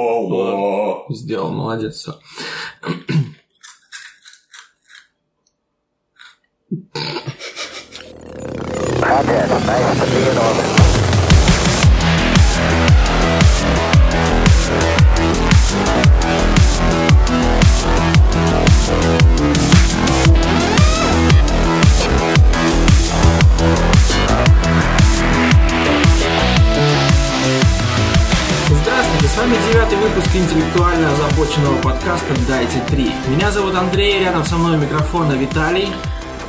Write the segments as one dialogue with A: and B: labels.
A: Ла-ла-ла.
B: Сделал, молодец, все. Здравствуйте, с вами девятый выпуск интеллектуально озабоченного подкаста «Дайте три». Меня зовут Андрей, рядом со мной у микрофона Виталий.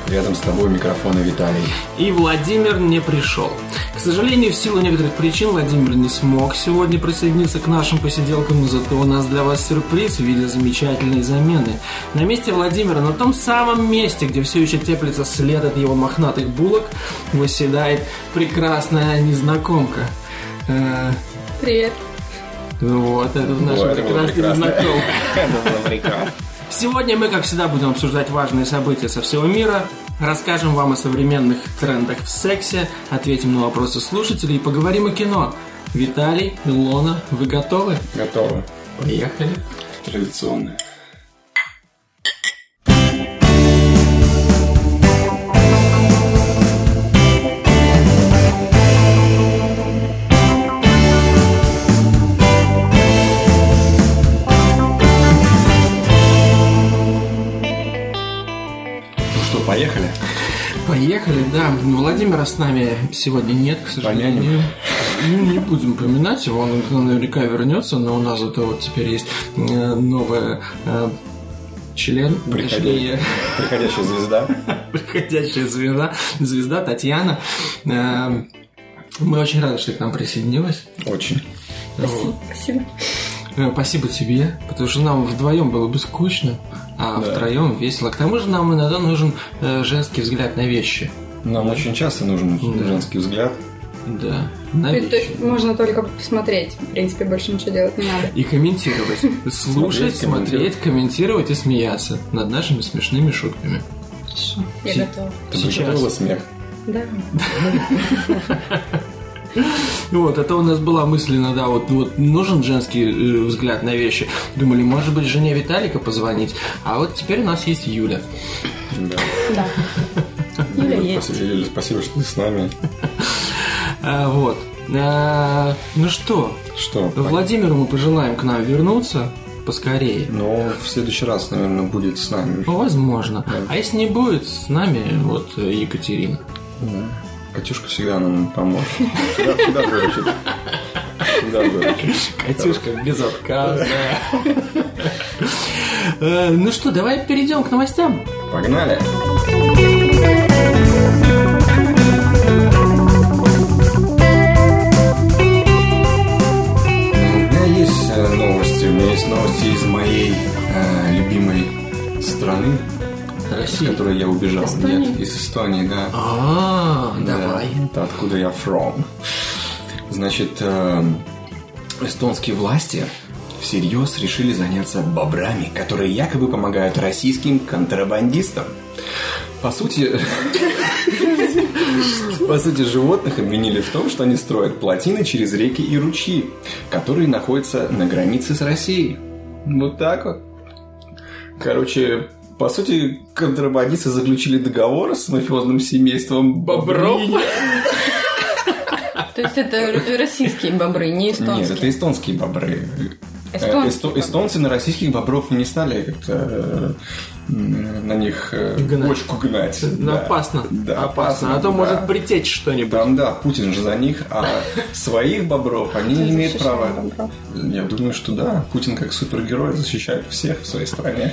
A: Рядом с тобой микрофон и Виталий.
B: И Владимир не пришел. К сожалению, в силу некоторых причин Владимир не смог сегодня присоединиться к нашим посиделкам, но зато у нас для вас сюрприз в виде замечательной замены. На месте Владимира, на том самом месте, где все еще теплится след от его мохнатых булок, выседает прекрасная незнакомка. Э,
C: Привет.
B: Ну Вот, это наша
A: О, это было
B: прекрасная
A: прекрасно.
B: незнакомка.
A: Это было прекрасно.
B: Сегодня мы, как всегда, будем обсуждать важные события со всего мира, расскажем вам о современных трендах в сексе, ответим на вопросы слушателей и поговорим о кино. Виталий, Илона, вы готовы?
A: Готово.
B: Поехали.
A: Традиционно. Ну Ну что, поехали?
B: Поехали, да. Владимира с нами сегодня нет, к сожалению.
A: Помянем.
B: Ну, не будем поминать его, он наверняка вернется, но у нас зато вот теперь есть э, новая э, член,
A: Приходи.
B: точнее,
A: Приходящая звезда.
B: приходящая звезда, звезда Татьяна. Э, Мы очень рады, что ты к нам присоединилась.
A: Очень.
C: Спасибо. спасибо.
B: Э, Спасибо тебе, потому что нам вдвоем было бы скучно, а
A: Да.
B: втроем весело. К тому же нам иногда нужен э, женский взгляд на вещи.
A: Нам очень часто нужен
B: Да.
A: женский взгляд.
B: Да, на
C: То
B: вещи.
C: есть можно только посмотреть. В принципе, больше ничего делать не надо.
B: И комментировать. Слушать,
A: комментировать.
B: смотреть, комментировать и смеяться над нашими смешными шутками.
C: Хорошо.
B: Си-
C: Я готова.
A: Ты
B: Сейчас.
A: приготовила смех.
C: Да.
B: Вот, это у нас была мысль иногда, вот, вот нужен женский э, взгляд на вещи. Думали, может быть, жене Виталика позвонить. А вот теперь у нас есть Юля.
A: Да.
C: Да. Юля
A: Юля,
C: Ну, есть.
A: спасибо, Юля, спасибо, что ты с нами.
B: А, вот. А, ну что,
A: Что?
B: Владимиру мы пожелаем к нам вернуться поскорее.
A: Но Ну, в следующий раз, наверное, будет с нами
B: Ну, возможно. А если не будет, с нами вот э, Екатерина.
A: Катюшка всегда нам поможет. Всегда, всегда выручит. Всегда выручит.
B: Катюшка безотказная. Э, Ну что, давай перейдем к новостям.
A: Погнали! У меня есть э, новости. У меня есть новости из моей э, любимой страны, с
B: Россия.
A: которой я убежал.
C: Эстония?
A: Нет, из Эстонии, да.
B: А,
A: Да,
B: давай.
A: это откуда я from. Значит, эм, эстонские власти всерьез решили заняться бобрами, которые якобы помогают российским контрабандистам. По сути, по сути, животных обвинили в том, что они строят плотины через реки и ручьи, которые находятся на границе с Россией. Вот так вот. Короче, по сути, контрабандисты заключили договор с мафиозным семейством бобров.
C: То есть это р- российские бобры, не
A: Нет,
C: эстонские.
A: это эстонские бобры. Э,
C: Эстонские
A: эсто-
C: бобры.
A: Эстонцы на российских бобров не стали как-то э, м, на них э,
B: Гнать.
A: бочку гнать.
B: Ну,
A: Да.
B: Опасно.
A: Да,
B: Опасно. А то
A: да.
B: может притечь что-нибудь.
A: Там, да, Путин же за них, а своих бобров они не имеют
C: защищает
A: права.
C: бобров?
A: Я думаю, что да, Путин как супергерой защищает всех в своей стране.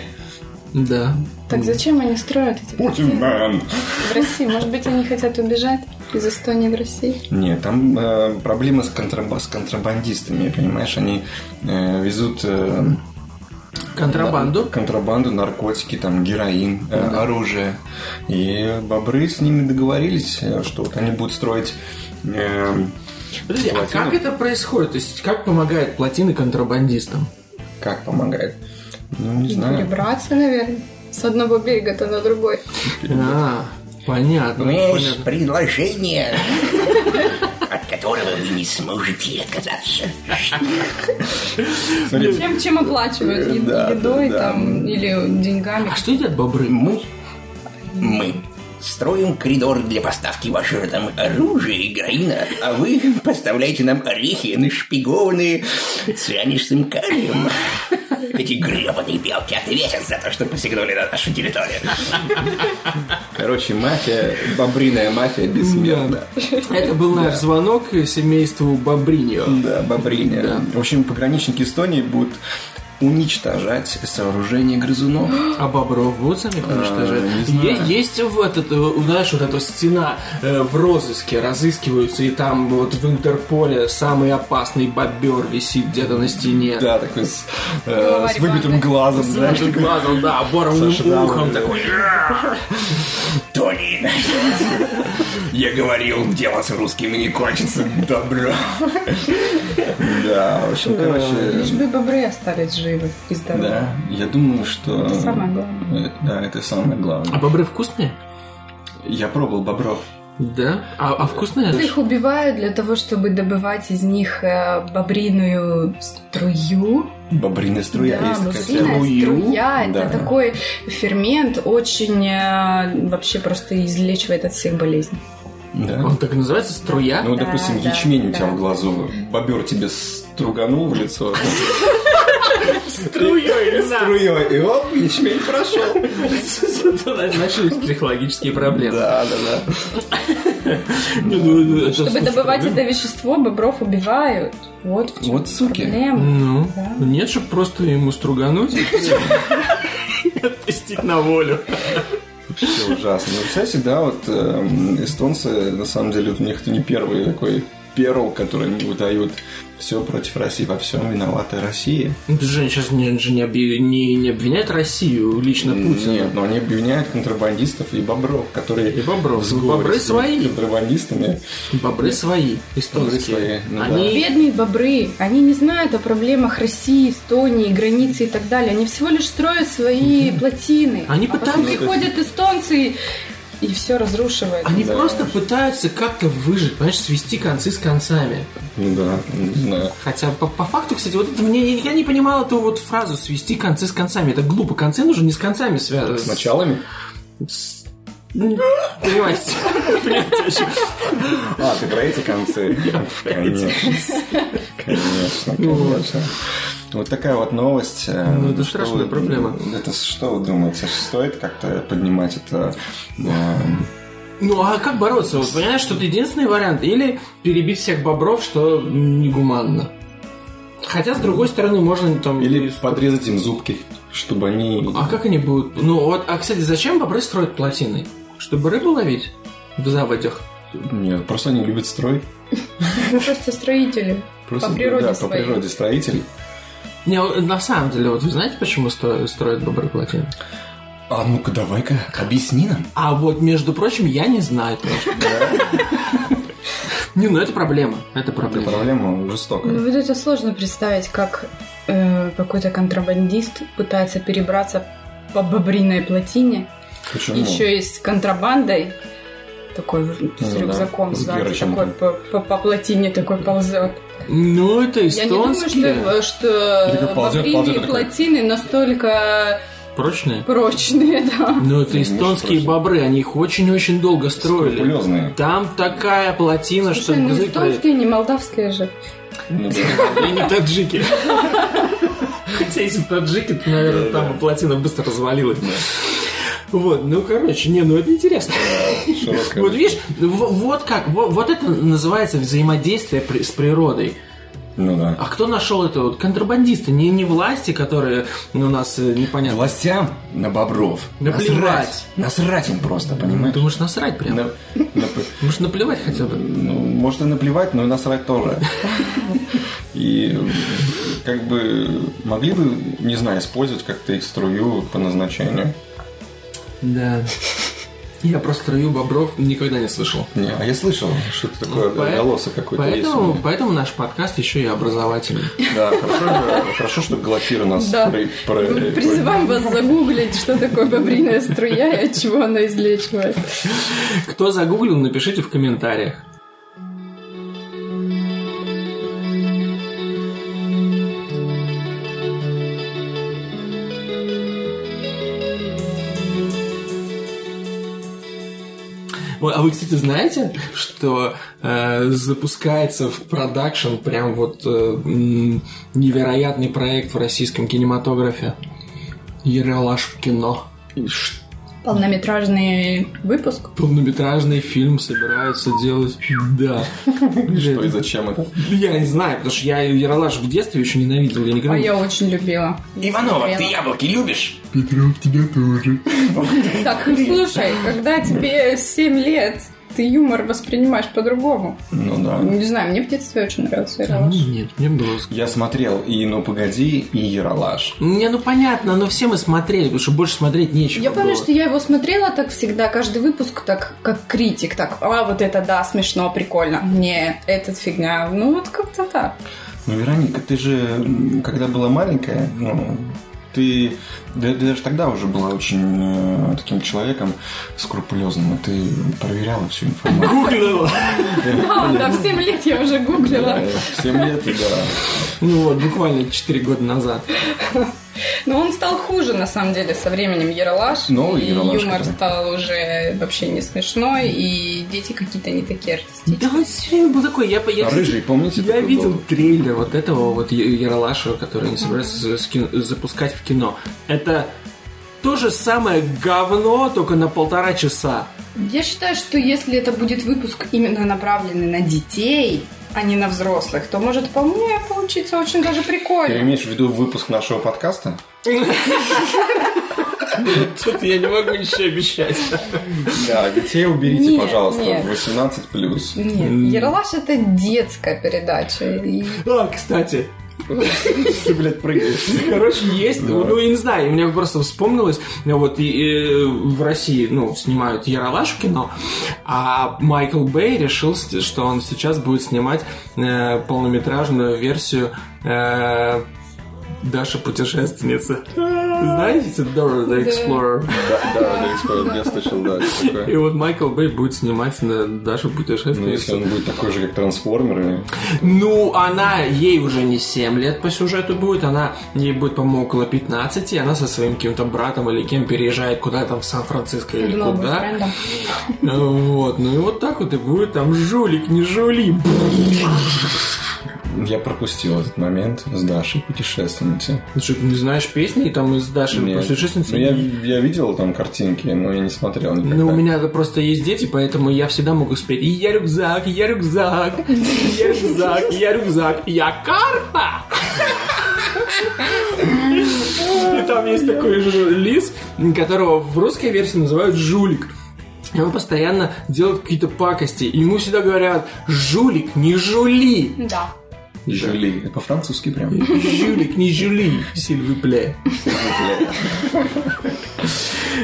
B: Да.
C: Так зачем они строят эти
A: Путин мэн!
C: в России? Может быть, они хотят убежать из Эстонии в Россию?
A: Нет, там э, проблема с, контраба- с контрабандистами, понимаешь, они э, везут э,
B: Контрабанду.
A: на- контрабанду, наркотики, там героин, э, оружие. И бобры с ними договорились, э, что вот они будут строить. э,
B: Подожди, а
A: Плотина.
B: как это происходит? То есть как помогает плотины контрабандистам?
A: как помогает? Ну не знаю.
C: Вибрация, наверное. С одного берега-то на другой.
B: А, понятно. понятно.
D: предложение, от которого вы не сможете отказаться.
A: Смотри,
C: Чем, чем оплачивают? Е-
A: Да,
C: Едой
A: да, да.
C: там или деньгами?
B: А что едят бобры?
D: Мы, мы строим коридор для поставки вашего там оружия и героина, а вы поставляете нам орехи, нашпигованные цианистым калием. Эти гребаные белки ответят за то, что посягнули на нашу территорию.
A: короче, мафия, бобриная мафия бессмертна.
B: Это был наш звонок семейству Бобриньо.
A: Да, бобриня. В общем, пограничники Эстонии будут уничтожать сооружение грызунов.
B: А бобров будут сами уничтожать?
A: А, не знаю.
B: Е- Есть в этот, э, знаешь, вот эта стена э, в розыске, разыскиваются, и там вот в Интерполе самый опасный бобер висит где-то на стене.
A: Да, такой с, э,
C: Голова
A: с выбитым
C: ребенка.
A: глазом, знаешь,
B: Этим
A: такой.
B: глазом, да, оборванным
A: Со шрамом,
B: ухом
A: да.
B: такой.
D: Тони, я говорил, дело с русскими не кончится. Добро.
A: Да, в общем, короче,
C: Лишь бы бобры остались живы и здоровы.
A: да, я думаю, что...
C: Это самое главное.
A: Э, Да, это самое
B: А
A: главное.
B: бобры вкусные?
A: Я пробовал бобров.
B: Да? А, а вкусные?
C: Их убивают для того, чтобы добывать из них э, бобриную струю.
A: Бобриная струя
C: да,
A: есть такая
C: бобриная
A: тема.
C: струя.
A: Да.
C: Это такой фермент, очень э, вообще просто излечивает от всех болезней.
B: Ну,
A: Да.
B: Он так и называется? Струя?
A: Ну,
C: Да,
A: допустим,
C: да,
A: ячмень у тебя
C: да.
A: в глазу, бобер тебе струганул в лицо.
B: Струей,
A: Струей, и оп, ячмень прошел.
B: Начались психологические проблемы.
A: Да, да, да.
B: Не, ну, это
C: Чтобы
B: слушай,
C: добывать
B: да.
C: это вещество, бобров убивают. Вот в чем
A: Вот суки.
C: проблема.
B: Ну,
C: Да.
B: нет, чтобы просто ему стругануть и всё. отпустить на волю.
A: Все ужасно. Ну, кстати, да, вот эм, эстонцы, на самом деле, вот у них это не первый такой перл, который они выдают. Все против России, во всем виновата Россия.
B: Ну, Ты же сейчас не, же не, объ- не- не обвиняет Россию, лично Путина.
A: Нет, но они обвиняют контрабандистов и бобров, которые...
B: И бобров.
A: в сговоре
B: Бобры
A: с этими
B: свои.
A: Контрабандистами.
B: Бобры свои,
A: Бобры
B: эстонские.
A: свои, ну
B: Они...
C: Бедные бобры, они не знают о проблемах России, Эстонии, границы и так далее. Они всего лишь строят свои плотины.
B: Они
C: а потом
B: пытаются-
C: приходят эстонцы и все разрушивают.
B: Они
A: Да.
B: просто пытаются как-то выжить, понимаешь, свести концы с концами.
A: Ну да, не знаю.
B: Хотя по, по факту, кстати, вот это мне я не понимал эту вот фразу свести концы с концами. Это глупо. Концы нужно не с концами связывать.
A: С началами?
B: С- Ну, Понимаете? Понимаете, о чём?
A: А, ты про эти концы? Конечно. Конечно, конечно. Вот такая вот новость. Э,
B: Ну, это
A: что
B: страшная
A: вы-
B: проблема.
A: Это с- что вы думаете, стоит как-то поднимать это? э,
B: Ну а как бороться? Вот понимаешь, что это единственный вариант. Или перебить всех бобров, что негуманно. Хотя, с другой стороны, можно там...
A: Или
B: и-
A: подрезать им зубки, чтобы они...
B: А как они будут... Ну вот, а, кстати, зачем бобры строят плотины? Чтобы рыбу ловить в заводях?
A: Нет, просто они любят строй.
C: Мы просто строители.
A: Просто,
C: По природе
A: Да, по
C: своей.
A: природе строитель.
B: Не, а на самом деле, вот вы знаете, почему сто- строят бобры плотины?
A: А ну-ка, давай-ка, объясни нам.
B: А вот, между прочим, я не знаю тоже. Не, ну это проблема. Это
A: Эта
B: проблема.
A: проблема
C: Ну,
A: жестокая.
C: вот это сложно представить, как э, какой-то контрабандист пытается перебраться по бобриной плотине,
A: Почему?
C: еще и с контрабандой. Такой в- с
A: Ну. Ну да,
C: рюкзаком
A: с
C: сзади,
A: Герычем.
C: такой по, по- по плотине такой ползет.
B: Ну, это
C: Я не думаю,
B: эстонские.
C: что,
A: Или
C: что
A: как ползет,
C: бобриные
A: ползет, такой.
C: плотины настолько
B: Прочные?
C: прочные, да.
B: Ну, это
A: Ну,
B: эстонские
A: прочные.
B: бобры, они их очень-очень долго строили.
A: Скрупулезные.
B: Там такая плотина,
A: А
B: что
C: Слушай, ну
B: язык
C: эстонские, не молдавские же.
A: Ну да.
B: проедет. А, И не таджики. Хотя если таджики, то, наверное, там плотина быстро развалилась. Вот, ну, короче, не, ну это интересно.
A: Широкая.
B: Вот видишь, в- вот как, во- вот это называется взаимодействие при- с природой.
A: Ну да.
B: А кто нашел это? Вот контрабандисты, не, не власти, которые ну, у нас э, непонятно.
A: Властям на бобров.
B: Наплевать.
A: Насрать. Насрать им
B: Ну,
A: просто, понимаешь?
B: Думаешь, насрать прям?
A: На- нап-
B: Может, наплевать хотя бы?
A: ну, может и наплевать, но и насрать тоже. И как бы могли бы, не знаю, использовать как-то их струю по назначению.
B: Да. Я про строю бобров никогда не слышал.
A: Не, а я слышал, что-то такое
B: Ну, поэ-
A: голоса какой-то есть. у
B: Поэтому,
A: меня.
B: поэтому наш подкаст еще и образовательный.
A: Да, хорошо, же- хорошо, что Глафира нас
C: Да.
A: про- про-
B: Ну,
C: Мы Призываем вас загуглить, что такое бобриная струя и от чего она излечивает.
B: Кто загуглил, напишите в комментариях. Ой, А вы, кстати, знаете, что э, запускается в продакшн прям вот э, м, невероятный проект в российском кинематографе? Ералаш в кино.
C: Полнометражный выпуск.
B: Полнометражный фильм собираются делать. Да. Ну,
A: Что и зачем это?
B: Я не знаю, потому что я Ералаш в детстве еще ненавидел. Я никогда
C: А
B: не
C: я очень любила. Я
D: Иванова, ты
C: смотрела.
D: яблоки любишь?
C: Так, ну, слушай, когда тебе 7 лет, ты юмор воспринимаешь по-другому.
A: Ну да.
C: Не знаю, мне в детстве очень нравился
B: А
C: Ералаш.
B: мне Нет, мне было...
A: Я смотрел и «Ну погоди», и «Ералаш».
B: Не, ну понятно, но все мы смотрели, потому что больше смотреть нечего
C: Я помню,
B: было.
C: что я его смотрела так всегда, каждый выпуск так, как критик, так, а, вот это да, смешно, прикольно, не, этот фигня, ну вот как-то так.
A: Ну, Вероника, ты же, м, когда была маленькая, ну, ты да- да даже тогда уже была очень э, таким человеком скрупулезным, и ты проверяла всю информацию.
B: Гуглила.
C: Да, да, в 7 лет я уже гуглила.
A: Да, В 7 лет, и да.
B: Ну вот, буквально 4 года назад.
C: Но он стал хуже, на самом деле, со временем Ералаш.
A: Ну,
C: и
A: Ералаш,
C: юмор
A: который-
C: стал уже вообще не смешной, и дети какие-то не такие артистичные.
B: Да вот все время был такой, я, по- я,
A: А
B: кстати,
A: Рыжий, помните?
B: Я
A: такой
B: видел
A: был?
B: трейлер вот этого вот Я- Яралашева, который они собираются за- с кино- запускать в кино. Это то же самое говно, только на полтора часа.
C: Я считаю, что если это будет выпуск именно направленный на детей, а не на взрослых, то может по мне получиться очень даже
A: Ты
C: прикольно.
A: имеешь в виду выпуск нашего подкаста?
B: Тут я не могу ничего обещать.
A: Да, детей уберите,
C: Нет,
A: пожалуйста,
C: нет.
A: 18 плюс.
C: Нет, Ералаш это детская передача. и-
B: А, кстати,
A: Ты, блядь, прыгаешь.
B: короче, есть, ну, я не знаю, мне просто вспомнилось, ну, вот и, э, в России, ну, снимают Яралаш в кино, а Майкл Бэй решил, с- что он сейчас будет снимать э, полнометражную версию э, Даша путешественница. Знаете, Dora the Explorer?
A: Да, да, я вспомнил, я слышал, да, что
B: И
A: такое.
B: вот Майкл Бэй будет снимать на Дашу
A: Ну, если
B: путешественницу.
A: он будет такой же, как трансформеры.
B: Ну, она, ей уже не 7 лет по сюжету будет, она, ей будет, по-моему, около 15, и она со своим каким-то братом или кем переезжает куда там, в Сан-Франциско
C: Я
B: или
C: думала,
B: Э,
C: будет
B: куда.
C: брендом.
B: Вот, ну и вот так вот и будет там жулик, не жулик.
A: Я пропустил этот момент с Дашей путешественницей.
B: Ну что, ты не знаешь песни там из Даши
A: Нет.
B: путешественницы?
A: Ну, я, я видел там картинки, но я не смотрел никогда.
B: Ну, у меня это просто есть дети, поэтому я всегда могу спеть. И я рюкзак, и я рюкзак, и я рюкзак, и я рюкзак, и я карпа. И там есть такой же лис, которого в русской версии называют жулик. И он постоянно делает какие-то пакости. И ему всегда говорят, жулик, не жули.
C: Да.
A: Жюли. Это По-французски прям.
B: Жулик, не жули, сильвупле.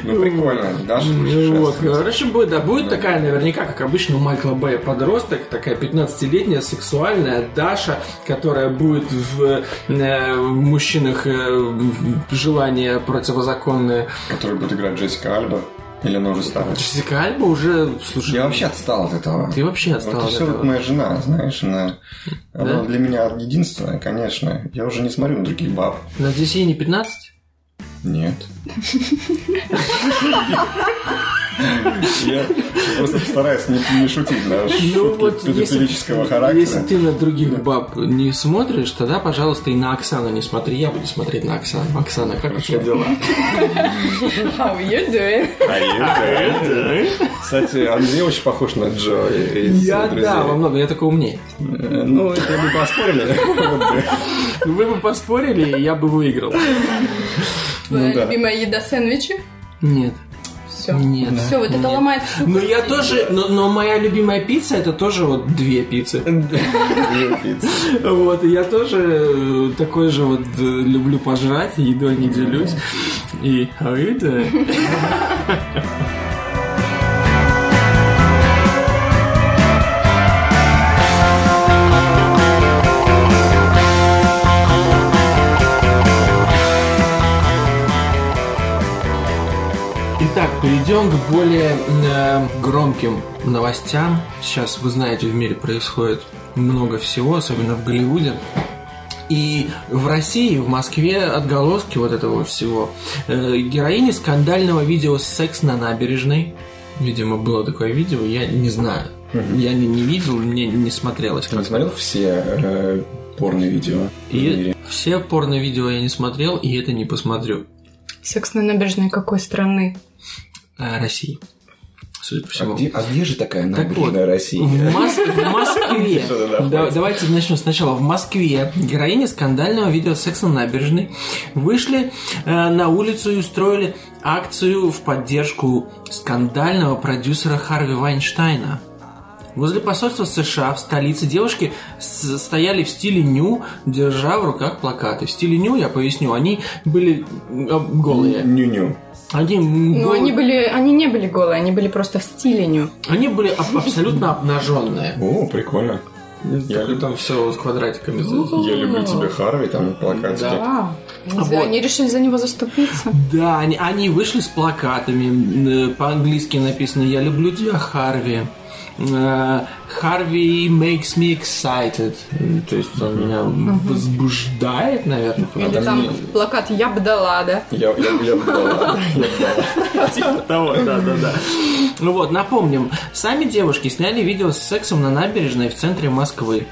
A: Ну, прикольно. Даша
B: Ну Вот,
A: путешественница.
B: короче, будет, да, будет
A: Да.
B: такая, наверняка, как обычно у Майкла Бэя подросток, такая 15-летняя сексуальная Даша, которая будет в, э, в мужчинах э, в- желание противозаконное.
A: Который будет играть Джессика Альба. Или она уже старая.
B: Джессика Альба уже, слушай,
A: Я вообще отстал от этого.
B: ты вообще отстала
A: это
B: от
A: все
B: этого.
A: моя жена, знаешь, она, она
B: Да?
A: для меня единственная, конечно. Я уже не смотрю на других баб.
B: Надеюсь, ей не 15?
A: Нет. Я просто стараюсь не, не шутить на шутки педофилического
B: Ну если
A: характера.
B: ты на других баб не смотришь, тогда, пожалуйста, и на Оксану не смотри. Я буду смотреть на Оксану. Оксана, как у тебя дела?
C: How you doing?
A: А это, Кстати, Андрей очень похож на Джо из э,
B: Я,
A: «Друзей».
B: да, во многом, я такой умнее.
A: Э, Ну, это мы поспорили.
B: Ну, Вы бы поспорили, и я бы выиграл.
C: Твоя
A: да.
C: любимая еда сэндвичи?
B: Нет.
C: Все.
B: Нет. Ну,
C: Все, вот это ломает всю
B: Но я тоже, но, но моя любимая пицца это тоже вот две пиццы. Вот, и я тоже э, такой же вот э, люблю пожрать, едой не делюсь. И а это... Итак, перейдем к более э, громким новостям. Сейчас, вы знаете, в мире происходит много всего, особенно в Голливуде. И в России, в Москве отголоски вот этого всего. Э, героиня скандального видео «Секс на набережной». Видимо, было такое видео, я не знаю. Я не, не видел, мне не смотрелось.
A: Ты не смотрел все э, порно-видео в
B: И
A: мире?
B: все порно-видео я не смотрел, и это не посмотрю.
C: Секс на набережной какой страны?
B: А, России. Судя по
A: А
B: всему.
A: где, а где же такая
B: Так
A: набережная
B: вот,
A: России?
B: В, Мос- в Москве.
A: Что-то
B: Да-
A: находится.
B: давайте начнем сначала. В Москве героини скандального видео секса на набережной вышли э, на улицу и устроили акцию в поддержку скандального продюсера Харви Вайнштейна. Возле посольства США в столице девушки с- стояли в стиле ню, держа в руках плакаты. В стиле ню, я поясню, они были э, голые.
A: Ню-ню.
B: Они
C: Ну,
B: голые.
C: они были, они не были голые, они были просто в стиле ню.
B: Они были аб- абсолютно обнаженные.
A: О, прикольно. Я
B: Только
A: люблю-
B: там все вот квадратиками.
A: Я
B: ну,
A: люблю тебя, Харви, там плакатики.
B: Да.
C: Вау.
B: А вот.
C: Они решили за него заступиться.
B: Да, они, они вышли с плакатами. э, По-английски написано «Я люблю тебя, Харви». Э, Харви makes me excited. Э, То есть он меня возбуждает, наверное.
A: Или
C: Или
A: там
C: там плакат «Я бы дала», да?
A: Я, я, я бы дала. Я бы дала.
B: Типа того, да, да, да. Ну вот, напомним, сами девушки сняли видео с сексом на набережной в центре Москвы.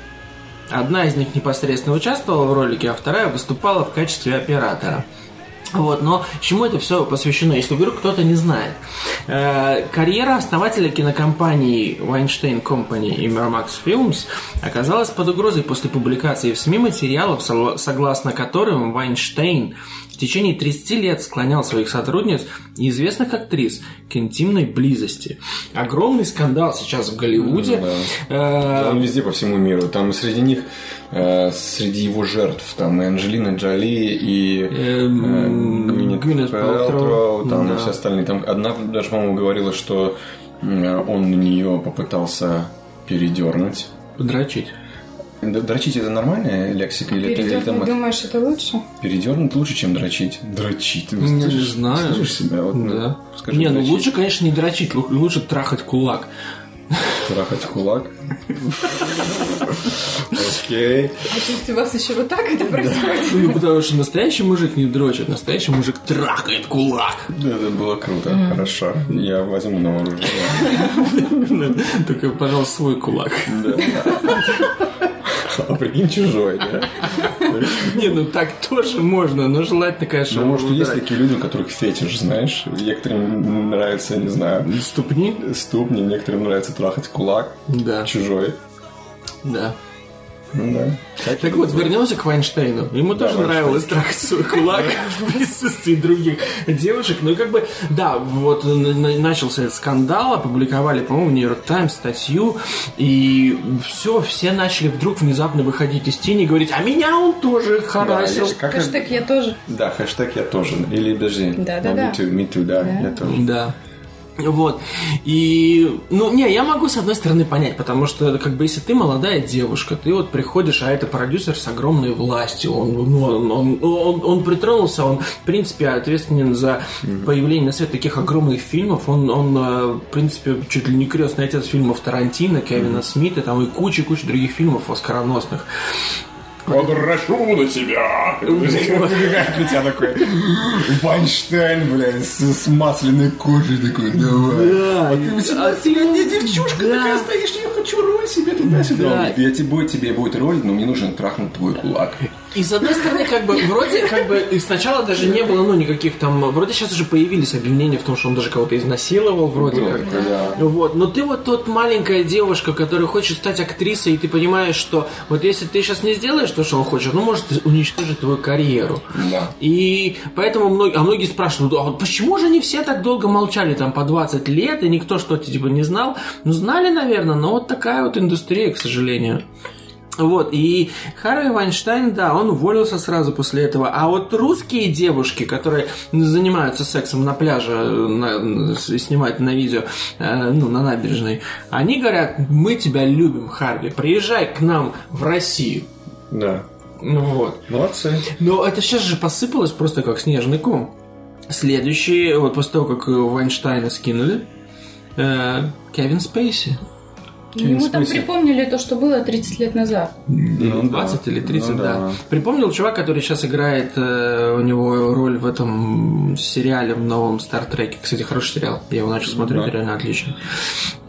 B: Одна из них непосредственно участвовала в ролике, а вторая выступала в качестве оператора. Вот, но чему это все посвящено, если вдруг кто-то не знает? Э, карьера основателя кинокомпании Weinstein Company и Miramax Films оказалась под угрозой после публикации в СМИ материалов, со- согласно которым Вайнштейн в течение 30 лет склонял своих сотрудниц и известных актрис к интимной близости. Огромный скандал сейчас в Голливуде. Э,
A: Там везде по всему миру. Там среди них, э, среди его жертв, там и Анджелина Джоли, и э,
B: Эм,
A: Гвинет
B: Гвинет
A: Пэлтроу,
B: Пэлтроу,
A: Э, там
B: да.
A: и все остальные. Там одна даже, по-моему, говорила, что э, он на нее попытался передернуть.
B: Подрочить.
A: Д- Дрочить это нормальная лексика или это- или это
C: Передёрнуть,
A: мат?
C: думаешь, это лучше?
A: Передернуть лучше, чем дрочить. Дрочить. Ты
B: Не
A: слышишь-
B: знаю.
A: Слышишь Ну, себя? Вот, ну,
B: Да.
A: Скажи,
B: не, ну
A: дрочить.
B: лучше, конечно, не дрочить, лу- лучше трахать кулак.
A: Трахать кулак. Окей.
C: А у вас еще вот так это происходит?
B: Ну, потому что настоящий мужик не дрочит, настоящий мужик трахает кулак.
A: Да, это было круто. Хорошо. Я возьму на вооружение.
B: Только, пожалуйста, свой кулак.
A: А прикинь, чужой, да?
B: Не, ну так тоже можно, но желательно, конечно,
A: Ну, может, есть
B: убирать.
A: такие люди, у которых фетиш, знаешь? Некоторым нравится, не знаю,
B: ступни.
A: ступни, некоторым нравится трахать кулак
B: Да,
A: чужой.
B: да.
A: Ну да.
B: Так вот, вернемся к Вайнштейну. Ему
A: Да,
B: тоже
A: Вайнштейн.
B: нравилось трахать свой кулак в присутствии других девушек. Ну и как бы, да, вот н- н- начался этот скандал, опубликовали, по-моему, в Нью-Йорк Таймс статью, и все, все начали вдруг внезапно выходить из тени и говорить, а меня он тоже
A: Да,
B: харасил.
A: я- как-
C: Хэштег «Я тоже».
A: да, хэштег я тоже. Или подожди.
C: Да, да,
A: а,
C: да.
A: Me too, me too, да, я тоже.
B: Да. Вот. И, ну, не, я могу с одной стороны понять, потому что, как бы, если ты молодая девушка, ты вот приходишь, а это продюсер с огромной властью, он, ну, он, он, он- он притронулся, он, в принципе, ответственен за появление на свет таких огромных фильмов, он, он, э, в принципе, чуть ли не крестный отец фильмов Тарантино, Кевина Смита, там и куча-куча других фильмов оскароносных.
A: Подрошу на тебя! Выбегает на тебя такой Вайнштейн, блядь, с с масляной кожей такой, давай.
B: Да,
A: А ты не девчушка
B: Да.
A: такая стоишь, я хочу роль себе туда-сюда.
B: Да.
A: Он говорит, Я тебе будет, тебе будет роль, но мне нужен трахнуть твой кулак.
B: И с одной стороны, как бы, вроде, как бы, и сначала даже не было, ну, никаких там, вроде сейчас уже появились обвинения в том, что он даже кого-то изнасиловал, вроде
A: Было
B: как.
A: такое, Ну, да.
B: Вот, но ты вот тот маленькая девушка, которая хочет стать актрисой, и ты понимаешь, что вот если ты сейчас не сделаешь то, что он хочет, ну, может уничтожить твою карьеру.
A: Да.
B: И поэтому многие, а многие спрашивают, а вот почему же они все так долго молчали, там, по 20 лет, и никто что-то, типа, не знал? Ну, знали, наверное, но вот такая вот индустрия, к сожалению. Вот, и Харви Вайнштайн, да, он уволился сразу после этого. А вот русские девушки, которые занимаются сексом на пляже, э, на- с- и снимают на видео, э, ну, на набережной, они говорят, мы тебя любим, Харви, приезжай к нам в Россию.
A: Да.
B: Ну вот.
A: Молодцы.
B: Но это сейчас же посыпалось просто как снежный ком. Следующий, вот после того, как э, Вайнштейна скинули, э, Кевин Спейси.
C: Ему там
A: смысле?
C: припомнили то, что было 30 лет назад.
A: Ну, да.
B: 20 или 30,
A: Ну,
B: да. Припомнил чувак, который сейчас играет э, у него роль в этом сериале, в новом Стартреке. Кстати, хороший сериал. Я его начал смотреть,
A: Ну Да.
B: реально отлично.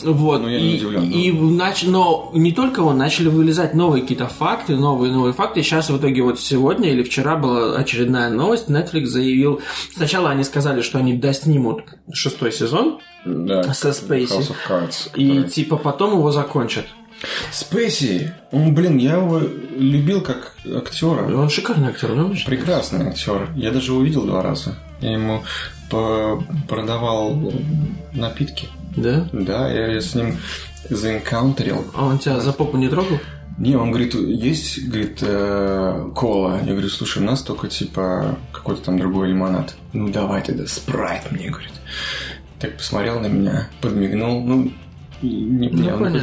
B: Вот.
A: Ну, я не
B: и,
A: удивлен, да.
B: и нач- Но не только он, начали вылезать новые какие-то факты, новые, новые факты. Сейчас в итоге вот сегодня или вчера была очередная новость. Netflix заявил... Сначала они сказали, что они доснимут шестой сезон.
A: Да.
B: Со Спейси.
A: House of Cards,
B: И
A: который-
B: типа потом его закончат.
A: Спейси, он, блин, я его любил как актера.
B: Он шикарный актер, ну,
A: Прекрасный актер. Я даже его видел два раза. Я ему по- продавал напитки.
B: Да?
A: Да, я, я с ним заинкаунтерил.
B: А он тебя за попу не трогал?
A: Не, он говорит, есть, говорит, э, кола. Я говорю, слушай, у нас только типа какой-то там другой лимонад. Ну давай тогда спрайт мне, говорит. Так посмотрел на меня, подмигнул, ну и не
B: Ну,
A: понял.
B: понятно.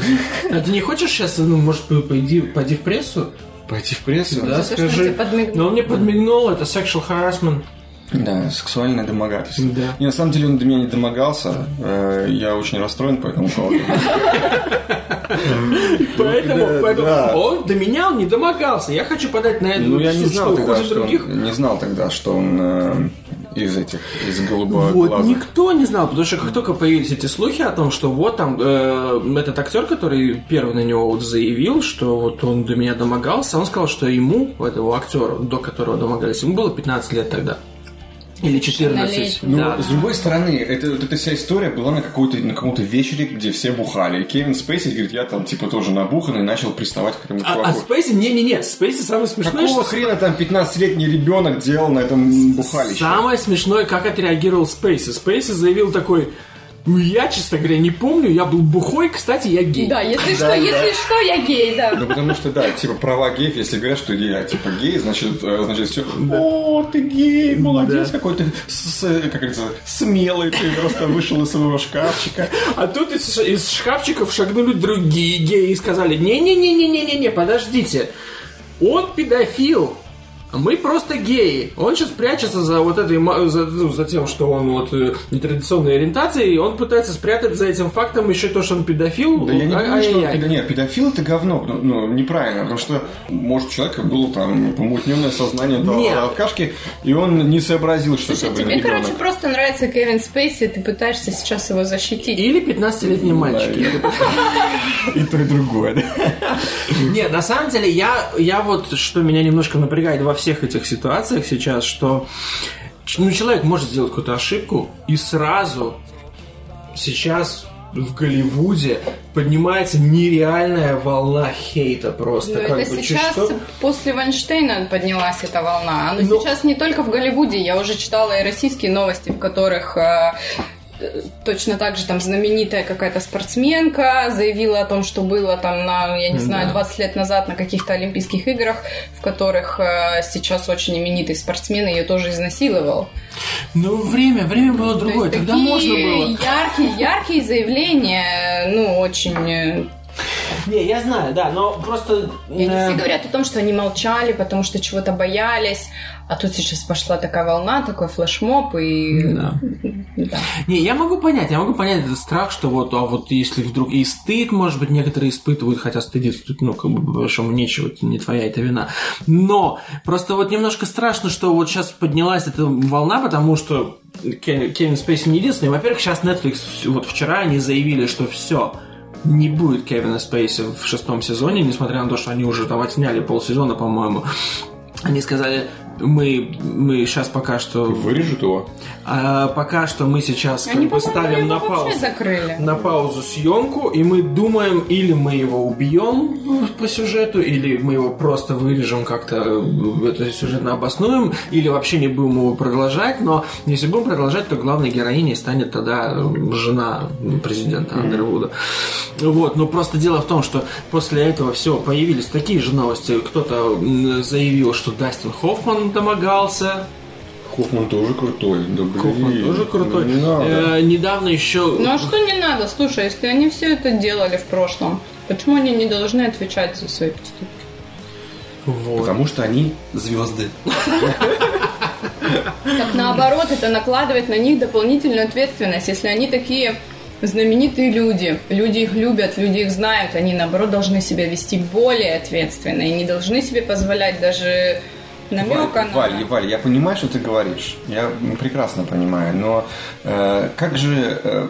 B: А ты не хочешь сейчас, ну, может, по- пойди, пойди в прессу?
A: Пойти в прессу?
B: Да,
C: Всё, что
B: скажи.
C: тебе подмигнуло.
B: Но он мне подмигнул, это sexual harassment.
A: Да, сексуальное домогательство.
B: Да.
A: И на самом деле он до меня не домогался. Э, Я очень расстроен по этому поводу.
B: Поэтому,
A: да,
B: поэтому
A: да.
B: он до меня он не домогался. Я хочу подать на это
A: Ну, я
B: в
A: не
B: суд,
A: знал
B: что
A: тогда,
B: хуже
A: что
B: других.
A: он, не знал тогда, что он э, из этих, из голубого
B: Вот, никто не знал, потому что как только появились эти слухи о том, что вот там э, этот актер, который первый на него вот заявил, что вот он до меня домогался, он сказал, что ему, этого актеру, до которого домогались, ему было 15 лет тогда. Или 14.
A: Ну,
B: да.
A: с другой стороны, это, вот эта вся история была на, какой-то, на каком-то вечере, где все бухали. И Кевин Спейси говорит, я там типа тоже набухан и начал приставать к этому
B: А,
A: чуваку.
B: а Спейси, не-не-не, Спейси самое смешное,
A: Какого
B: что-
A: хрена там 15-летний ребенок делал на этом бухалище?
B: Самое смешное, как отреагировал Спейси. Спейси заявил такой, ну я, честно говоря, не помню, я был бухой, кстати, я гей.
C: Да, если что, если что, я гей, да.
A: Ну, потому что, да, типа, права геев, если говорят, что я, типа, гей, значит, э, значит, все, о, ты гей, молодец, какой ты, с- с- как говорится, смелый, ты просто вышел из своего шкафчика.
B: А тут из, из шкафчиков шагнули другие геи и сказали, не-не-не-не-не-не, подождите, он педофил, а мы просто геи. Он сейчас прячется за вот этой, ма- за, ну, за тем, что он вот э, нетрадиционной ориентации, и он пытается спрятать за этим фактом еще то, что он педофил.
A: Да я не
B: А-
A: думаю, что...
B: ай-яй-яй.
A: педо- Нет, педофил это говно, ну, ну, неправильно, потому что, может, у человека было там помутненное сознание до
B: Нет.
A: алкашки, и он не сообразил, что
C: Слушай,
A: это
C: тебе,
A: блин,
C: короче,
A: ребенок.
C: просто нравится Кевин Спейси, ты пытаешься сейчас его защитить.
B: Или 15-летние мальчики.
A: И то, и другое, да?
B: Нет, на самом деле, я, я вот, что меня немножко напрягает во всех этих ситуациях сейчас, что ч- ну, человек может сделать какую-то ошибку, и сразу сейчас в Голливуде поднимается нереальная волна хейта просто.
C: Ну,
B: как
C: это
B: бы, чё-
C: сейчас
B: что-
C: после Вайнштейна поднялась эта волна. Она
B: Ну-
C: сейчас не только в Голливуде. Я уже читала и российские новости, в которых э, э, точно так же там знаменитая какая-то спортсменка заявила о том, что было там на, я не знаю,
B: Да.
C: 20 лет назад на каких-то Олимпийских играх, в которых э, сейчас очень именитый спортсмен ее тоже изнасиловал.
B: Ну, время, время было другое,
C: То есть
B: тогда
C: такие
B: можно было.
C: Яркие, яркие заявления, э, ну, очень... э,
B: Не, я знаю, да, но просто...
C: И они
B: э,
C: все говорят о том, что они молчали, потому что чего-то боялись. А тут сейчас пошла такая волна, такой флешмоб и...
B: Да.
C: Да.
B: Не, я могу понять, я могу понять этот страх, что вот, а вот если вдруг и стыд, может быть, некоторые испытывают, хотя стыдиться тут, ну, как бы, по большому нечего, это не твоя это вина. Но просто вот немножко страшно, что вот сейчас поднялась эта волна, потому что Кен- Кевин Спейси не единственный. Во-первых, сейчас Netflix, вот вчера они заявили, что все, не будет Кевина Спейси в шестом сезоне, несмотря на то, что они уже там отсняли полсезона, по-моему. Они сказали, мы, мы сейчас пока что...
A: Вырежут его.
B: А, пока что мы сейчас как бы
C: по-моему,
B: ставим
C: его
B: на
C: вообще
B: паузу.
C: закрыли.
B: На паузу съемку, и мы думаем, или мы его убьем ну, по сюжету, или мы его просто вырежем как-то, э, это сюжетно обоснуем, или вообще не будем его продолжать, но если будем продолжать, то главной героиней станет тогда э, жена президента Андервуда. Вот, но просто дело в том, что после этого все появились такие же новости. Кто-то м, заявил, что Дастин Хоффман домогался,
A: Хоффман тоже крутой. Да, блин, ну,
B: Кофман тоже крутой.
A: Не надо.
B: Э, недавно еще.
C: Ну а что не надо? Слушай, если они все это делали в прошлом, почему они не должны отвечать за свои поступки?
B: Вот.
A: Потому что они звезды.
C: Так наоборот, это накладывает на них дополнительную ответственность. Если они такие знаменитые люди. Люди их любят, люди их знают. Они, наоборот, должны себя вести более ответственно и не должны себе позволять даже
A: Валь,
C: намека на...
A: Валь, Валь, я понимаю, что ты говоришь. Я прекрасно понимаю, но э, как же э,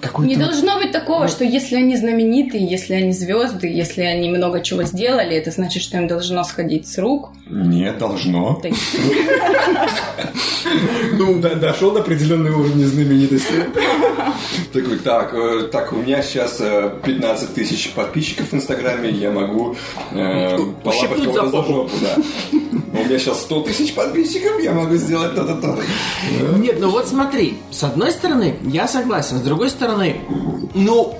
A: какой-то
C: Не
A: вот
C: должно быть такого, что если они знаменитые, если они звезды, если они много чего сделали, это значит, что им должно сходить с рук.
A: Не должно.
C: Так-
A: Ну, да, дошел до определенного уровня знаменитости. Такой, так, э, так, у меня сейчас 15 тысяч подписчиков в Инстаграме, я могу э, полапать
B: Ущипнуть за
A: кого-то за
B: попу.
A: жопу, да. У меня сейчас 100 тысяч подписчиков, я могу сделать то-то, то-то.
B: Нет, ну вот смотри, с одной стороны, я согласен, с другой стороны, ну,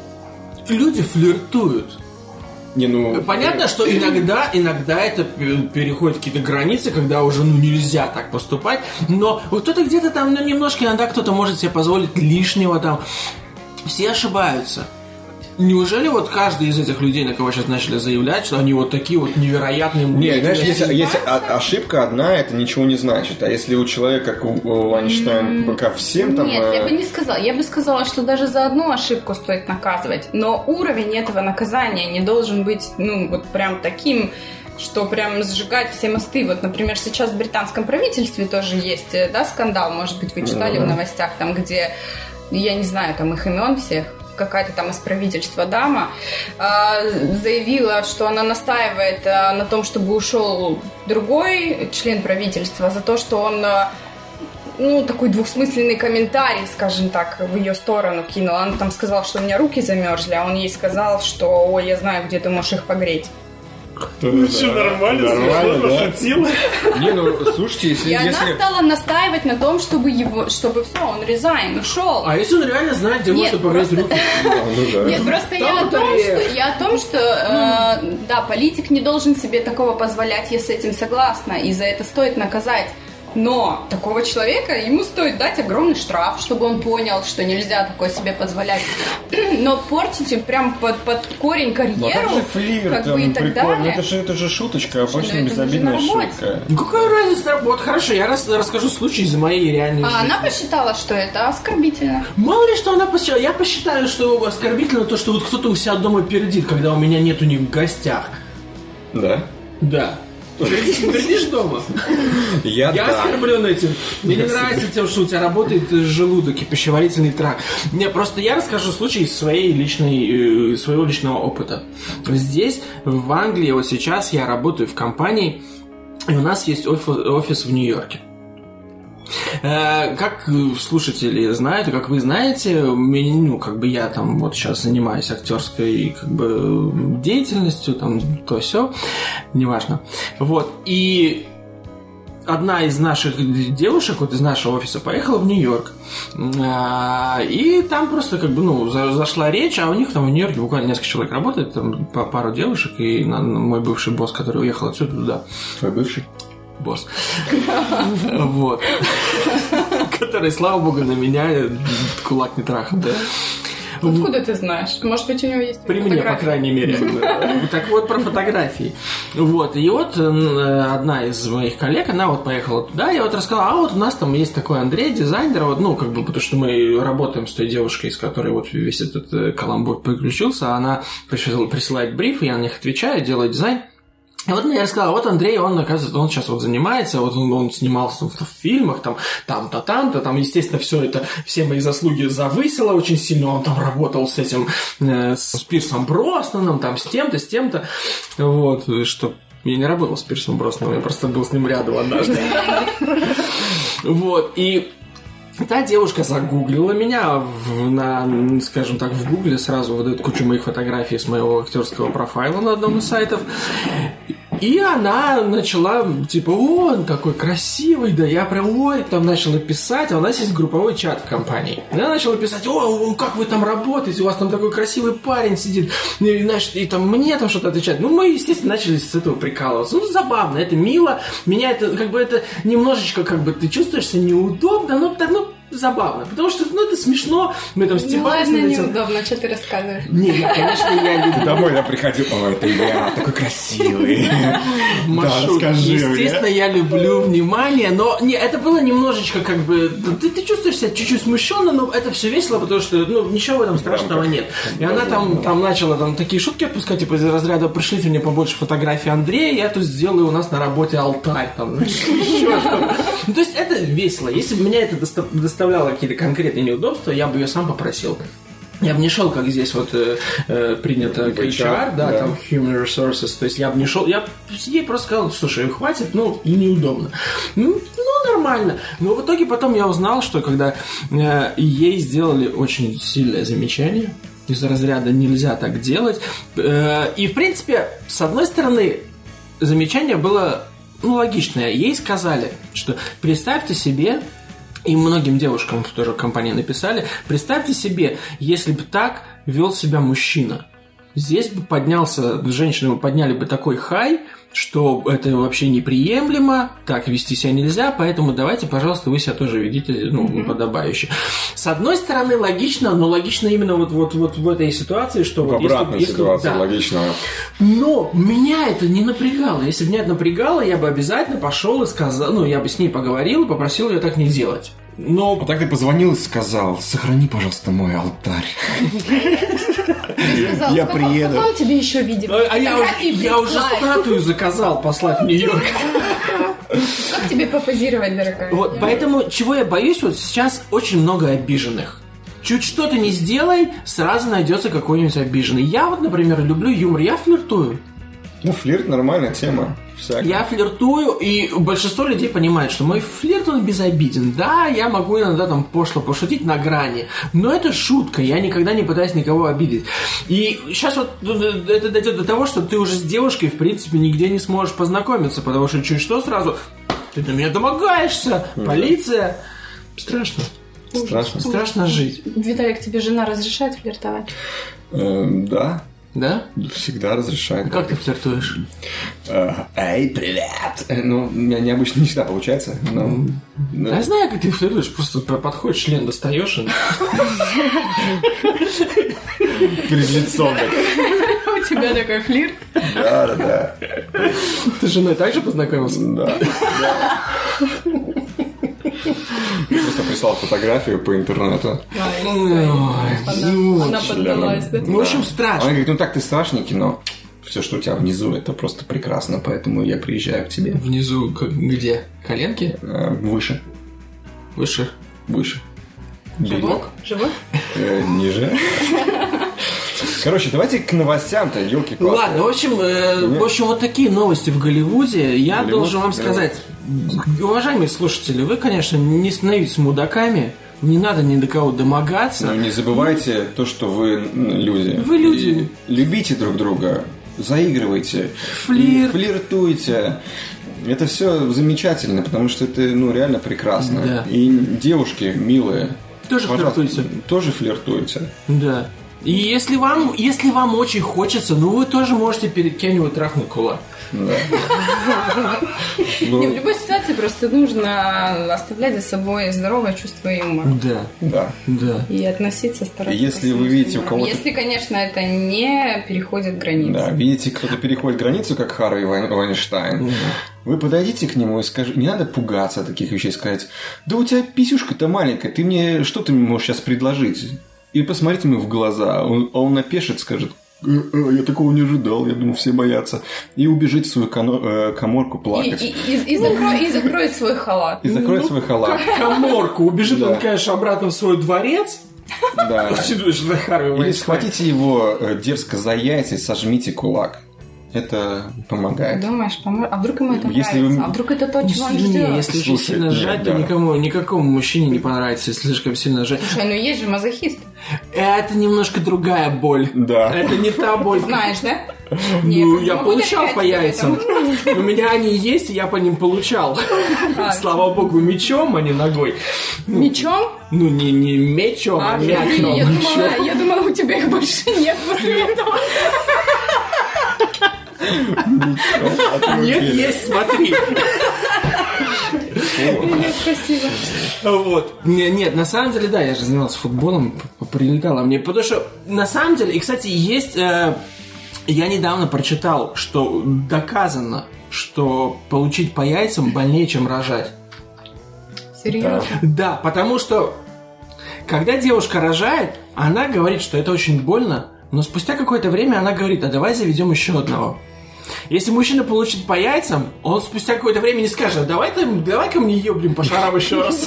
B: люди флиртуют.
A: Не, ну...
B: Понятно, что иногда, иногда это пе- переходит какие-то границы, когда уже ну, нельзя так поступать, но вот кто-то где-то там, ну, немножко иногда кто-то может себе позволить лишнего там. Все ошибаются. Неужели вот каждый из этих людей, на кого сейчас начали заявлять, что они вот такие вот невероятные...
A: Не, знаешь,
B: мужики?
A: если, если о- ошибка одна, это ничего не значит. А если у человека, как у, у Эйнштейна, пока всем там...
C: Нет, я
A: э,
C: бы не сказала. Я бы сказала, что даже за одну ошибку стоит наказывать. Но уровень этого наказания не должен быть, ну, вот прям таким что прям сжигать все мосты. Вот, например, сейчас в британском правительстве тоже есть, э, да, скандал, может быть, вы читали в новостях, там, где, я не знаю, там их имен всех, какая-то там из правительства дама, э, заявила, что она настаивает э, на том, чтобы ушел другой член правительства за то, что он э, ну, такой двухсмысленный комментарий, скажем так, в ее сторону кинул. Она там сказала, что у меня руки замерзли, а он ей сказал, что, ой, я знаю, где ты можешь их погреть.
E: Все Ну, нормально,
A: Нормально,
E: смешно,
A: да.
E: пошутил.
A: Не, ну, слушайте, если...
C: И она
A: если...
C: стала настаивать на том, чтобы его, чтобы все, он резайн, ушел.
B: А если он реально знает, где
C: Нет,
B: можно погреть руки?
A: А, ну да.
C: Нет, просто я
B: Там
C: о, том,
B: Корея.
C: что, я о том, что
A: Ну.
C: э, да, политик не должен себе такого позволять, я с этим согласна, и за это стоит наказать. Но такого человека ему стоит дать огромный штраф, чтобы он понял, что нельзя такое себе позволять. Но портить им прям под, под
A: Ну, а
C: корень
A: как
C: карьеру,
A: же флирт,
C: как бы и
A: там,
C: так
A: прикольно.
C: далее.
A: Это же, это же шуточка,
C: ну,
A: обычная
C: это же на
A: безобидная
C: работе.
A: шутка.
B: Ну какая разница? Вот хорошо, я рас- расскажу случай из моей реальной
C: А
B: жизни.
C: она посчитала, что это оскорбительно.
B: Мало ли что она посчитала. Я посчитаю, что оскорбительно то, что вот кто-то у себя дома пердит, когда у меня нету них в гостях.
A: Да?
B: Да. Пердишь, пердишь дома.
A: Я,
B: Я
A: да.
B: оскорблен этим. Мне не нравится тем, что у тебя работает э, желудок и пищеварительный тракт. Не, просто я расскажу случай из своей личной, э, своего личного опыта. Здесь, в Англии, вот сейчас я работаю в компании, и у нас есть офи- офис в Нью-Йорке. Э, Как э, слушатели знают, и как вы знаете, мне, ну, как бы я там вот сейчас занимаюсь актерской как бы э, деятельностью, там то все, неважно. Вот, и одна из наших девушек, вот из нашего офиса, поехала в Нью-Йорк. А, И там просто как бы, ну, за- зашла речь, а у них там в Нью-Йорке буквально несколько человек работает, там па- пару девушек, и на- мой бывший босс, который уехал отсюда туда,
A: Твой бывший?
B: босс. Вот. Который, слава богу, на меня кулак не трахал.
A: Ну,
C: Откуда ты знаешь? Может быть, у него есть
B: При мне, по
C: фотографии?
B: крайней мере. Так вот, про фотографии. Вот, и вот э, одна из моих коллег, она вот поехала туда, я вот рассказала, а вот у нас там есть такой Андрей, дизайнер, вот, ну, как бы, потому что мы работаем с той девушкой, с которой вот весь этот э, каламбур приключился, а она присыл- присылает бриф, я на них отвечаю, делаю дизайн, и вот мне рассказала, вот Андрей, он, оказывается, он сейчас вот занимается, вот он, он снимался в, в фильмах, там, там-то, там-то, там, естественно, все это, все мои заслуги завысило очень сильно, он там работал с этим, э, с Пирсом Броснаном, там, с тем-то, с тем-то, вот, э, что я не работал с Пирсом Броснаном, я просто был с ним рядом однажды.
C: Ну,
B: Вот, и Та девушка загуглила меня в- на, м, скажем так, в гугле сразу вот эту кучу моих фотографий с моего актерского профайла на одном из сайтов. И она начала, типа, «О, он такой красивый, да я прям, ой, там начала писать, а у нас есть групповой чат в компании. И она начала писать, о, о, как вы там работаете, у вас там такой красивый парень сидит, и, знаешь, и там мне там что-то отвечать. Ну, мы, естественно, начали с этого прикалываться. Ну, забавно, это мило, меня это, как бы, это немножечко, как бы, ты чувствуешься неудобно, но так, ну, забавно, потому что, ну, это смешно, мы там
C: Ну,
B: стебались
C: ладно,
B: над этим.
C: неудобно, что ты рассказываешь.
B: Не, я, конечно, я
A: Ты домой я приходил, о, это я, такой красивый.
B: Машу,
A: скажи мне.
B: естественно, я люблю внимание, но не, это было немножечко как бы... ну, Ты, ты чувствуешь себя чуть-чуть смущенно, но это все весело, потому что ну, ничего в этом страшного нет. И она там, там начала там, такие шутки отпускать, типа из разряда «пришлите мне побольше фотографий Андрея, я тут сделаю у нас на работе алтарь». Там, еще что-то. Ну, то есть это весело. Если бы меня это доста- доставляло какие-то конкретные неудобства, я бы ее сам попросил. Я бы не шел, как здесь вот э, э, принято к HR, да, там Human Resources, то есть я бы не шел, я б ей просто сказал, слушай, хватит, ну, неудобно. Ну, ну, нормально. Но в итоге потом я узнал, что когда э, ей сделали очень сильное замечание, из разряда нельзя так делать. э, и, в принципе, с одной стороны, замечание было ну, логичное. Ей сказали, что представьте себе, и многим девушкам в тоже компании написали, представьте себе, если бы так вел себя мужчина. Здесь бы поднялся, женщины бы подняли бы такой хай, что это вообще неприемлемо, так вести себя нельзя, поэтому давайте, пожалуйста, вы себя тоже ведите ну, подобающе. С одной стороны, логично, но логично именно вот, вот, вот в этой ситуации, что...
A: В
B: вот если-
A: обратной
B: если-
A: ситуации,
B: да.
A: логично.
B: Но меня это не напрягало. Если бы меня это напрягало, я бы обязательно пошел и сказал, ну, я бы с ней поговорил и попросил ее так не делать.
A: А
B: Но
A: так ты позвонил и сказал, сохрани, пожалуйста, мой алтарь.
C: Ты сказал,
A: Я
C: в каком-
A: приеду.
C: в каком тебе еще видели?
B: а я, уж-
C: Фотографии
B: я уже
C: прислать.
B: статую заказал послать в Нью-Йорк.
C: Как тебе попозировать, дорогая?
B: Вот, поэтому чего я боюсь, вот сейчас очень много обиженных. Чуть что ты не сделай, сразу найдется какой-нибудь обиженный. Я вот, например, люблю юмор, я флиртую.
A: Ну, флирт нормальная тема. Всякая.
B: Я флиртую, и большинство людей понимает, что мой флирт, он безобиден. Да, я могу иногда там пошло пошутить на грани, но это шутка, я никогда не пытаюсь никого обидеть. И сейчас вот это дойдет до того, что ты уже с девушкой, в принципе, нигде не сможешь познакомиться, потому что чуть что сразу, ты на меня домогаешься, полиция. Страшно.
A: Страшно.
B: Страшно жить.
C: Виталик, тебе жена разрешает флиртовать?
A: Эм, Да,
B: Да?
A: всегда разрешает.
B: Как ты флиртуешь?
A: Э, Эй, привет! Э, Ну, у меня необычно не всегда получается, но... ну,
B: Я знаю, как ты флиртуешь, просто подходишь, член достаешь и...
A: Перед лицом.
C: У тебя такой флирт.
A: Да, да, да.
B: Ты с женой также познакомился?
A: Да. Просто прислал фотографию по интернету.
B: Ой, ну,
C: Она поддалась, да?
B: Ну, в общем,
A: Она
B: страшно.
A: говорит, ну так ты страшненький, но все, что у тебя внизу, это просто прекрасно, поэтому я приезжаю к тебе.
B: А Внизу как- где? Коленки?
A: Э, Выше,
B: Выше.
A: выше.
C: Живот? Живот?
A: Э, Ниже. Короче, давайте к новостям-то, елки
B: Ну Ладно, в общем, э, в общем, вот такие новости в Голливуде. Я
A: Голливуд,
B: должен вам
A: Голливуд.
B: сказать, уважаемые слушатели, вы, конечно, не становитесь мудаками, не надо ни до кого домогаться.
A: Но Ну, не забывайте то, что вы м, люди.
B: Вы люди.
A: И любите друг друга, заигрывайте,
B: Флирт.
A: и флиртуйте. Это все замечательно, потому что это ну реально прекрасно.
B: Да.
A: И девушки милые.
B: Тоже
A: пожалуйста,
B: флиртуйте.
A: Тоже флиртуйте.
B: Да. И если вам, если вам очень хочется, ну вы тоже можете перед кем-нибудь трахнуть кулак.
A: Ну,
C: Не, в любой ситуации просто нужно оставлять за собой здоровое чувство юмора.
B: Да,
A: да.
B: да.
C: и относиться осторожно.
A: Если
C: к
A: вы видите у
C: юмору.
A: кого-то-
C: Если, конечно, это не переходит границы.
A: Да, видите, кто-то переходит границу, как Харви Вайн- Вайнштайн. Вы подойдите к нему и скажите, не надо пугаться таких вещей, сказать, да у тебя писюшка-то маленькая, ты мне что ты мне можешь сейчас предложить? И посмотрите ему в глаза, он, а он напешит, скажет, «Э, э, я такого не ожидал, я думал, все боятся. И убежит в свою коно- э, коморку
C: И,
A: плакать.
C: и- и- и закро- и закроет свой халат. Ну,
A: И закроет свой халат.
B: Коморку. Убежит
A: Да.
B: он, конечно, обратно в свой дворец.
A: Ну, Да.
B: Учитывая, что это Харви
A: Или
B: Вайнштейн.
A: схватите его э, дерзко за яйца и сожмите кулак. Это помогает.
C: Думаешь, поможет? А вдруг ему это
A: Если
C: нравится?
A: вы-
C: А вдруг это то,
B: Не,
C: чего он
B: не,
C: ждет?
B: если
A: Слушай,
B: очень сильно
A: нет,
B: сжать,
A: да.
B: то никому, никакому мужчине не понравится, если слишком сильно сжать.
C: Слушай, ну есть же мазохист.
B: Это немножко другая боль.
A: Да.
B: Это не та боль.
C: Знаешь, да?
B: Ну,
C: Нет,
B: я
C: могу
B: получал
C: опять
B: по
C: тебе
B: яйцам. У меня они есть, и я по ним получал.
C: А.
B: Слава богу, мечом, а не ногой.
C: там. Мечом?
B: Ну, не, не мечом, а
C: А, я,
B: мячом.
C: я
B: Мечом.
C: думала, я думала, у тебя их больше нет после этого.
A: А ты
B: Нет,
A: уверен?
B: есть, смотри.
A: Красиво.
C: Нет, спасибо.
B: Вот. Не- Нет, на самом деле, да, я же занимался футболом, п- привлекало мне. Потому что, на самом деле, и, кстати, есть... э, я недавно прочитал, что доказано, что получить по яйцам больнее, чем рожать.
C: Серьезно?
B: Да, потому что, когда девушка рожает, она говорит, что это очень больно, но спустя какое-то время она говорит, а давай заведем еще одного. Если мужчина получит по яйцам, он спустя какое-то время не скажет, «А давай ты, давай ко мне ее, блин, по шарам еще раз.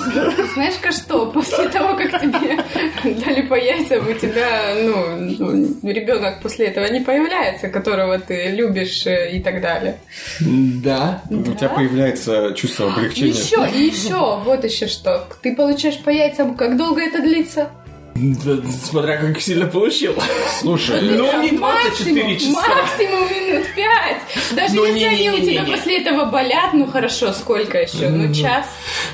C: Знаешь-ка что, после того, как тебе дали по яйцам, у тебя, ну, ребенок после этого не появляется, которого ты любишь э, и так далее.
B: Да.
A: У тебя появляется чувство облегчения.
C: Еще, и еще, вот еще что. Ты получаешь по яйцам, как долго это длится?
B: Да, Смотря как сильно получил.
A: Слушай, э,
B: Ну, не
C: Там
B: 24
C: максимум-
B: часа.
C: Максимум минут 5. Даже
B: Ну,
C: если они у тебя
B: не-не-не-не.
C: после этого болят, ну хорошо, сколько еще? Ну, час.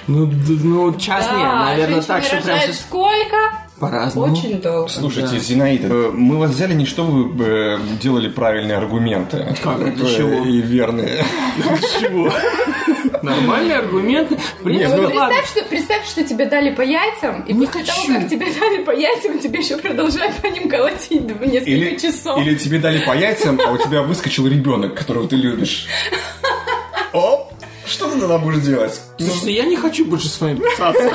B: Ну, д- ну час нет,
C: Да,
B: наверное,
C: женщины
B: так, что прям Ну,
C: рожают
B: всё
C: сколько?
B: по-разному.
C: Очень долго. Ну,
A: Слушайте, Зинаида, э, мы вас взяли не чтобы вы э, делали правильные аргументы.
B: Как?
A: Э,
B: Для чего?
A: И верные.
B: Чего? Нормальный аргумент. В
A: ну,
B: принципе,
C: Вот
B: ладно.
C: представь, что, представь, что тебе дали по яйцам, и после того, как тебе дали по яйцам, тебе еще продолжают по ним колотить в несколько
A: Или,
C: часов.
A: или тебе дали по яйцам, а у тебя выскочил ребенок, которого ты любишь. Оп! Что ты тогда будешь делать?
B: Слушайте, ну я не хочу больше с вами писаться.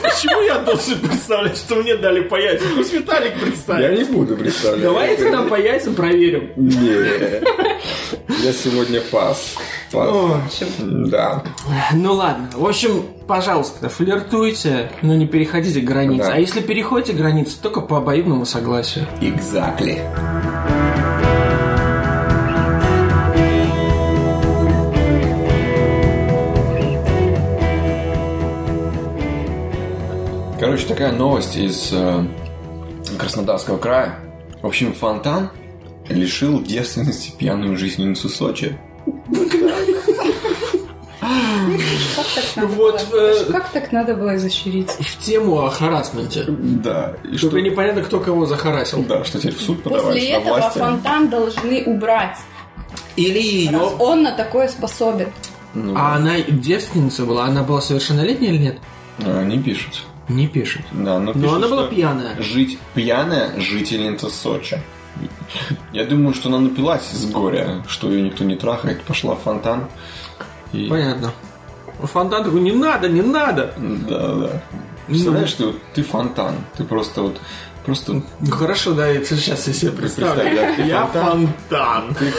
E: Почему я должен представлять, что мне дали по яйцам? Пусть Виталик
A: Я
E: представит.
A: не буду представлять.
B: Давайте нам по яйцам проверим.
A: Не. Я сегодня пас. Пас.
B: О,
A: Да.
B: Ну ладно, в общем, пожалуйста, флиртуйте, но не переходите границы.
A: Да.
B: А если переходите границы, только по обоюдному согласию.
A: Exactly. Короче, такая новость из э, Краснодарского края. В общем, фонтан лишил девственности пьяную жительницу Сочи.
C: Как так надо
B: Вот,
C: было?
B: э,
C: Как так надо было изощрить?
B: В тему о харасменте.
A: Да. И что,
B: Чтобы непонятно, кто кого захарасил.
A: да, что теперь в
B: Ну,
A: суд подавать?
C: Ну, После
A: на
C: этого
A: власти?
C: фонтан должны убрать.
B: Или
C: Раз
B: ее...
C: он на такое способен.
A: Ну
B: А она девственница была? Она была совершеннолетняя или нет?
A: А, не пишут.
B: Не пишет.
A: Да, но,
B: Но
A: пишут,
B: Ну, она была
A: А что-
B: пьяная.
A: Жить пьяная жительница Сочи. Я думаю, что она напилась с горя, что ее никто не трахает, пошла в фонтан. И...
B: Понятно. Фонтан такой, не надо, не надо.
A: Да, да. Представляешь, что ты фонтан, ты просто вот просто
B: Ну хорошо, да, это сейчас я себе представлю.
A: представь, да, ты
E: Я
A: фонтан.
E: фонтан.
A: Ты-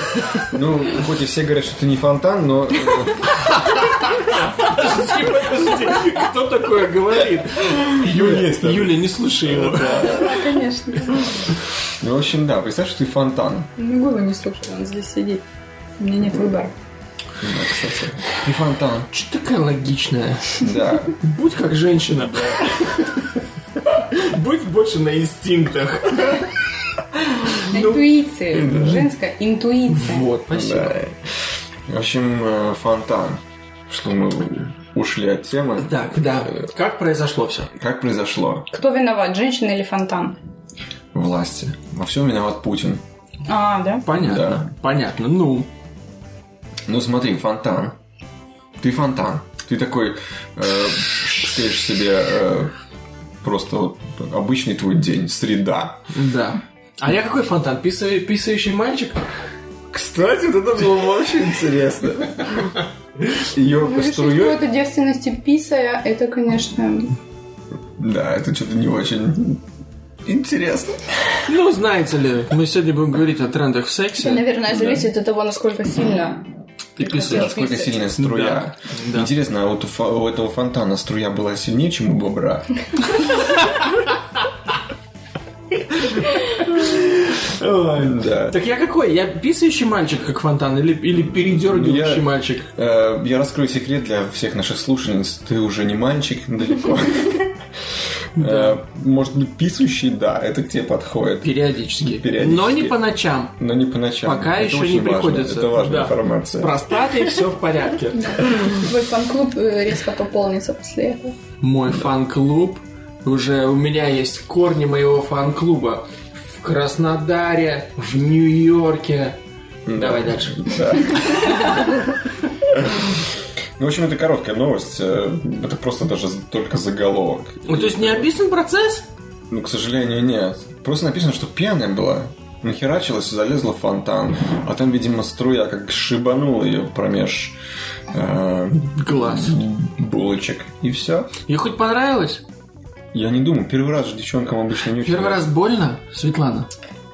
A: Ну, хоть и все говорят, что ты не фонтан, но э,
E: Подожди, подожди.
B: Типа, Кто такое говорит?
A: Юля есть.
B: Юля, не слушай его.
C: Да, конечно.
A: Ну, в общем, да, представь, что ты фонтан.
C: Не могу его Ну, не слушать, он здесь сидит. У меня нет выбора.
A: Да, кстати. Ты фонтан.
B: Че такая логичная?
A: Да.
B: Будь как женщина.
E: Будь больше на инстинктах.
C: Интуиция. Женская интуиция.
B: Вот, спасибо.
A: Да. В общем, э, фонтан. Что мы ушли от темы.
B: Так, да. Как произошло все?
A: Как произошло?
C: Кто виноват, женщина или фонтан?
A: власти. Во всем виноват Путин.
C: А, да?
B: Понятно.
A: Да.
B: Понятно. Ну,
A: Ну смотри, фонтан. Ты фонтан. Ты такой, э, скажешь себе, э, просто вот обычный твой день, среда.
B: да. А я какой фонтан? Писающий, писающий мальчик?
A: Кстати, вот это было очень интересно.
C: Ну,
A: Ее
C: лишить
A: струей...
C: кого-то девственности писая, это, конечно...
A: Да, это что-то не очень интересно.
B: Ну, знаете ли, мы сегодня будем говорить о трендах в
C: Это,
B: сексе.
C: наверное, зависит от того, насколько сильно.
B: Ты писаешь.
A: Насколько
C: Писать.
A: сильная струя.
B: Да, да.
A: Интересно, а вот у, фо- у этого фонтана струя была сильнее, чем у бобра? Ой, Да.
B: Так я какой? Я писающий мальчик, как фонтан, или, или передергивающий
A: Я-
B: мальчик?
A: Э, Я раскрою секрет для всех наших слушательниц. Ты уже не мальчик далеко. Э, Может быть, писающий, да, это к тебе подходит.
B: Периодически.
A: Периодически.
B: Но не по ночам.
A: Но не по ночам.
B: Пока
A: Это
B: еще
A: очень
B: не
A: важно,
B: приходится.
A: Это важная
B: Да. С
A: информация.
B: простатой все в порядке.
C: Твой фан-клуб э, резко пополнится после этого.
B: Мой фан-клуб. Уже у меня есть корни моего фан-клуба. В Краснодаре, в Нью-Йорке. Давай дальше.
A: Да. Ну, в общем, это короткая новость. э, Это просто даже з- только заголовок.
B: Ну, то есть не описан процесс?
A: Ну, к сожалению, нет. Просто написано, что пьяная была. Нахерачилась и залезла в фонтан. А там, видимо, струя как шибанула ее промеж э,
B: Глаз.
A: булочек. И все.
B: Ей хоть понравилось?
A: Я не думаю, первый раз же девчонкам обычно не очень.
B: Первый раз больно, Светлана?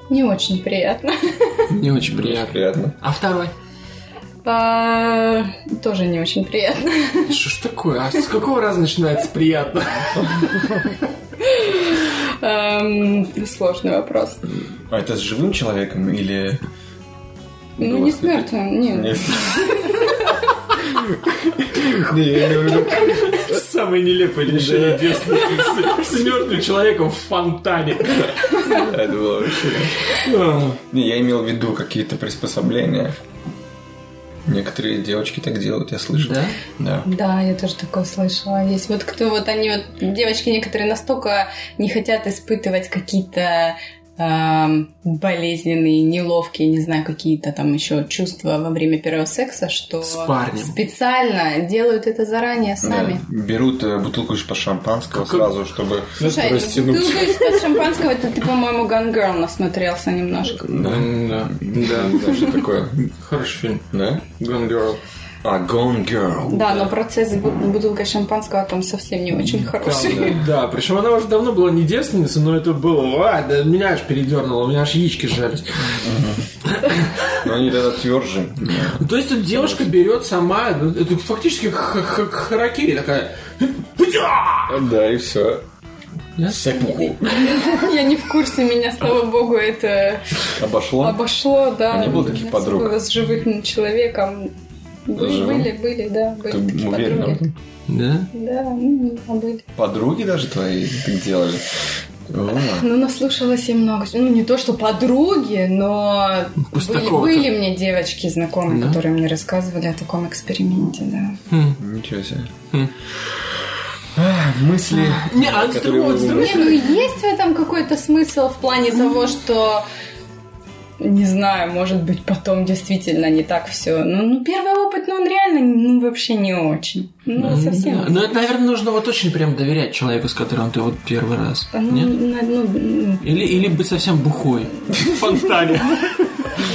C: Не очень приятно.
B: Не очень
A: приятно.
B: приятно. А второй?
C: А, Тоже не очень приятно.
B: Что ж такое? А с какого раза начинается приятно?
C: Эм, Сложный вопрос.
A: А это с живым человеком или...
C: Ну,
A: Было
C: не
A: с
C: с мертвым, нет.
A: Нет. Не, я имею в виду,
E: Самое нелепое решение детства. С с мертвым человеком в фонтане.
A: это было вообще...
B: А,
A: Не, я имел в виду какие-то приспособления. Некоторые девочки так делают, я слышал.
B: Да?
A: Да.
C: Да, я тоже такое слышала. Есть вот кто вот они вот девочки некоторые настолько не хотят испытывать какие-то эм, болезненные, неловкие, не знаю, какие-то там еще чувства во время первого секса, что
B: С парнем.
C: специально делают это заранее сами.
A: Да. Берут э, бутылку из-под шампанского сразу, чтобы...
C: Слушай, ну,
E: Знаешь,
C: ты
E: растянуть.
C: уже из-под шампанского, это ты, по-моему, гангерл насмотрелся немножко.
E: М, Да, да.
A: Что такое?
E: Хороший фильм.
A: Да?
E: Gone Girl.
A: А, Gone Girl.
C: Да, но процесс с бу- бутылкой шампанского там совсем не очень хороший.
B: Да, причем она уже давно была не девственница, но это было... А, да меня аж передернуло, у меня аж яички сжались.
A: Но они тогда тверже.
B: Ну, То есть тут девушка берет сама, ну, это фактически х- х- харакири такая. Бдя!
A: Да, и все.
D: Сапуку.
C: Я не в курсе, меня, слава богу, это
A: Обошло.
C: обошло, да.
A: А не было
C: У меня
A: таких подруг?
C: особо С живым человеком. Были,
A: живым?
C: были, были, да, были
A: Ты
C: такие
A: уверена?
C: подруги.
B: Да?
C: Да, ну, а были.
A: Подруги даже твои так делали. О,
C: Ну, наслушалась я много. Ну, не то, что подруги, но были,
B: такого-то.
C: были мне девочки знакомые,
B: Да?
C: которые мне рассказывали о таком эксперименте, да.
B: Хм.
A: Ничего себе.
B: Хм.
A: Ах, Мысли.
B: Не, а с
A: Которые
B: другой, с
A: вы-
B: другой
C: Не, ну есть в этом какой-то смысл в плане того, что не знаю, может быть, потом действительно не так все. Ну, ну, первый опыт, ну, он реально ну, вообще не очень. Ну, совсем.
B: Да, Ну, это, наверное, нужно вот очень прям доверять человеку, с которым ты вот первый раз.
C: Ну,
B: Нет?
C: на- ну, м,
B: Или, или быть совсем бухой.
E: В фонтане.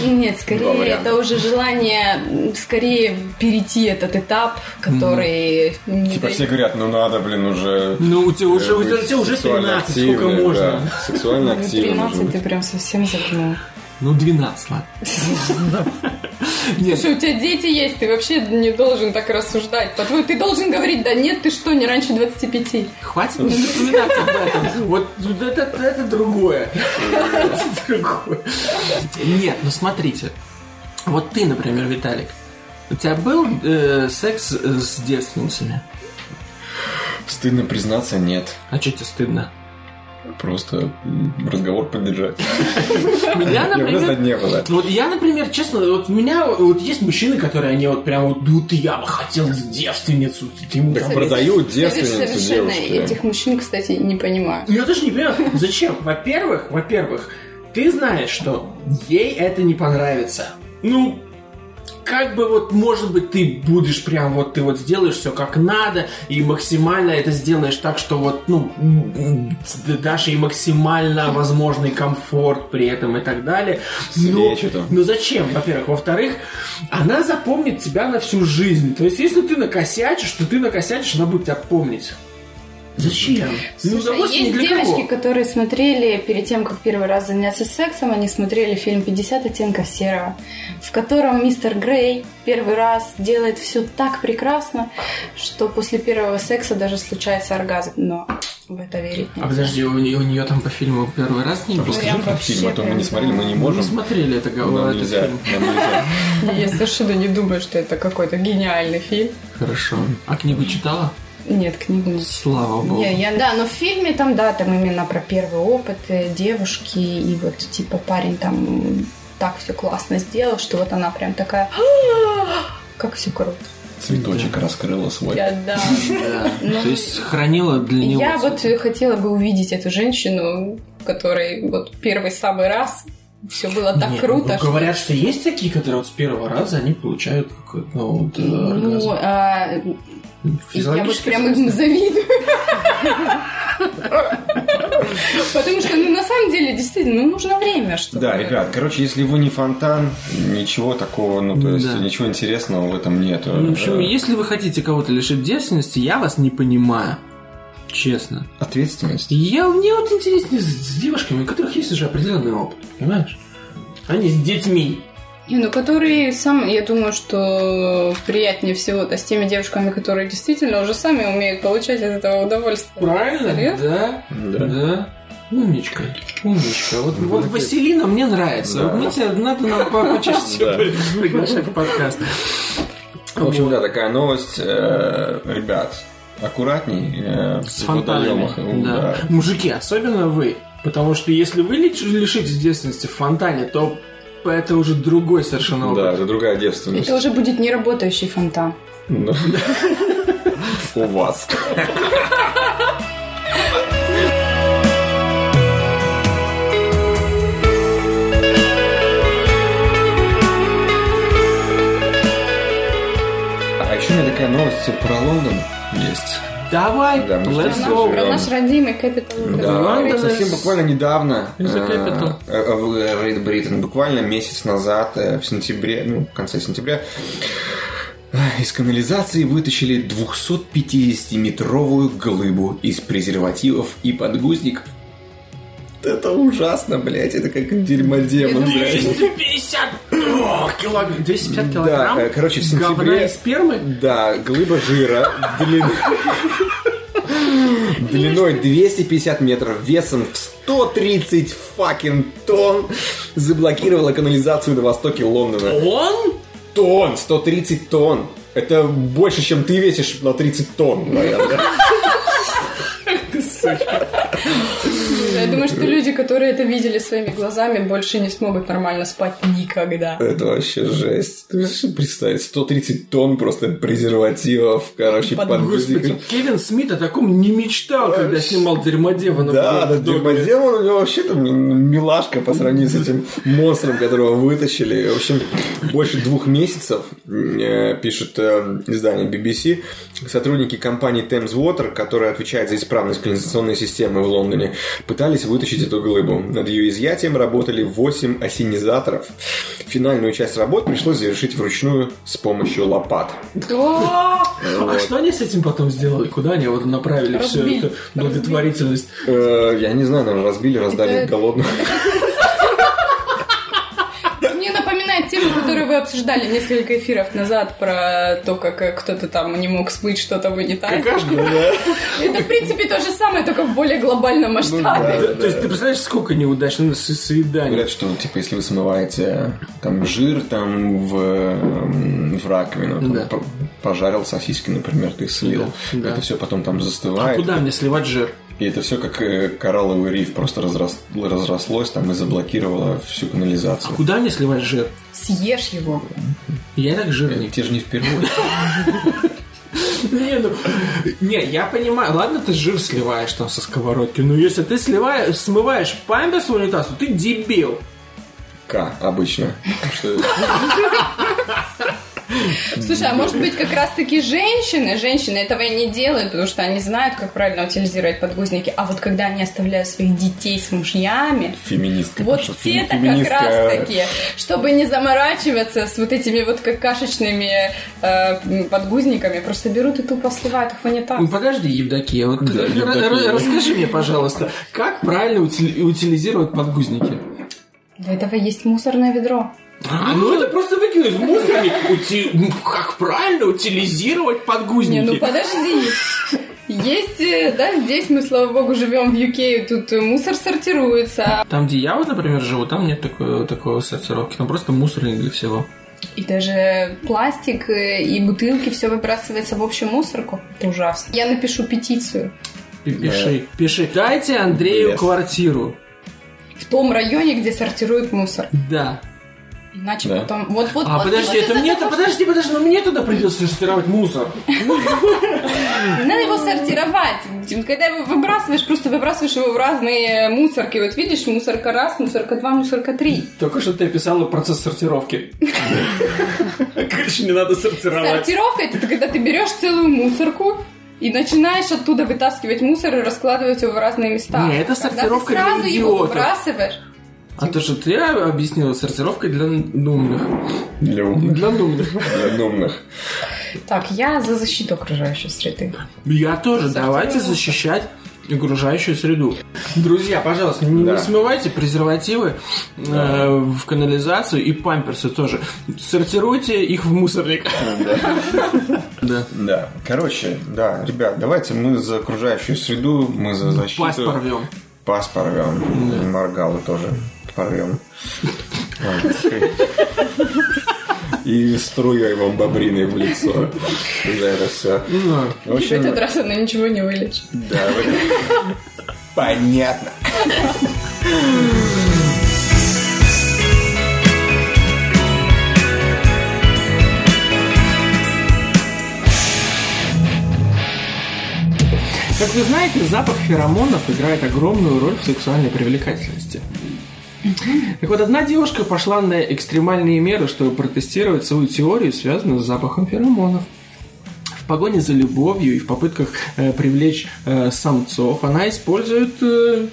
C: нет, скорее
A: варианта.
C: это уже желание м, скорее перейти этот этап, который не
A: Типа
C: дает-
A: все говорят, ну надо, блин, уже... э,
B: Ну, у тебя уже, у тебя-
A: быть
B: у тебя уже
A: сексуально
B: 13, сколько
A: активным,
B: можно.
A: да. Сексуально
C: Ну,
A: активным.
C: 13
A: нужно
C: ты прям совсем загнул.
B: Ну, 12, ладно. Нет,
C: Слушай, у тебя дети есть, ты вообще не должен так рассуждать. По-твоему, ты должен говорить, да нет, ты что, не раньше 25.
B: хватит мне напоминать об этом. Вот вот это, это другое. Это другое. Нет, ну смотрите. Вот ты, например, Виталик, у тебя был э, секс с девственницами?
A: быть. Стыдно признаться, нет.
B: А что тебе стыдно?
A: Просто м, разговор поддержать.
B: Меня,
A: Я у нас
B: например,
A: тут не было.
B: Ну, Вот я, например, честно, вот у меня вот есть мужчины, которые они вот прям вот, ну ты я бы хотел девственницу, ты ему там-
A: Так продают девственницу
C: Совершенно.
A: девушке.
C: Этих мужчин, кстати, не понимаю.
B: Ну, Я даже не понимаю, зачем? Во-первых, во-первых, ты знаешь, что ей это не понравится. Ну, как бы вот, может быть, ты будешь прям вот, ты вот сделаешь все как надо, и максимально это сделаешь так, что вот, ну, м, м, ты дашь ей максимально возможный комфорт при этом и так далее. Но,
A: Свечи там.
B: ну зачем, во-первых. Во-вторых, она запомнит тебя на всю жизнь. То есть, если ты накосячишь, то ты накосячишь, она будет тебя помнить. Зачем?
C: Слушай,
B: удовольствие
C: есть
B: ни Ну, для кого.
C: девочки, которые смотрели перед тем, как первый раз заняться сексом, они смотрели фильм «50 оттенков серого», в котором мистер Грей первый раз делает все так прекрасно, что после первого секса даже случается оргазм. Но в это верить
B: А
C: нельзя.
B: подожди, у нее, у нее там по фильму первый раз не было?
A: Расскажи про
C: вообще
A: фильм, а то мы
C: прям,
A: не смотрели, мы не можем.
B: Мы смотрели это говно,
A: Нам
B: Ну, этот
A: нельзя.
B: фильм.
A: Нам нельзя.
C: Я совершенно не думаю, что это какой-то гениальный фильм.
B: Хорошо. А книгу читала?
C: Нет, книгу не
B: Слава богу.
C: Не, я, да, но в фильме там, да, там именно про первый опыт э, девушки, и вот, типа, парень там так все классно сделал, что вот она прям такая, «А, как все круто.
A: Цветочек раскрыла свой.
C: Я, да.
B: Да.
C: Ну,
B: То есть хранила для него...
C: Я э,
B: цветы.
C: вот хотела бы увидеть эту женщину, которой вот первый самый раз Все было так
B: Нет,
C: круто,
B: ну,
C: что...
B: Говорят, что есть такие, которые вот с первого раза они получают какой-то ну, вот, э,
C: Ну,
B: оргазм.
C: а, я вот
B: Физиологически
C: прям им завидую. Потому что, ну, на самом деле, действительно, ну, нужно время, чтобы...
A: Да, ребят, короче, если вы не фонтан, ничего такого, ну, то есть,
B: Да.
A: ничего интересного в этом нету.
B: Ну, в общем,
A: Э,
B: если вы хотите кого-то лишить девственности, я вас не понимаю. Честно.
A: Ответственность.
B: Я, мне вот интереснее с, с девушками, у которых есть уже определенный опыт, понимаешь? Они с детьми.
C: Не, ну, которые сам, я думаю, что приятнее всего-то с теми девушками, которые действительно уже сами умеют получать от этого удовольствие.
B: Правильно?
C: Серьёзно?
B: Да. Да.
A: Да. Ну,
B: Умничка. Умничка. Вот, вот Василина мне нравится.
A: Да.
B: Вот мне тебя надо нам по- почаще
A: Да.
B: приглашать в подкаст.
A: В общем, да, такая новость. Э, Ребят, аккуратней. э,
B: С
A: в
B: фонтанами.
A: водоемах.
B: Да.
A: Да.
B: Мужики, особенно вы. Потому что если вы лиш- лишитесь девственности в фонтане, то это уже другой совершенно опыт.
A: Да, это другая девственность.
C: Это уже будет неработающий фонтан.
A: Да. Ну, У вас. А еще у меня такая новость про Лондон есть.
B: Давай,
A: Да, мы
B: let's
A: здесь
C: Наш-
B: go.
A: живем.
C: Про наш родимый Capital.
A: Да,
B: Лондон
A: вот совсем
B: is-
A: буквально недавно э,
B: is the capital.
A: э, в Great Britain, буквально месяц назад, э, в сентябре, ну, в конце сентября, э, из канализации вытащили 250-метровую глыбу из презервативов и подгузников. Это ужасно, блядь, это как дерьмодемон,
C: Я думаю,
A: блядь.
B: 250 килограмм. 250 килограмм.
A: Да, э, короче, в сентябре-
B: Говна и спермы.
A: Да, глыба жира длин- длиной 250 метров, весом в 130 факин тонн заблокировала канализацию на востоке Лондона.
B: Он?
A: Тонн! 130 тонн! Это больше, чем ты весишь на 30 тонн, наверное.
C: Я думаю, что люди, которые это видели своими глазами, больше не смогут нормально спать никогда.
A: Это вообще жесть. Ты можешь себе представить? 130 тонн просто презервативов, короче,
C: Под-
A: подгузников.
B: Господи, Кевин Смит о таком не мечтал, когда снимал Дермодемона.
A: Да, да,
B: Блин,
A: Дермодемон у него вообще там милашка по сравнению с этим монстром, которого вытащили. В общем, больше двух месяцев, э, пишет э, издание BBC, сотрудники компании Thames Water, которая отвечает за исправность канализационной системы в Лондоне, пытались вытащить эту глыбу. Над ее изъятием работали 8 осенизаторов. Финальную часть работ пришлось завершить вручную с помощью лопат.
C: Да!
B: А что они с этим потом сделали? Куда они вот направили всю
C: Разбили.
B: эту благотворительность?
A: Э, Я не знаю, наверное, разбили, раздали
C: Это-
A: голодным.
C: Мне напоминает тему, которую вы обсуждали несколько эфиров назад про то, как э, кто-то там не мог смыть что-то в унитазе. Это, в принципе, то же самое, только в более глобальном
A: Ну
C: масштабе.
B: То есть ты представляешь, сколько неудачных с- свиданий?
A: Говорят, что типа если вы смываете э, там жир там в, эм, в раковину, там,
B: Да.
A: по- пожарил сосиски, например, ты слил,
B: Да, да.
A: это все потом там
B: А
A: застывает,
B: куда мне сливать жир?
A: и это все как э, коралловый риф просто разрос- разрослось там и заблокировало всю
B: А
A: канализацию.
B: куда мне сливать жир?
C: Съешь его.
B: Я и так жирный.
A: Э, Те же не впервые.
B: Не, ну, не, я понимаю, ладно, ты жир сливаешь там со сковородки, но если ты сливаешь, смываешь памперс в унитаз, то ты дебил.
A: К обычно. Что-
C: Слушай, а может быть как раз-таки женщины, женщины этого и не делают, потому что они знают, как правильно утилизировать подгузники. А вот когда они оставляют своих детей с мужьями,
A: Феминистка.
C: Вот
A: потому что
C: те-то как
A: феминистка-
C: раз таки, чтобы не заморачиваться с вот этими вот какашечными э, подгузниками, просто берут и тупо сливают их в унитаз.
B: Ну, Подожди, Евдокия, вот э,
A: Да,
B: ра- ра-
A: Евдокия.
B: расскажи мне, пожалуйста, как правильно ути- утилизировать подгузники?
C: Для этого есть мусорное ведро.
B: ну это просто выкинуть в мусорник. Ути- ну, Как правильно утилизировать
C: Не, ну
B: подгузники?
C: подожди. Есть, э, да, здесь мы, слава богу, живем в UK, тут э, мусор сортируется.
B: Там, где я вот, например, живу, там нет такой, такой сортировки. Там просто мусорник для всего.
C: И даже пластик э, и бутылки, все выбрасывается в общую мусорку. Это ужасно. Я напишу петицию.
B: Пи- Пиши, пиши. Дайте Андрею
A: Лес.
B: квартиру.
C: В том районе, где сортируют мусор.
B: Да.
C: Иначе
A: Да.
C: потом... Вот, вот,
B: А,
C: вот,
B: подожди,
C: вот
B: это
C: из-за
B: мне,
C: того,
B: подожди, подожди, но мне туда придется сортировать мусор.
C: Надо его сортировать. Когда его выбрасываешь, просто выбрасываешь его в разные мусорки. Вот видишь, мусорка раз, мусорка два, мусорка три.
E: Только что ты описала процесс сортировки. Короче, не надо сортировать.
C: Сортировка это когда ты берешь целую мусорку и начинаешь оттуда вытаскивать мусор и раскладывать его в разные места.
B: Не, это
C: Когда ты
B: сортировка для
C: сразу его
B: идиотов.
C: выбрасываешь.
B: А то, что ты объяснила сортировкой для думных.
A: Для умных,
B: Для думных.
A: для думных.
C: Так, я за защиту окружающей среды.
B: Я тоже. Давайте защищать окружающую среду. Друзья, пожалуйста, не, не
A: Да.
B: смывайте презервативы э, в канализацию и памперсы тоже. Сортируйте их в мусорник.
A: Да.
B: Да.
A: Да. Короче, да, ребят, давайте мы за окружающую среду, мы за защиту.
B: Ну, Пасть порвем.
A: Пас порвем. Маргалу тоже порвем. И струей вам бобриной в лицо. За это все.
B: Ну
A: В
C: И в
A: общем,
C: этот раз она ничего не вылечит.
A: да, вы- Понятно.
B: Как вы знаете, запах феромонов играет огромную роль в сексуальной привлекательности. Так вот, одна девушка пошла на экстремальные меры, чтобы протестировать свою теорию, связанную с запахом феромонов. В погоне за любовью и в попытках э, привлечь э, самцов она использует э,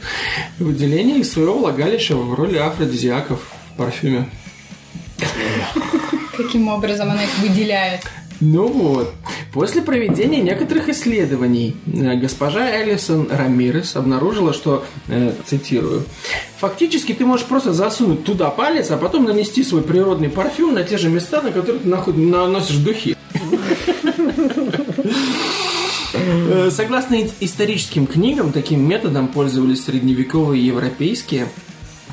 B: выделение из своего влагалища в роли афродизиаков в парфюме.
C: Каким образом она их выделяет?
B: Ну вот. После проведения некоторых исследований э, госпожа Элисон Рамирес обнаружила, что, э, цитирую, «Фактически ты можешь просто засунуть туда палец, а потом нанести свой природный парфюм на те же места, на которые ты нахуй наносишь духи». Э, Согласно ис- историческим книгам, таким методом пользовались средневековые европейские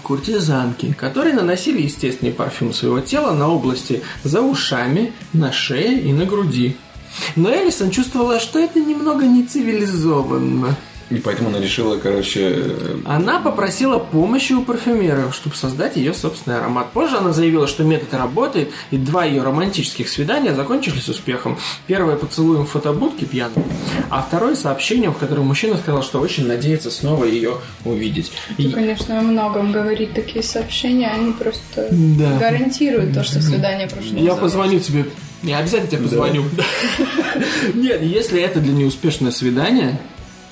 B: куртизанки, которые наносили естественный парфюм своего тела на области за ушами, на шее и на груди. Но Элисон чувствовала, что это немного нецивилизованно.
A: И поэтому она решила, короче, э,
B: Она попросила помощи у парфюмеров, чтобы создать ее собственный аромат. Позже она заявила, что метод работает, и два ее романтических свидания закончились успехом. Первое поцелуем в фотобудке пьяным, а второе сообщением, в котором мужчина сказал, что очень надеется снова ее увидеть. И-
C: Конечно, о многом говорит такие сообщения, они просто
B: Да.
C: гарантируют то, что свидание прошло.
B: Я позвоню тебе. Я обязательно тебе позвоню. Нет, если это для неуспешное свидание,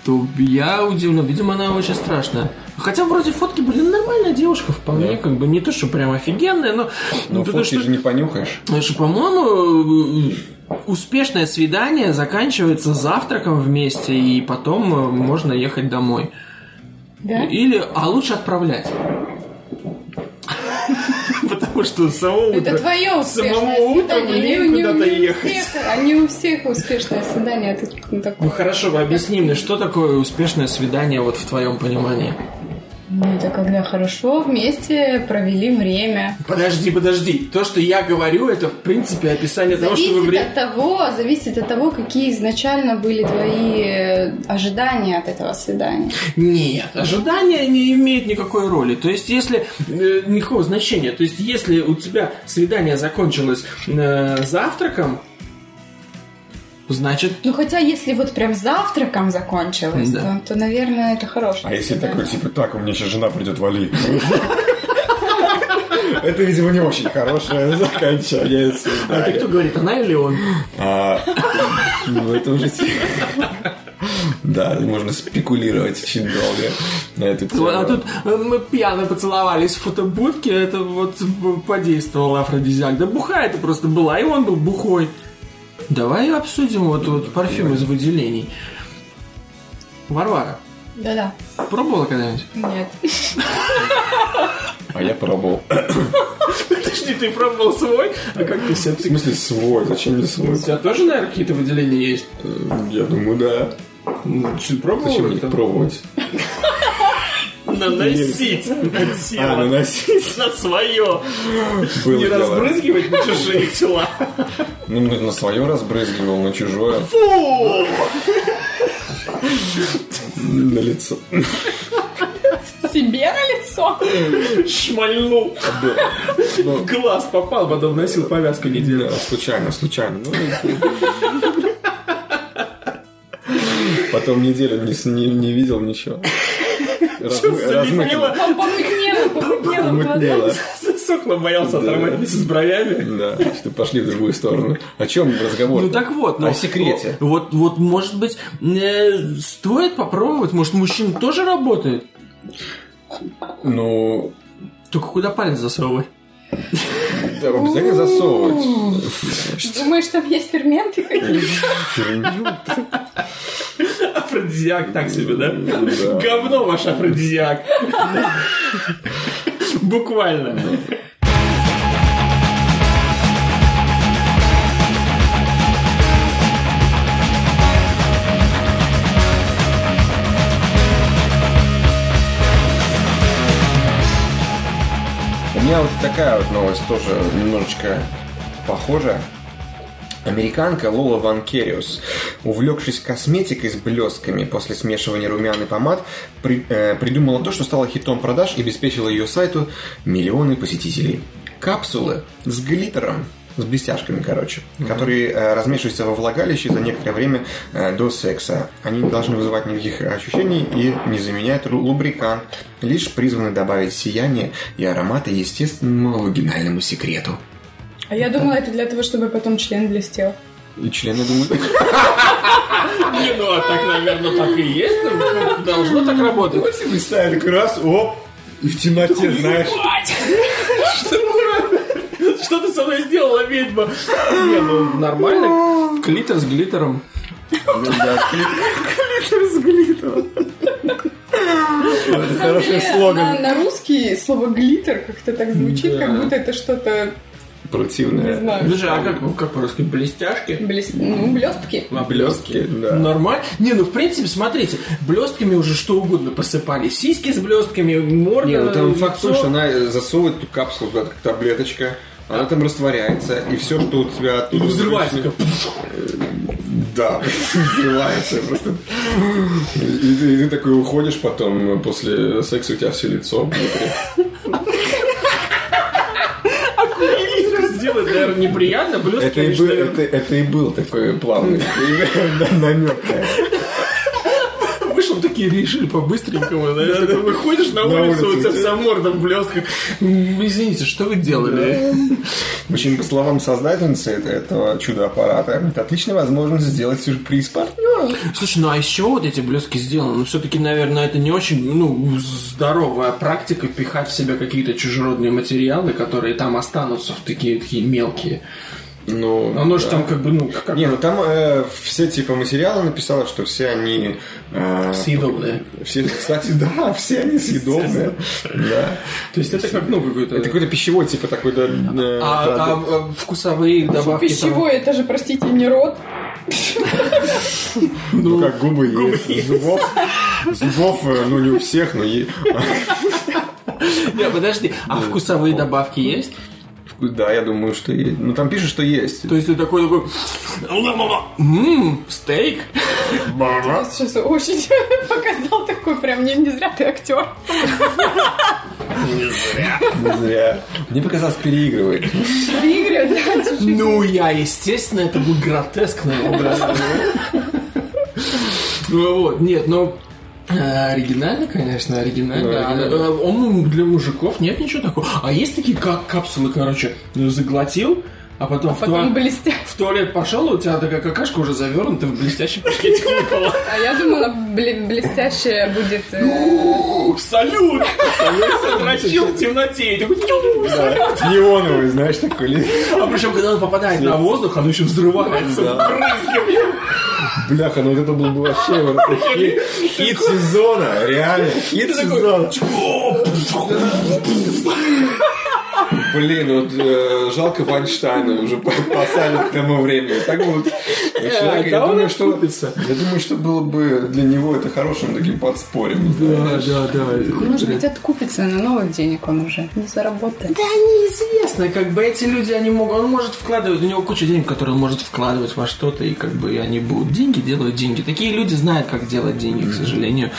B: то я удивлен. Видимо, она очень страшная. Хотя вроде фотки, блин, нормальная девушка вполне, как бы не то, что прям офигенная, но...
A: ну,
B: потому
A: фотки
B: что-
A: же не понюхаешь.
B: Потому что, по-моему, э, успешное свидание заканчивается завтраком вместе, и потом э, можно ехать домой.
C: Да?
B: Или, а лучше отправлять. Потому что само
C: Это
B: утро...
C: твое успешное
E: Самому утром
C: свидание.
E: лень
C: не- не-
E: куда-то
C: не у
E: ехать.
C: всех- а не у всех успешное свидание. а ты ну, такой.
B: Ну хорошо, объясни мне, что такое успешное свидание вот в твоем понимании?
C: Ну, это когда хорошо вместе провели время.
B: Подожди, подожди. То, что я говорю, это в принципе описание того, что вы
C: Зависит
B: вре-
C: от того, зависит от того, какие изначально были твои э, ожидания от этого свидания.
B: Нет, ожидания не имеют никакой роли. То есть, если э, никакого значения. То есть, если у тебя свидание закончилось э, завтраком, значит,
C: Ну, хотя, если вот прям завтраком закончилось,
B: Да.
C: то, то, наверное, это хорошее
A: А если
C: свидание.
A: такой, типа, так, у меня сейчас жена придет, вали. Это, видимо, не очень хорошее заканчивание
B: а ты
A: свидания.
B: кто говорит, она или он?
A: А, ну, это уже... те- Да, можно спекулировать очень долго на эту тему.
B: А тут э, мы пьяно поцеловались в фотобудке, это вот подействовал афродизиак. Да бухая это просто была, и он был бухой. Давай обсудим вот, вот парфюм из выделений. Варвара,
C: Да-да.
B: пробовала когда-нибудь?
C: Нет.
A: А я пробовал.
B: Подожди, ты пробовал свой? А как ты себя
A: В смысле свой? Зачем мне свой?
B: У тебя тоже, наверное, какие-то выделения есть? Ну,
A: Э, Я думаю, да.
B: Ты пробовал
A: Зачем мне
B: это?
A: их пробовать?
E: Наносить на
A: А,
E: тело.
A: наносить
E: На свое.
A: было
E: Не
A: дело.
E: разбрызгивать на чужие тела.
A: Ну, на на свое разбрызгивал, на чужое. На лицо.
C: Себе на лицо?
E: Шмальнул.
A: Ну,
E: В глаз попал, потом носил повязку неделю.
A: Да, Случайно, случайно. Ну, Потом неделю не, с- не, не видел ничего. Размы- Размыто.
C: Пом- Помутнело, помутнело в глазах.
A: Помутнело.
E: Сохло боялся
A: Да.
E: оторвать с бровями.
A: Да, что пошли в другую сторону. О чем разговор?
B: Ну так вот, ну,
A: О секрете.
B: Вот, вот, может быть, э, стоит попробовать, может, мужчина тоже работает?
A: Ну,
B: Только куда палец засовывай?
A: да, обязательно засовывать.
C: Думаешь, там есть ферменты?
E: Афродизиак так себе, да?
A: Да.
E: Говно ваш афродизиак. Буквально.
A: У меня вот такая вот новость тоже немножечко похожа. Американка Лола Ван Кериус, увлекшись косметикой с блесками после смешивания румян и помад, при- э, придумала то, что стало хитом продаж и обеспечило ее сайту миллионы посетителей. Капсулы с глиттером, с блестяшками, короче, которые э, размешиваются во влагалище за некоторое время э, до секса. Они не должны вызывать никаких ощущений и не заменяют ру- лубрикант, лишь призваны добавить сияние и ароматы естественному вагинальному секрету.
C: А я думала, это для того, чтобы потом член блестел.
A: И члены думают...
E: Не, ну а так, наверное, так и есть. Ну, Должно так работать.
A: Представили как раз, оп, и в темноте, знаешь.
E: Что ты со мной сделала, ведьма? Не, ну нормально.
B: Клитер с глиттером.
A: Ну Хороший
C: На,
A: слоган.
C: на русский слово глиттер как-то так звучит,
B: Да.
C: как будто это что-то, не
A: Противное.
C: знаю,
B: Слушай, а как, как по-русски? Блестяшки?
C: блес- ну, блестки.
A: Блестки, да.
B: Нормально. Не, ну в принципе, смотрите, блестками уже что угодно посыпали. Сиськи с блестками, морда,
A: Не, ну там
B: лицо.
A: факт в том, что она засовывает эту капсулу куда-то, как таблеточка, она там растворяется, и все, что у тебя оттуда...
B: Ну,
C: Ну,
B: Взрывается.
A: обычно- Да, взрывается просто. И, и ты такой уходишь потом, после секса у тебя все лицо внутри.
E: Сделать, наверное, неприятно. Блестки,
A: Это и,
E: они ж,
A: был,
E: наверное,
A: это, это и был такой плавный намек.
E: Вышел, такие решили по-быстренькому. наверное. Ты Выходишь на
A: На
E: улицу,
A: улицу,
E: у тебя
A: да.
E: вся морда в блестках.
B: М, Извините, что вы делали?
A: В общем, по словам создательницы это- этого чудо-аппарата, это отличная возможность сделать сюрприз партнеру.
B: Слушай, ну а еще вот эти блестки сделаны? Ну все-таки, наверное, это не очень ну, здоровая практика пихать в себя какие-то чужеродные материалы, которые там останутся в такие, такие мелкие.
A: Ну,
B: Оно же там как бы, ну, как
A: Не, ну там э, все типа материалы написала, что все они... э,
B: съедобное.
A: все, кстати, да, все они съедобные. Да.
E: То есть это как, ну, какой-то...
A: Это какой-то пищевой типа такой, да. э,
B: А, а,
A: продукт.
B: а вкусовые добавки там...
C: Пищевой, это же, простите, не рот.
A: Ну, как губы, есть. Зубов, зубов, э, ну, не у всех, но е-
B: Не, подожди, а вкусовые добавки есть?
A: Да, я думаю, что есть. Ну, там пишут, что есть.
B: То есть ты такой такой... Ммм, стейк?
C: Сейчас очень показал такой, прям не, не зря ты актер.
A: Не зря. Мне показалось, переигрывает.
C: Игорь, да, слушай.
B: Ну, я, естественно, это был гротескный образ. Ну, Вот, нет, но э, оригинально, конечно, оригинально.
A: Ну,
B: А,
A: оригинально.
B: э, Он для мужиков нет ничего такого. А есть такие как капсулы, короче, ну, заглотил, а потом, в, туалет,
C: Потом блестя.
B: в туалет пошел, у тебя такая какашка уже завернута в блестящий пакетик выпала.
C: А я думала, бле- блестящее будет... э,
E: Салют! Салют сотрачил в темноте. И такой, «Тю!»
A: Неоновый, знаешь, такой. ли-
B: А причем, когда он попадает на воздух, оно еще взрывается. брызгами.
A: Бляха, ну вот это был бы вообще вот это хит, хит сезона, реально, хит сезона. Блин, вот э, жалко Вайнштейна уже по- посадят к тому времени. Так вот, человек, я,
E: да он
A: думаю, что,
E: откупится.
A: я думаю, что было бы для него это хорошим таким подспорьем.
B: Да, да, да. это
C: Может быть, откупится на новых денег он уже. Не заработает.
B: Да неизвестно, как бы эти люди, они могут, он может вкладывать, у него куча денег, которые он может вкладывать во что-то, и как бы они будут деньги, делают деньги. Такие люди знают, как делать деньги, к сожалению.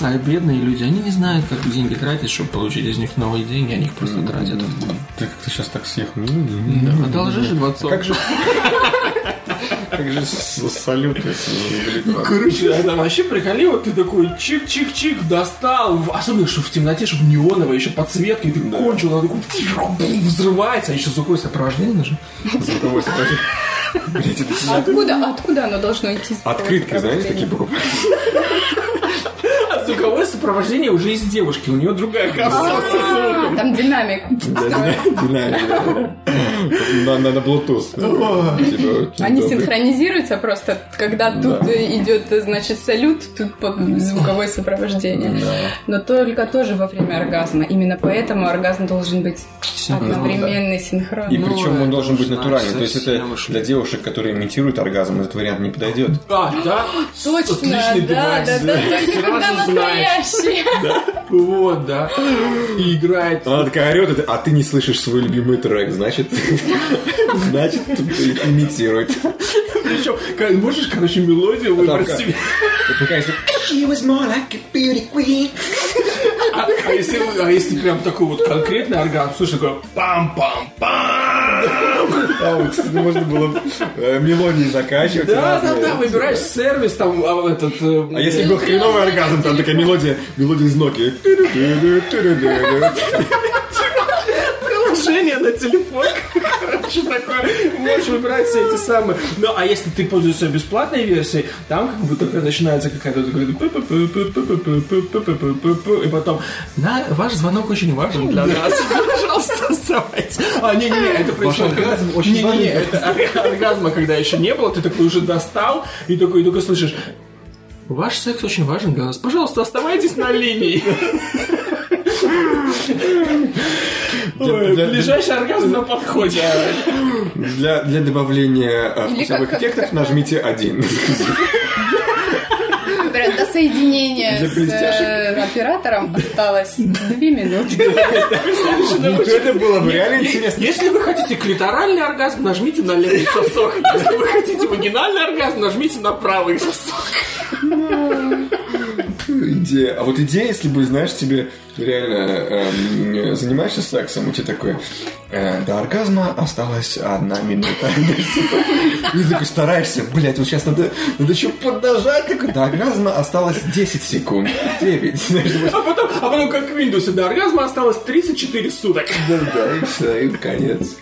B: А бедные люди, они не знают, как деньги тратить, чтобы получить из них новые деньги, они их просто тратят.
E: Ну,
A: Ты как-то сейчас так всех...
B: Да, Одолжи же 20
A: Как же... Как же с- салют, если не великан.
E: Короче, это вообще приколево, ты такой чик-чик-чик достал, в- особенно, что в темноте, чтобы неоново, еще подсветка, и ты кончил, она такой бум, взрывается, а еще звуковое сопровождение же.
A: Звуковой сопровождение. Блядь, это сильно.
C: Откуда, откуда оно должно идти? с такого
A: Открытки, знаете, такие
C: сопровождения?
A: покупают.
E: А звуковое сопровождение уже из девушки, у нее другая коса.
C: А, Там динамик.
A: На, на, на Bluetooth. Типа,
C: Они
A: да,
C: синхронизируются просто, когда тут э,
A: Да.
C: идет, значит, салют, тут по- звуковое сопровождение. Но только тоже во время оргазма. Именно поэтому оргазм должен быть одновременный,
A: И
C: синхронный.
B: Ну,
A: причем
B: это
A: он должен
B: уж
A: быть
B: надо
A: натуральный. То есть это
B: совсем уж.
A: для девушек, которые имитируют оргазм, этот вариант не подойдет.
E: А, да?
C: Точно,
E: Отличный
C: да, да,
E: девайс,
C: да, только когда
E: Сразу знаешь.
C: настоящий.
E: Вот, да. И играет.
A: Она такая орет, а ты- а ты не слышишь свой любимый трек, значит, значит, имитирует.
E: Причем, ка- можешь, короче, мелодию выбрать
A: как?
E: себе.
A: Это такая, если-
E: А, а если, а если прям такой вот конкретный орган, слушай, такой пам-пам-пам.
A: А, вот, кстати, можно было э, мелодии закачивать.
E: Да, да,
A: разные.
E: да, выбираешь сервис, там, а, этот... э,
A: А если был хреновый оргазм, там такая мелодия, мелодия из Nokia. Тю-рю-тю-рю-тю-рю-тю-рю.
E: приложение на телефон, короче, такое, можешь выбирать все эти самые. Ну, а если ты пользуешься бесплатной версией, там как будто бы начинается какая-то такая пу-пу-пу-пу-пу-пу-пу-пу-пу-пу-пу, и потом, на, ваш звонок очень важен для нас, пожалуйста, оставайтесь. А, не-не-не, это пришло.
A: оргазм очень
E: Не-не-не,
A: важен.
E: это ор- оргазма, когда еще не было, ты такой уже достал, и такой, и только слышишь, Ваш секс очень важен для нас. Пожалуйста, оставайтесь на линии. Ой,
A: для-
E: ближайший оргазм на подходе.
A: Для, для добавления э,
C: Или
A: вкусовых
C: как-
A: эффектов
C: как-
A: нажмите один.
C: До соединения
A: Для
C: с
A: блестяшек.
C: э, оператором осталось две минуты.
E: Ну,
A: Вот Это было бы реально интересно.
E: Если вы хотите клиторальный оргазм, нажмите на левый сосок. Если вы хотите вагинальный оргазм, нажмите на правый сосок.
A: Идея. А вот идея, если бы, знаешь, тебе реально эм, занимаешься сексом, у тебя такое, э, до оргазма осталась одна минута. И ты такой стараешься, блядь, вот сейчас надо, надо еще поднажать, такой, до оргазма осталось 10 секунд, 9, знаешь, вот
E: А потом, а потом как в Windows, до оргазма осталось 34 суток.
A: Да, да, и все, и конец.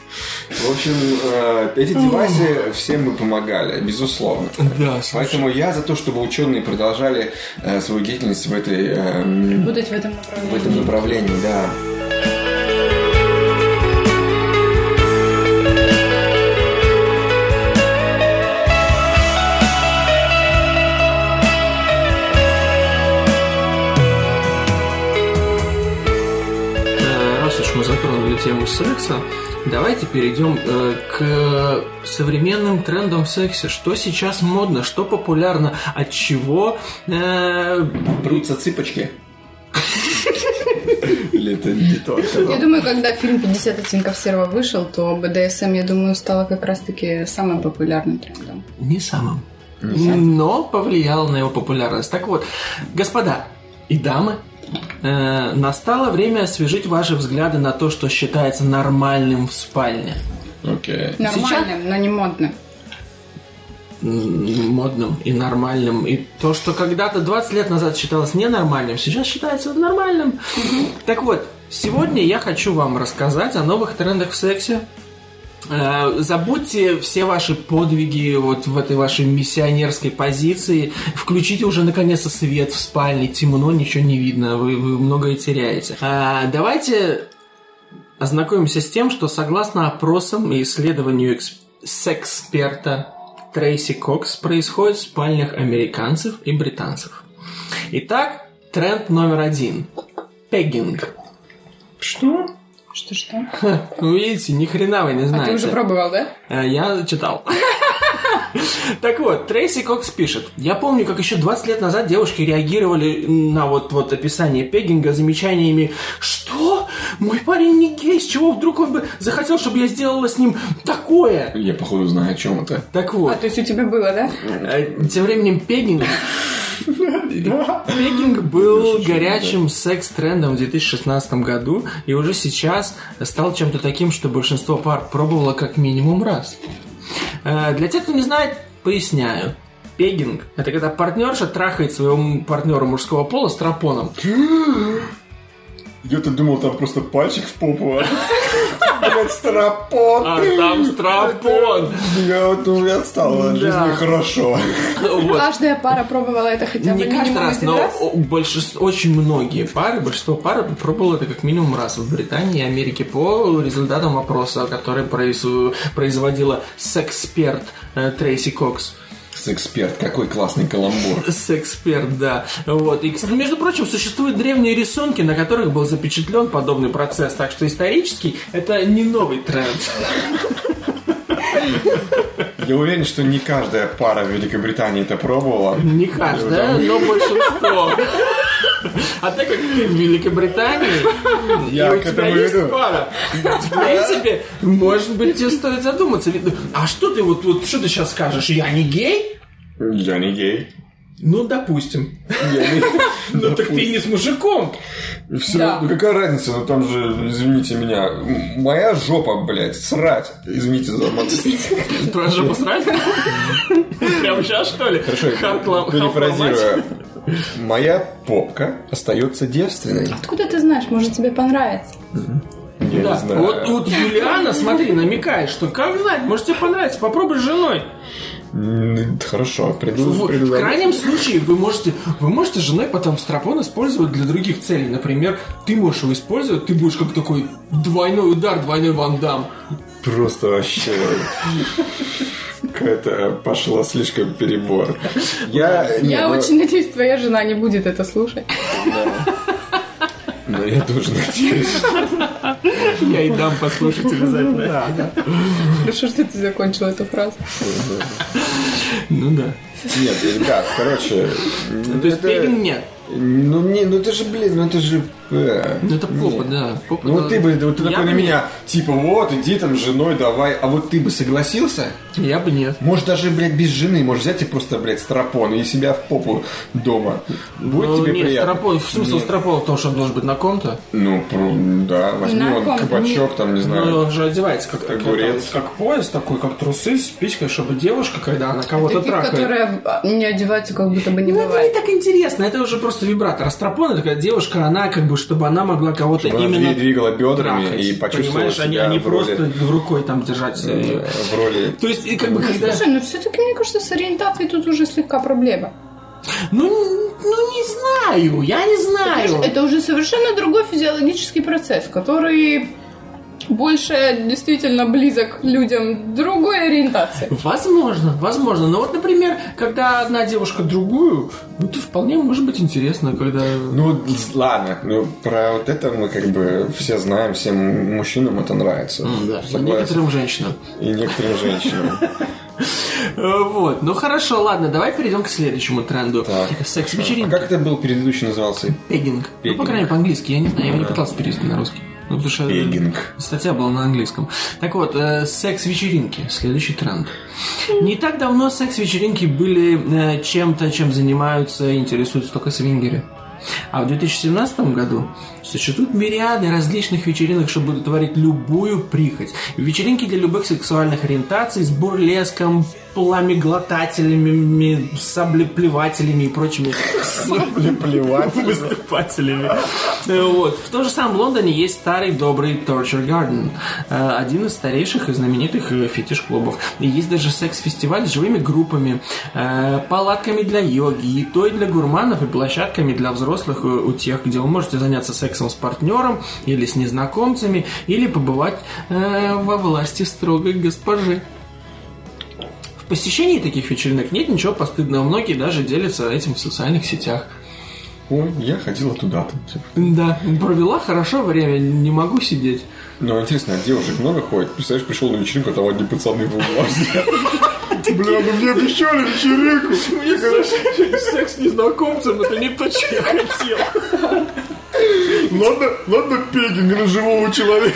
A: В общем, э, эти девайсы всем мы помогали, безусловно.
E: Да,
A: Поэтому я за то, чтобы ученые продолжали э, свою деятельность в, этой, эм,
C: Будуть в этом
A: в
C: направлении.
A: этом направлении, да.
B: Э, Раз уж мы затронули тему секса, давайте перейдем э, к современным трендам в сексе. Что сейчас модно, что популярно, от чего... э,
A: Прутся цыпочки. Или это не то? а
C: Я думаю, когда фильм «50 оттенков серого» вышел, то БДСМ, я думаю, стало как раз-таки самым популярным трендом.
B: не самым. Но повлиял на его популярность. Так вот, господа и дамы, э, настало время освежить ваши взгляды на то, что считается нормальным в спальне.
A: Окей.
C: Нормальным, но не модным.
B: М, модным и нормальным. И то, что когда-то 20 лет назад считалось ненормальным, сейчас считается нормальным. Так вот, сегодня я хочу вам рассказать о новых трендах в сексе. Э, Забудьте все ваши подвиги вот в этой вашей миссионерской позиции. Включите уже наконец-то свет в спальне. Темно, ничего не видно. Вы, вы многое теряете. А, давайте ознакомимся с тем, что согласно опросам и исследованию экс- сексперта Трейси Кокс происходит в спальнях американцев и британцев. Итак, тренд номер один. Пеггинг.
A: Что?
C: Что-что?
B: Ха, ну, видите, ни хрена вы не
C: А
B: знаете.
C: ты А уже пробовал, да?
B: Э, Я читал. Так вот, Трейси Кокс пишет. Я помню, как еще 20 лет назад девушки реагировали на вот, вот описание пеггинга замечаниями «Что? Мой парень не гей, с чего вдруг он бы захотел, чтобы я сделала с ним такое?»
A: Я, походу, знаю, Ну, о чем это.
B: Так
C: А,
B: вот,
C: то есть у тебя было, да?
B: э, тем временем пеггинг... Пеггинг был горячим секс-трендом в 2016 году и уже сейчас стал чем-то таким, что большинство пар пробовало как минимум раз. Э, Для тех, кто не знает, Поясняю. Пегинг – это когда партнерша трахает своего м- партнера мужского пола с тропоном.
A: Я-то думал, там просто пальчик в попу. а- Блядь, стропон.
B: А там стропон.
A: Я вот уже отстал от
B: Да.
A: жизни хорошо.
B: Вот.
C: Каждая пара пробовала это хотя бы
B: Не каждый
C: минимум
B: раз,
C: один
B: но
C: раз.
B: о- большинство, очень многие пары, большинство пар пробовало это как минимум раз в Британии и Америке по результатам опроса, который произ- производила сексперт э, Трейси Кокс.
F: Секс-эксперт, какой классный каламбур.
B: Сексперт, да. Вот. И, кстати, между прочим, существуют древние рисунки, на которых был запечатлен подобный процесс, так что исторический это не новый тренд.
A: Я уверен, что не каждая пара в Великобритании это пробовала.
B: Не каждая, но большинство. А так как ты в Великобритании,
A: Ну, Я
B: и у
A: к
B: тебя
A: этому
B: есть
A: веду.
B: пара, в принципе, может быть, тебе стоит задуматься. Ведь, А что ты вот, вот что ты сейчас скажешь? Я не гей?
A: Я не гей.
B: Ну, допустим. Ну, так ты не с мужиком.
A: Все,
G: Да.
A: ну какая разница, ну там же, извините меня, м- моя жопа, блядь, срать. Извините за мат-
B: Твоя же посрать? Прям сейчас, что ли?
A: Хорошо,
B: Хард-лам-
A: перефразируя. Моя попка остается девственной.
C: Откуда ты знаешь? Может, тебе понравится.
A: Я
B: Да.
A: не знаю.
B: Вот, вот Юлиана, смотри, намекает, что как знать, может тебе понравится, попробуй с женой.
A: М, Хорошо, приду.
B: В,
A: приду
B: в
A: домой.
B: крайнем случае вы можете, вы можете с женой потом стропон использовать для других целей. Например, ты можешь его использовать, ты будешь как такой двойной удар, двойной вандам.
A: Просто вообще. Какая-то пошла слишком перебор. Я, не,
C: Я
A: ну,
C: очень надеюсь, твоя жена не будет это слушать.
A: ну, я тоже надеюсь.
B: Я и дам послушать обязательно.
C: Хорошо, что ты закончила эту фразу.
B: Ну да.
A: Нет, ребят, короче.
B: Ну, То есть
A: это-
B: Пегин нет.
A: Ну не, ну это же, блин, ну это же. э,
B: Ну это попа,
A: нет.
B: да. попа,
A: Ну
B: да.
A: вот ты бы, вот ты
B: Я
A: такой на
B: бы
A: меня, типа, вот, иди там с женой, давай. А вот ты бы согласился?
B: нет. Я бы нет.
A: Может, даже, блядь, без жены, можешь взять и просто, блядь, стропон и себя в попу дома. Будет
B: Ну,
A: тебе
B: нет,
A: приятно?
B: стропон- в смысле стропон в том, что он должен быть на ком-то.
A: Ну, пру- да, возьми
C: На
A: он
C: ком?
A: кабачок, там, не знаю.
B: Ну, он же одевается как
A: Огурец.
B: Как, как пояс такой, как трусы с писькой, чтобы девушка, когда она кого-то
C: Таких,
B: трахает.
C: которые а, не одеваются, как будто бы не
B: Ну, это не
C: бывает.
B: так интересно, это уже просто вибратор. Астропон это когда девушка, она как бы, чтобы она могла кого-то
A: Чтобы она
B: именно
A: дви- двигала бедрами
B: трахать.
A: и почувствовала
B: Понимаешь, они,
A: себя
B: они
A: в роли-
B: просто рукой там держать.
A: э, в роли...
B: То есть, и как бы, когда...
C: Слушай, ну все-таки, мне кажется, с ориентацией тут уже слегка проблема.
B: Ну, н- ну, не знаю, я не знаю.
C: Это уже совершенно другой физиологический процесс, который больше действительно близок к людям другой ориентации.
B: Возможно, возможно. Но вот, например, когда одна девушка другую, ну, это вполне может быть интересно, когда...
A: Ну, ладно, ну, про вот это мы как бы все знаем, всем мужчинам это нравится.
B: М, да,
A: Ну, Согласен.
B: некоторым женщинам.
A: И некоторым женщинам.
B: Э, Вот, ну хорошо, ладно, давай перейдем к следующему тренду.
A: Так. А
B: Секс-вечеринки.
A: как это был предыдущий назывался?
B: Пегинг. Ну, по
A: Пегинг.
B: крайней мере, по-английски. Я не знаю, я его не пытался перевести на русский. Ну, потому что, э,
A: Пегинг.
B: Статья была на английском. Так вот, э, секс-вечеринки. Следующий тренд. Не так давно секс-вечеринки были э, чем-то, чем занимаются и интересуются только свингеры. А в 2017 году существуют мириады различных вечеринок, чтобы удовлетворить любую прихоть. Вечеринки для любых сексуальных ориентаций с бурлеском, пламеглотателями, саблеплевателями и прочими выступателями. Э, Вот. В том же самом Лондоне есть старый добрый Torture Garden. э, Один из старейших и знаменитых э, фетиш-клубов. И есть даже секс-фестиваль с живыми группами, э, палатками для йоги, едой для гурманов и площадками для взрослых э, у тех, где вы можете заняться сексом с партнером или с незнакомцами, или побывать э, во власти строгой госпожи. В посещении таких вечеринок нет ничего постыдного. Многие даже делятся этим в социальных сетях.
A: Ой, я ходила туда-то.
B: Да, провела хорошо время, не могу сидеть.
A: Ну, интересно, а девушек много ходит? Представляешь, пришел на вечеринку, а там одни пацаны в углу. Бля, ну мне обещали вечеринку.
B: Мне секс с незнакомцем, это не то, что я хотел.
A: Ладно, ладно, пегинг на живого человека.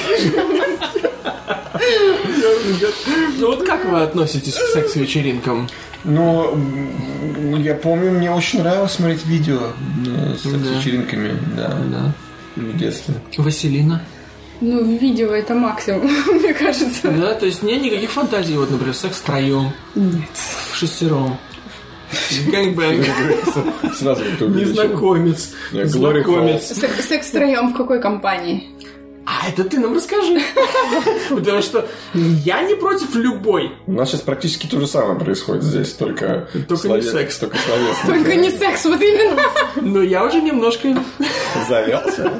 B: Ну вот как вы относитесь к секс-вечеринкам?
A: Ну, м, я помню, мне очень нравилось смотреть видео э, с вечеринками, да,
B: Да.
A: в детстве.
B: Василина.
C: Ну, видео это максимум, мне кажется.
B: Да, то есть нет никаких фантазий, вот, например, секс втроем. Нет. В шестером. Гэнгбэнг.
A: Сразу кто увеличил.
B: Незнакомец.
A: Я Глори Холл.
B: Знакомец.
C: Секс секс втроем в какой компании?
B: А это ты нам расскажи. Потому что я не против любой.
A: У нас сейчас практически то же самое происходит здесь, только...
B: не
A: слове-
B: секс.
A: Только словесно.
C: Только не секс, вот именно.
B: Но я уже немножко...
A: Завелся.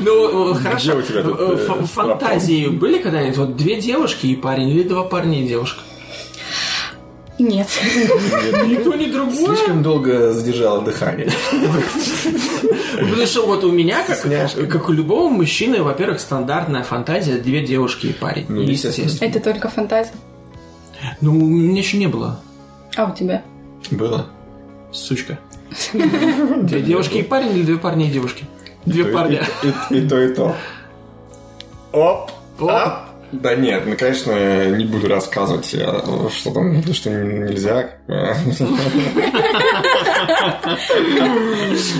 B: Ну, э, хорошо.
A: у тебя тут,
B: Э,
A: э,
B: ф- Фантазии были когда-нибудь? Вот две девушки и парень, или два парня и девушка?
C: Нет.
A: Ну,
B: Никто не другой.
H: Слишком долго задержала дыхание.
B: Потому что вот у меня, как, э, как у любого мужчины, во-первых, стандартная фантазия две девушки и парень.
A: Ну, естественно.
B: естественно.
C: Это только фантазия.
B: Ну, у меня еще не было.
C: А у тебя?
H: Было.
B: Сучка. Две девушки и парень или две парни и девушки? Две парня.
A: И и то, и то. Оп!
B: Оп.
A: Да нет, ну, конечно, не буду рассказывать, э, что там, ну, что нельзя.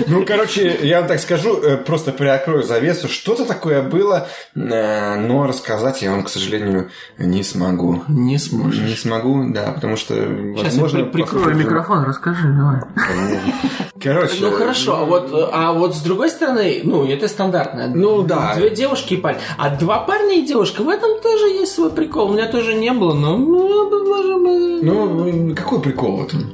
A: Ну, короче, я вам так скажу, э, просто приокрою завесу. Что-то такое было, э, но рассказать я вам, к сожалению, не смогу.
B: Не сможешь.
A: Не смогу, да, потому что,
B: Сейчас
A: возможно...
B: я при- прикрою
A: послушайте-
B: микрофон, расскажи, давай.
A: Короче...
B: Ну хорошо, а вот, э, а вот с другой стороны, ну это стандартно.
A: Ну, да.
B: Две девушки и парень. А два парня и девушка, в этом тоже есть свой прикол. У меня тоже не было, но ну, предложим бы.
A: Ну, э, какой прикол в этом?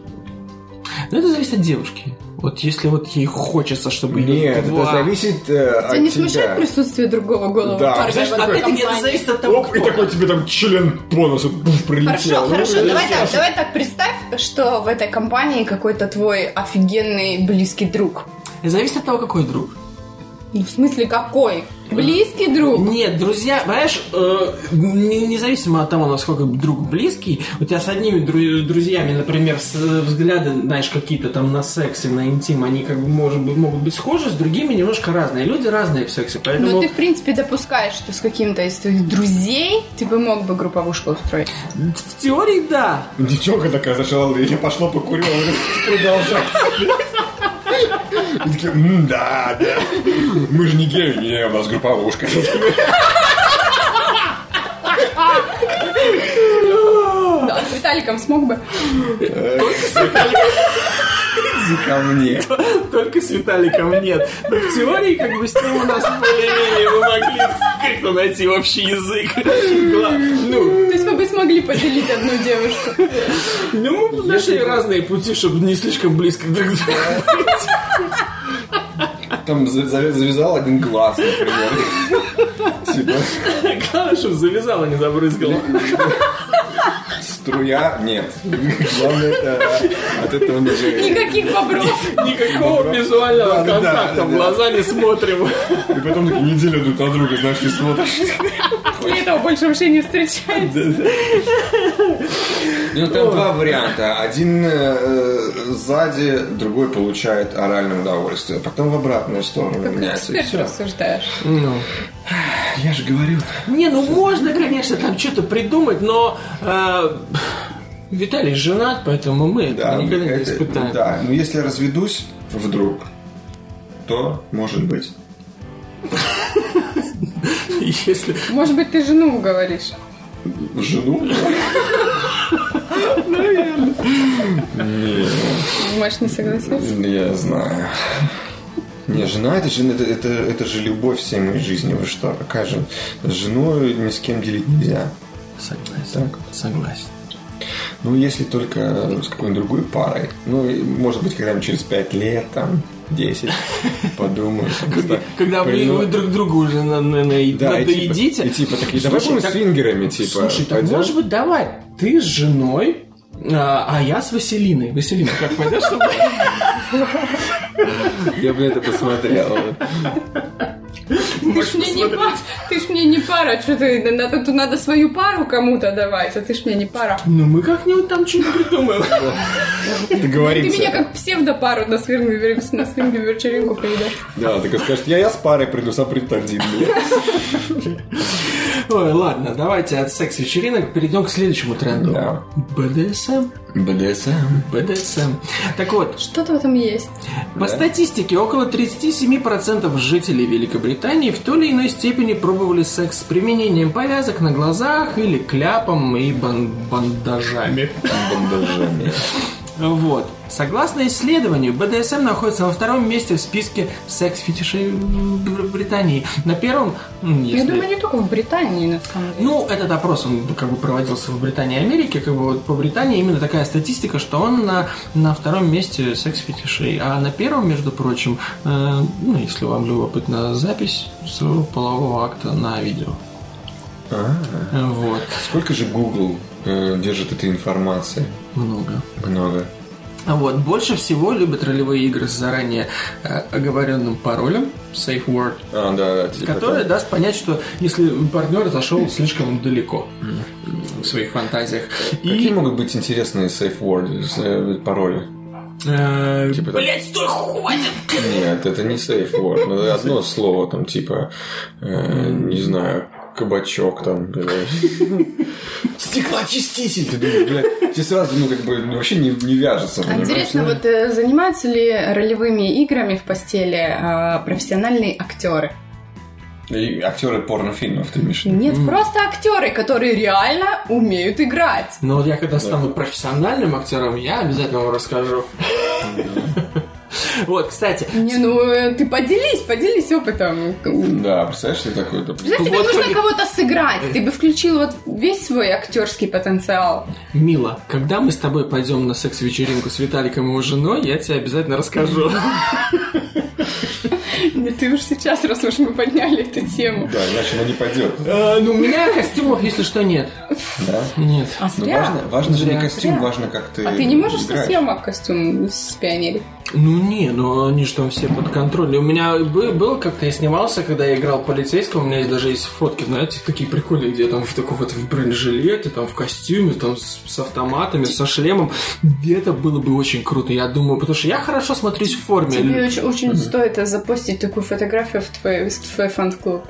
B: Но это зависит от девушки. Вот если вот ей хочется, чтобы её
A: Нет, это
B: два-
A: зависит э, от
C: Тебя
A: тебя.
C: не смущает присутствие другого голого
A: Да.
C: парня
B: Знаешь,
C: в одной
B: опять-таки это
C: компании?
B: зависит от того,
A: Оп, и
B: кто.
A: такой тебе там член по носу буф, прилетел.
C: Хорошо,
A: Ну,
C: хорошо,
A: это
C: давай
A: же-
C: так, давай так представь, что в этой компании какой-то твой офигенный близкий друг.
B: Зависит от того, какой друг.
C: Ну, в смысле, какой? Близкий друг?
B: Нет, друзья, понимаешь, э, не- независимо от того, насколько друг близкий, у тебя с одними дру- друзьями, например, с- взгляды, знаешь, какие-то там на секс и на интим, они как бы может, быть- могут быть схожи, с другими немножко разные. Люди разные в сексе,
A: Ну,
B: поэтому...
C: Но ты, в принципе, допускаешь, что с каким-то из твоих друзей ты бы мог бы групповушку устроить.
B: В теории да.
A: Девчонка такая зашла, я пошла покурила, говорит, продолжай. И такие, «М, да, да. Мы же не геи, не, у нас групповушка.
C: Да, с Виталиком смог бы.
H: Ко мне.
B: Только с Виталиком нет. Но в теории, как бы, с ним у нас более-менее мы могли как-то найти общий язык. Гла- Ну,
C: То есть вы бы смогли поделить одну девушку.
B: ну, мы нашли разные пути, чтобы не слишком близко друг к другу.
H: Там за- за- завязал один глаз, например. Типа,
B: Главное, чтобы завязала, не забрызгала.
H: струя нет. Главное, это от этого не жалеет.
C: Никаких бобров.
B: Никакого визуального
H: да, да,
B: контакта, в
H: да.
B: глаза не смотрим.
A: И потом такие неделю друг на друга, знаешь, не смотришь.
C: После этого больше вообще не встречается.
H: Ну, там два варианта. Один э, сзади, другой получает оральное удовольствие. а Потом в обратную сторону меняется. и
C: Теперь ты
H: всё.
C: рассуждаешь.
H: Я же говорю.
B: Не, ну можно, конечно, там что-то придумать, но... э, Виталий женат, поэтому мы это
H: Да,
B: никогда не
H: это-
B: испытаем.
H: да. Но если я разведусь вдруг, то может быть.
B: Если...
C: Может быть, ты жену уговоришь.
H: Жену?
C: Думаешь, не согласился?
H: Я знаю. Не, жена это же, это, это, это же любовь всей моей жизни. Вы что? Какая же? С женой ни с кем делить нельзя.
B: Согласен, согласен.
H: Ну, если только с какой-нибудь другой парой. Ну, и, может быть, когда-нибудь через пять лет, там, 10, подумаю.
B: Когда, когда вы,
H: Блин, ну-
B: вы друг другу уже на, на- на-
H: Да, и типа-
B: надоедите.
H: И типа такие, давай
B: Слушай,
H: будем
B: так-
H: свингерами, типа.
B: Слушай, так
H: пойдём?
B: может быть, давай. Ты с женой, а, а я с Василиной. Василина, как пойдешь с тобой?
H: Я бы на это посмотрел.
C: Ты ж мне не пара, ты ж мне не пара, что ты, надо, тут надо свою пару кому-то давать, а ты ж мне не пара.
B: Ну, мы как-нибудь там что-нибудь придумаем.
C: Ты меня
A: Договоримся.
C: как псевдопару на свингер- на свингер-вечеринку приведешь.
A: Да, так и скажет, я, я с парой приду, сам придет один. блин».
B: Ой, ладно, давайте от секс-вечеринок перейдем к следующему тренду.
I: Да.
B: БДСМ?
I: БДСМ.
B: БДСМ. Так вот,
C: Что-то в этом есть.
B: по статистике, около 37% жителей Великобритании в той или иной степени пробовали секс с применением повязок на глазах или кляпом и бан- бандажами.
I: Бандажами.
B: Вот. Согласно исследованию, БДСМ находится во втором месте в списке секс-фетишей в Британии. На первом, м,
C: Я
B: если...
C: думаю, не только в Британии, на самом деле.
B: Ну, этот опрос, он как бы проводился в Британии и Америке, как бы вот по Британии именно такая статистика, что он на, на втором месте секс-фетишей, а на первом, между прочим, э, ну, если вам любопытна запись своего полового акта на видео.
H: А,
B: Э, Вот,
A: Сколько же Google э, держит этой информации?
B: много.
A: Много.
B: А Вот, больше всего любят ролевые игры с заранее э, оговоренным паролем, safe word,
A: А, да, да, типа
B: которая
A: там.
B: даст понять, что если партнер зашел слишком далеко в своих фантазиях.
A: Какие могут быть интересные сейф-ворды, э, пароли?
B: Э,
A: Типа, Блять, стой, хватит! Нет, это не сейф-ворд. Ну, это одно слово там, типа, э, не знаю, кабачок там. э, Стеклоочиститель, ты думаешь, блядь, тебе сразу, ну, как бы, ну, вообще не, не вяжется.
C: А
A: понимаешь?
C: интересно, вот э, занимаются ли ролевыми играми в постели э, профессиональные актеры?
A: И актеры порнофильмов, ты имеешь в виду?
C: Нет, просто актеры, которые реально умеют играть.
B: Но вот я когда стану профессиональным актером, я обязательно вам расскажу. Вот, кстати,
C: Не, ну э, ты поделись, поделись опытом.
A: Да, представляешь, что такое? Да,
C: Знаешь, тебе
B: Вот
C: нужно
B: ходи-
C: кого-то сыграть. Ты бы включил вот весь свой актерский потенциал.
B: Мила, когда мы с тобой пойдем на секс-вечеринку с Виталиком и его женой, я тебе обязательно расскажу.
C: Да ты уж сейчас, раз уж мы подняли эту тему.
A: да, иначе оно не пойдет.
B: Э, Ну, у меня костюмов, если что, нет.
A: Да?
B: Нет.
C: А
A: Ну,
C: зря.
A: важно, важно же не
B: Зря.
A: костюм,
C: Зря.
A: важно, как ты
C: А ты не можешь
A: играешь.
C: со съемок костюм спионерить?
B: Ну, не, ну они же там все под контролем. У меня бы- было как-то, я снимался, когда я играл полицейского, у меня есть даже есть фотки, знаете, такие прикольные, где я там в таком вот в бронежилете, там в костюме, там с, с автоматами, со шлемом. Это было бы очень круто, я думаю, потому что я хорошо смотрюсь в форме.
C: Тебе очень, очень стоит запостить такую фотографию в твой, в твой фан-клуб.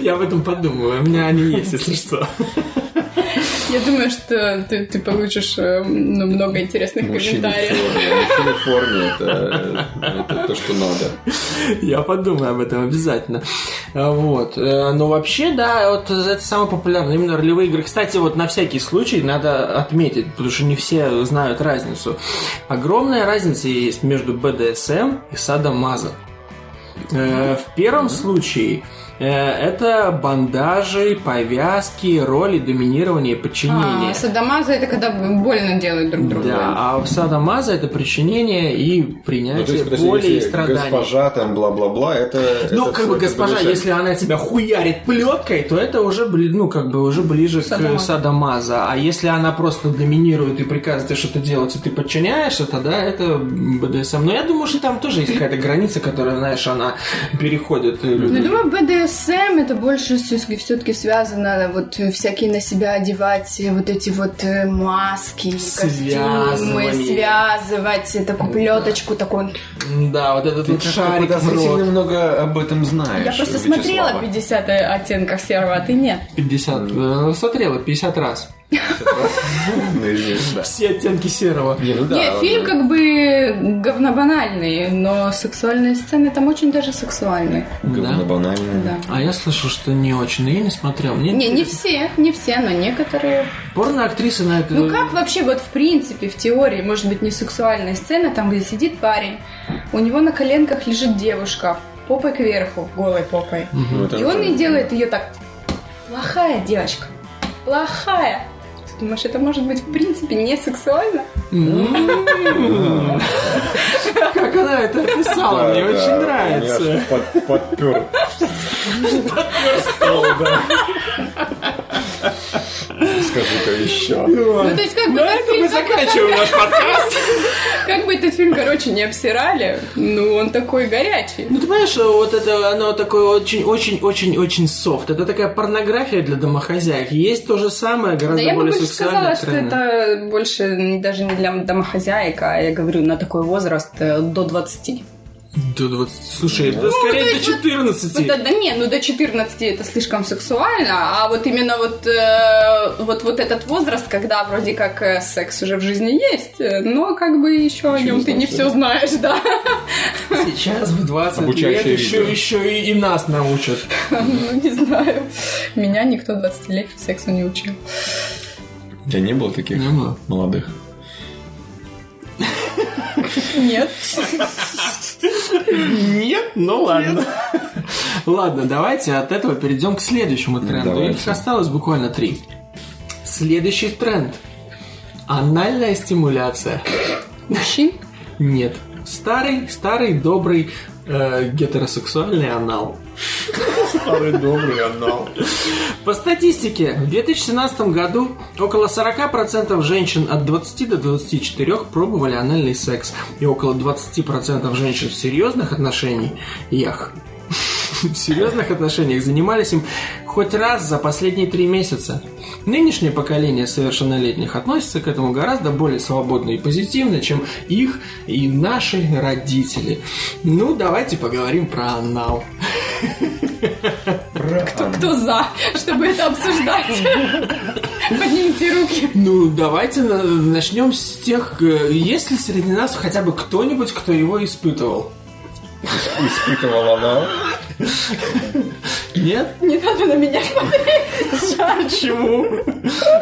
B: Я об этом подумаю, у меня они есть, если что.
C: Я думаю, что ты, ты получишь э, ну, много интересных
A: Мужчина в
C: комментариев.
A: форме. Мужчина в форме это, это то, что надо.
B: Я подумаю об этом обязательно. А, Вот. Э, Но вообще, да, вот это самое популярное, именно ролевые игры. Кстати, вот на всякий случай надо отметить, потому что не все знают разницу. Огромная разница есть между БДСМ и садомазо. Э, В первом случае э, это бандажи, повязки, роли доминирования и подчинения.
C: А, садомаза это когда больно делают друг другу.
B: Да, а в садомазо это причинение и
A: Ну, то
B: принятие
A: есть, подожди,
B: боли и
A: если
B: страданий.
A: госпожа там бла-бла-бла, это...
B: Ну,
A: это
B: как
A: всё,
B: бы,
A: это
B: госпожа,
A: большая-
B: если она тебя хуярит плеткой, то это уже, бли- ну, как бы, уже ближе к
C: Садомазо.
B: садомаза. А если она просто доминирует и приказывает тебе что-то делать, и ты подчиняешься, тогда это БДСМ. Но я думаю, что там тоже есть какая-то граница, которая, знаешь, она переходит. и люди-
C: Ну, думаю, БДСМ это больше все-таки связано вот э, всякие на себя одевать э, вот эти вот э, маски,
B: Связывание.
C: костюмы, связывать э,
A: Ну
C: такую плеточку, такую.
B: Да, вот этот
A: Ты
B: вот
A: как-то
B: шарик в
A: подозрительно
B: рот.
A: много об этом знаешь,
C: Я просто
A: Вячеслава.
C: смотрела 50 оттенков серого, а ты нет.
B: 50. э, Смотрела 50 раз.
A: Ну, извини, да.
B: Все оттенки серого.
A: Не, ну да.
C: Не,
A: вот,
C: фильм как бы говнобанальный, но сексуальные сцены там очень даже сексуальные.
A: говно
B: Да?
A: банальное.
C: Да.
B: А я слышал, что не очень, но я не смотрел. Мне
C: Не, не
B: интересно.
C: все, не все, но некоторые.
B: Порно-актрисы на это...
C: Ну как вообще вот в принципе, в теории, может быть, не сексуальная сцена, там, где сидит парень, у него на коленках лежит девушка, попой кверху, голой попой.
A: Ну, это
C: И он
A: уже-
C: и делает ее так. Плохая девочка. Плохая. Ты думаешь, это может быть в принципе не сексуально?
B: М. Как она это описала, А, мне
A: Да,
B: очень
A: да, меня
B: нравится.
A: аж под- Подпер. Скажу-ка еще.
C: Ну, то есть, как бы, этот фильм, как, бы,
B: наш подкаст.
C: как бы этот фильм, короче, не обсирали, ну, он такой горячий.
B: Ну, ты понимаешь, вот это, оно такое очень-очень-очень-очень софт. Это такая порнография для домохозяек. Есть то же самое,
C: Да
B: гораздо
C: я бы
B: более
C: больше сказала,
B: сексуальное.
C: что это больше даже не для домохозяек, а я говорю на такой возраст э, до 20.
B: До 20. Слушай,
C: Ну,
B: это скорее до 14.
C: Вот, да, да не, ну до 14 это слишком сексуально, а вот именно вот, э, вот, вот этот возраст, когда вроде как э, секс уже в жизни есть, э, но как бы еще о нем ты не все знаешь, да.
B: Сейчас в 20
J: Обучающее
B: лет еще,
J: видео.
B: еще и, и нас научат.
C: Ну не знаю. Меня никто 20 лет сексу не учил.
J: У тебя не было таких
B: Не было.
J: молодых?
C: Нет.
B: Нет, ну ладно. Ладно, давайте от этого перейдем к следующему тренду.
J: давайте.
B: Их осталось буквально три. Следующий тренд. Анальная стимуляция.
C: Мужчин?
B: Нет. Старый, старый, добрый э, гетеросексуальный анал.
J: Старый добрый анал.
B: По статистике, в 2017 году около 40% женщин от 20 до 24 пробовали анальный секс, и около 20% женщин в серьезных отношениях в серьезных отношениях занимались им хоть раз за последние три месяца. Нынешнее поколение совершеннолетних относится к этому гораздо более свободно и позитивно, чем их и наши родители. Ну, давайте поговорим про анал.
C: Кто за, чтобы это обсуждать? Поднимите руки.
B: Ну, давайте на- начнем с тех, э, есть ли среди нас хотя бы кто-нибудь, кто его испытывал?
A: Испытывала она.
B: Нет?
C: Не надо на меня смотреть. жаль.
B: Почему?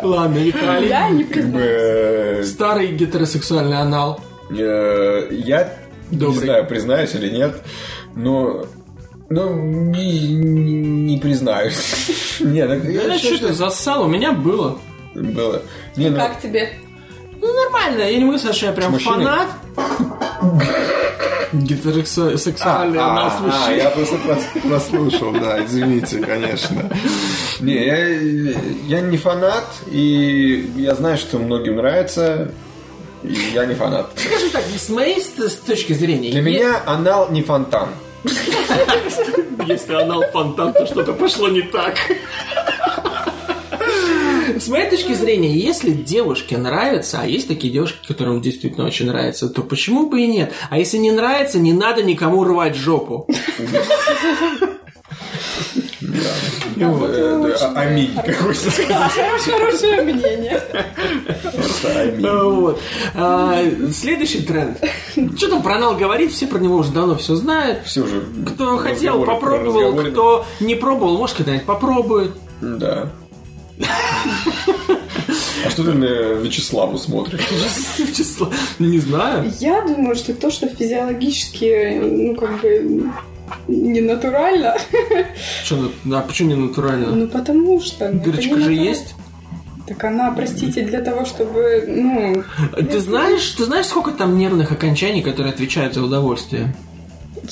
B: Ладно, Виталий.
C: Я не признаю.
A: Э,
B: Старый гетеросексуальный анал.
A: э, Я не
B: Добрый.
A: знаю, признаюсь или нет, но... Ну, не, не признаюсь. Не, ну,
B: Да
A: я
B: что ты зассал? У меня было.
A: было. Не, ну,
C: Как тебе?
B: Ну, нормально. Я не могу сказать, что я прям
A: мужчиной?
B: фанат. Гетеросексуальный анал с
J: А,
B: мужчиной.
J: я просто прос- прослушал, да, извините, конечно.
A: Не, я, я не фанат, и я знаю, что многим нравится, и я не фанат.
B: Скажем так, с моей с с точки зрения...
A: Для
B: е-
A: меня анал не фонтан.
B: Если анал фонтан, то что-то пошло не так. С моей точки зрения, если девушке нравится, а есть такие девушки, которым действительно очень нравится, то почему бы и нет? А если не нравится, не надо никому рвать жопу.
A: Э, а- Аминь какой-то.
C: Хорошее мнение.
B: А, Вот. А, Следующий тренд. Что там про анал говорит, все про него уже давно все знают.
A: Все же.
B: Кто хотел,
A: разговоры про
B: попробовал,
A: разговоры.
B: кто не пробовал, может, когда-нибудь попробует.
A: Да. А что ты на Вячеславу смотришь?
B: Число- Не знаю.
C: Я думаю, что то, что физиологически, ну, как бы, не натурально,
B: Чё, ну, а почему не натурально?
C: ну, потому что... ну, это
B: Дырочка
C: не
B: же
C: натурально.
B: есть.
C: Так она, простите, для того, чтобы, ну,
B: Ты знаешь, ты знаешь, сколько там нервных окончаний, которые отвечают за удовольствие?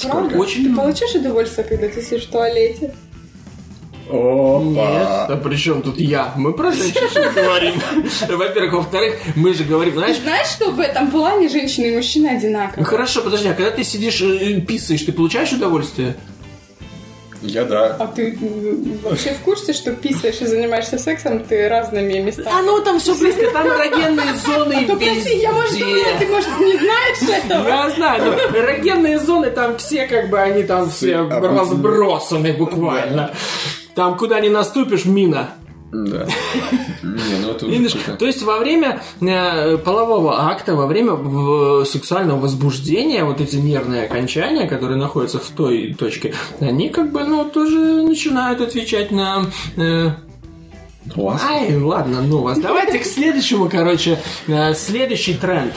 C: правда,
B: Типа, Очень
C: ты
B: много.
C: получаешь удовольствие, когда ты сидишь в туалете?
B: Нет. А при чем тут я? Мы просто сейчас говорим. Во-первых, во-вторых, мы же говорим,
C: Ты
B: знаешь,
C: знаешь, что в этом плане женщины и мужчины
B: ну
C: одинаковы?
B: хорошо, подожди, а когда ты сидишь э, э, писаешь, ты получаешь удовольствие?
A: Я да.
C: А ты м, вообще в курсе, что писаешь и занимаешься сексом, ты разными местами?
B: А ну там все близко, там эрогенные зоны
C: А то, прости, я, может, думала, ты,
B: везде.
C: может, не знаешь этого?
B: Я знаю, но эрогенные зоны там все как бы, они там все разбросаны буквально. Там куда не наступишь, мина.
A: Да. Не, ну это
B: Видишь,
A: какой-то-
B: То есть во время э, полового акта, во время в- э, сексуального возбуждения, вот эти нервные окончания, которые находятся в той точке, они как бы, ну, тоже начинают отвечать на... э,
A: У вас?
B: ай, ладно, ну вас. Давайте к следующему, короче, э, следующий тренд.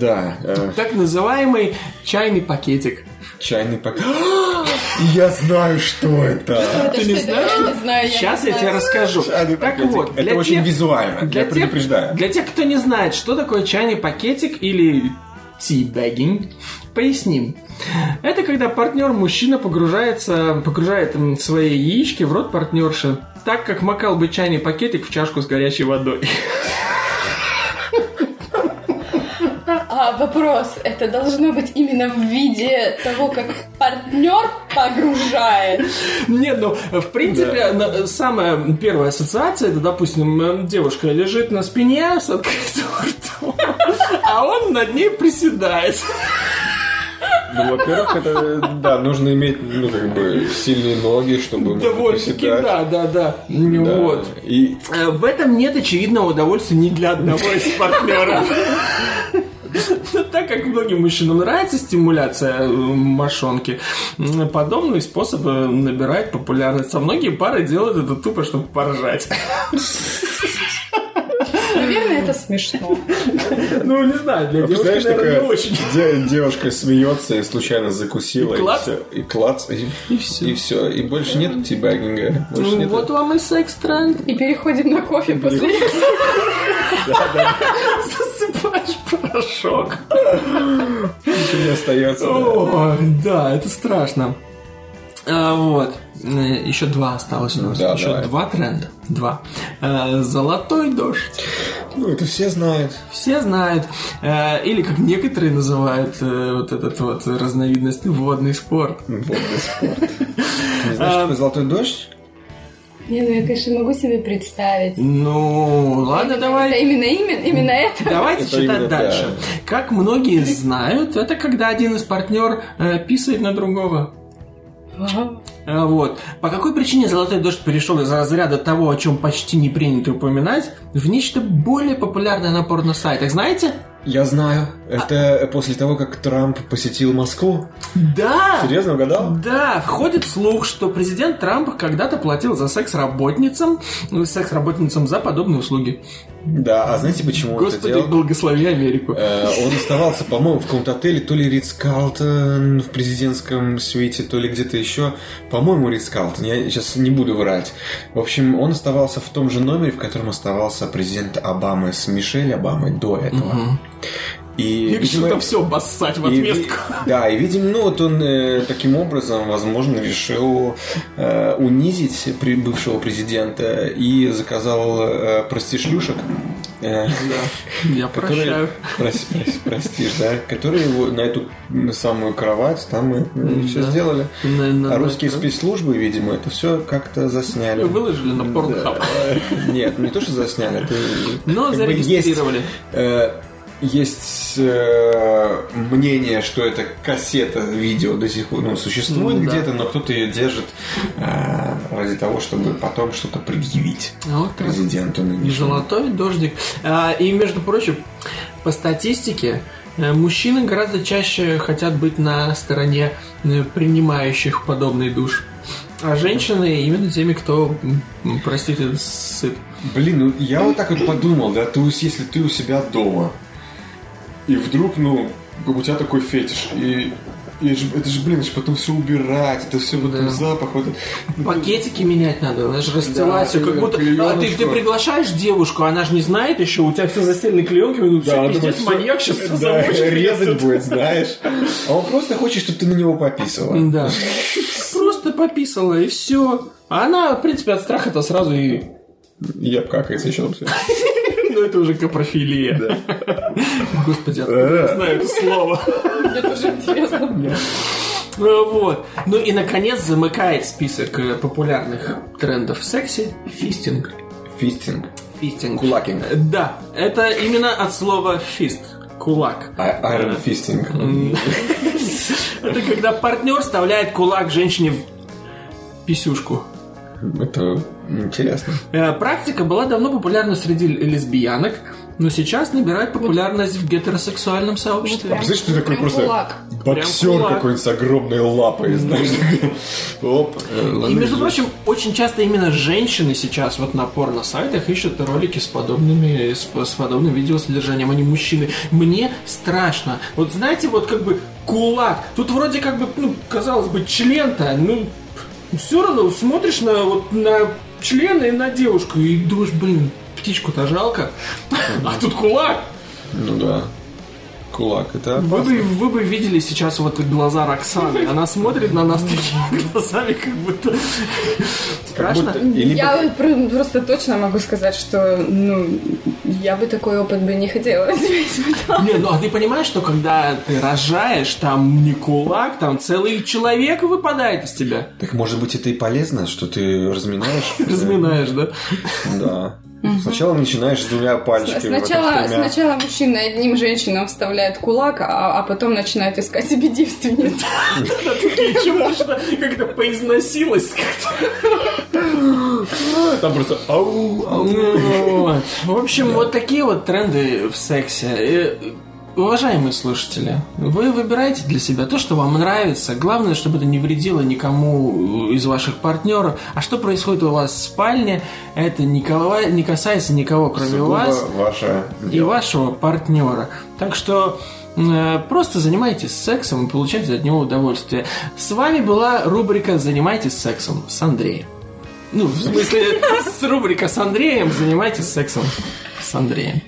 A: Да. э,
B: Так называемый чайный пакетик.
A: Чайный пакет. Я знаю, что это.
C: Ты не знаешь? Я не
A: А
C: знаю, я
B: Сейчас я тебе расскажу.
A: Чайный
B: Так
A: пакетик.
B: вот,
A: это
B: для
A: очень
B: тех-
A: визуально. я
B: тех-
A: предупреждаю.
B: для тех, кто не знает, что такое чайный пакетик или тибэггинг, поясним. Это когда партнер мужчина погружается, погружает м, свои яички в рот партнерши, так как макал бы чайный пакетик в чашку с горячей водой.
C: А, вопрос. Это должно быть именно в виде того, как партнер погружает.
B: Нет, ну, в принципе, на- самая первая ассоциация, это, допустим, м, девушка лежит на спине с открытым ртом, а он над ней приседает.
A: Ну, во-первых, это, да, нужно иметь, ну, как бы, сильные ноги, чтобы можно
B: Довольно-таки,
A: приседать.
B: да, да, да.
A: Да.
B: Вот.
A: И
B: Э, В этом нет очевидного удовольствия ни для одного из партнеров. Но Ну, так как многим мужчинам нравится стимуляция э, мошонки, м, подобные способы набирают популярность. А многие пары делают это тупо, чтобы поржать.
J: Наверное, это смешно.
B: Ну, не знаю, для
A: а
B: девушки,
A: представляешь,
B: наверное,
A: такая
B: не очень.
A: де- девушка смеется и случайно закусила.
B: И клац.
A: всё. И клац. И,
B: всё.
A: и все. И больше нет тибагинга. Больше
B: Ну,
A: нет.
B: Вот вам и секс тренд.
J: И переходим на кофе после
B: Засыпаешь порошок.
A: Ничего не остается. да.
B: О, да, это страшно. А, вот. Еще два осталось у нас.
A: Да,
B: Еще
A: давай.
B: два тренда. Два. Э, Золотой дождь.
A: Ну, это все знают.
B: Все знают, э, или как некоторые называют э, вот этот вот разновидность водный спорт.
A: Водный спорт. Не знаешь,
B: А,
A: что такое золотой дождь?
C: Не, ну я, конечно, могу себе представить.
B: Ну, ладно,
C: Это
B: давай.
C: именно, именно, именно это.
B: Давайте
A: Это
B: читать
A: именно,
B: дальше. Как многие знают, это когда один из партнер э, писает на другого. Э, Вот. По какой причине «Золотой дождь» перешел из разряда того, о чем почти не принято упоминать, в нечто более популярное на порно-сайтах? Знаете?
A: Я знаю.
B: А
A: Это после того, как Трамп посетил Москву.
B: Да!
A: Серьезно угадал?
B: Да, входит слух, что президент Трамп когда-то платил за секс работницам, ну, секс работницам за подобные услуги.
A: Да. А знаете, почему он это
B: Господи,
A: делал?
B: благослови Америку.
A: Э, Он оставался, по-моему, в каком-то отеле, то ли Ридс Калтон в президентском свете, то ли где-то еще. По-моему, Ридс Калтон, я сейчас не буду врать. В общем, он оставался в том же номере, в котором оставался президент Обамы с Мишель Обамой до этого. И,
B: Я
A: видимо,
B: решил там все бассать в
A: и ви-
B: отместку.
A: да, и видимо, ну вот он э, таким образом, возможно, решил э, унизить при- бывшего президента и заказал э, простишлюшек. э,
B: Я
A: которые-
B: прощаю.
A: Прости, прости, простишь, да? Которые его на эту м, самую кровать там и все
B: Да.
A: сделали.
B: На- на-
A: А русские
B: на-
A: спецслужбы, видимо, это все как-то засняли.
B: Выложили на порнхаб.
A: Нет, не то, что засняли, это...
B: Но
A: как бы есть,
B: зарегистрировали.
A: э, Есть э, мнение, что это кассета видео до сих пор ну, существует
B: Ну, да.
A: где-то, но кто-то ее держит э, ради того, чтобы потом что-то предъявить
B: Вот так.
A: президенту
B: И
A: нынешнему.
B: золотой дождик. А, И, между прочим, по статистике, э, мужчины гораздо чаще хотят быть на стороне э, принимающих подобный душ. А женщины именно теми, кто, м, простите, сыт.
A: Блин, ну я вот так вот подумал, да, ты, у- если ты у себя дома, и вдруг, ну, у тебя такой фетиш, и, и ж- это же, блин, это ж потом все убирать, это все вот
B: Да.
A: этот запах, вот это-
B: Пакетики менять надо, она же расстилать
A: Да,
B: все, как
A: и
B: будто... А ты,
A: клеёночку.
B: ты приглашаешь девушку, она же не знает еще, у тебя все застелено клеенками, ну
A: она
B: все,
A: думает,
B: пиздец,
A: всё,
B: маньяк сейчас
A: да, резать будет, знаешь. А он просто хочет, чтобы ты на него пописала.
B: Да. Просто пописала, и все. А она, в принципе, от страха-то сразу и
A: Я б как это еще все.
B: Ну, это уже капрофилия. Господи, откуда я знаю это слово. Ну, Вот. Ну и, наконец, замыкает список э, популярных трендов в сексе фистинг.
A: Фистинг.
B: Фистинг.
A: Кулакинг.
B: Э, Да, это именно от слова фист. Кулак.
A: Айрон фистинг.
B: Это когда партнер вставляет кулак женщине в писюшку.
A: Это интересно.
B: Э, Практика была давно популярна среди л- лесбиянок, но сейчас набирает популярность в гетеросексуальном сообществе.
A: Представляешь, А ты такой
J: прям
A: просто
J: кулак.
B: Прям
A: боксер
B: кулак.
A: какой-нибудь с огромной лапой, знаешь, такой, оп. э,
B: И,
A: ложись.
B: между прочим, очень часто именно женщины сейчас вот на порно-сайтах ищут ролики с подобными, с, с подобным видеосодержанием, а не мужчины. Мне страшно. Вот знаете, вот как бы кулак. Тут вроде как бы, ну, казалось бы, член-то, ну, все равно смотришь на вот на члена и на девушку и думаешь, блин, птичку-то жалко, а тут кулак.
A: Ну да. Кулак, это
B: Вы бы, вы бы видели сейчас вот глаза Роксаны. Она смотрит на нас такими глазами, как будто... Страшно?
A: Или
C: Я вот про- просто точно могу сказать, что ну, я бы такой опыт бы не хотела иметь.
B: Не, ну а ты понимаешь, что когда ты рожаешь, там не кулак, там целый человек выпадает из тебя.
A: Так может быть это и полезно, что ты разминаешь?
B: Разминаешь, да?
A: Да. Сначала начинаешь с двумя пальчиками.
K: Сначала,
A: потом с тремя.
K: сначала мужчина одним женщинам вставляет кулак, а, а потом начинает искать себе девственницу.
B: Чего что как-то поизносилась как-то.
A: Там просто ау, ау.
B: Ну вот. В общем, вот такие вот тренды в сексе. И, Уважаемые слушатели, вы выбираете для себя то, что вам нравится. Главное, чтобы это не вредило никому из ваших партнеров. А что происходит у вас в спальне, это никого, не касается никого, кроме
A: Сугубо
B: вас.
A: ваша.
B: и вашего партнера. Так что э, просто занимайтесь сексом и получайте от него удовольствие. С вами была рубрика «Занимайтесь сексом» с Андреем. Ну, в смысле, с рубрика с Андреем «Занимайтесь сексом» с Андреем.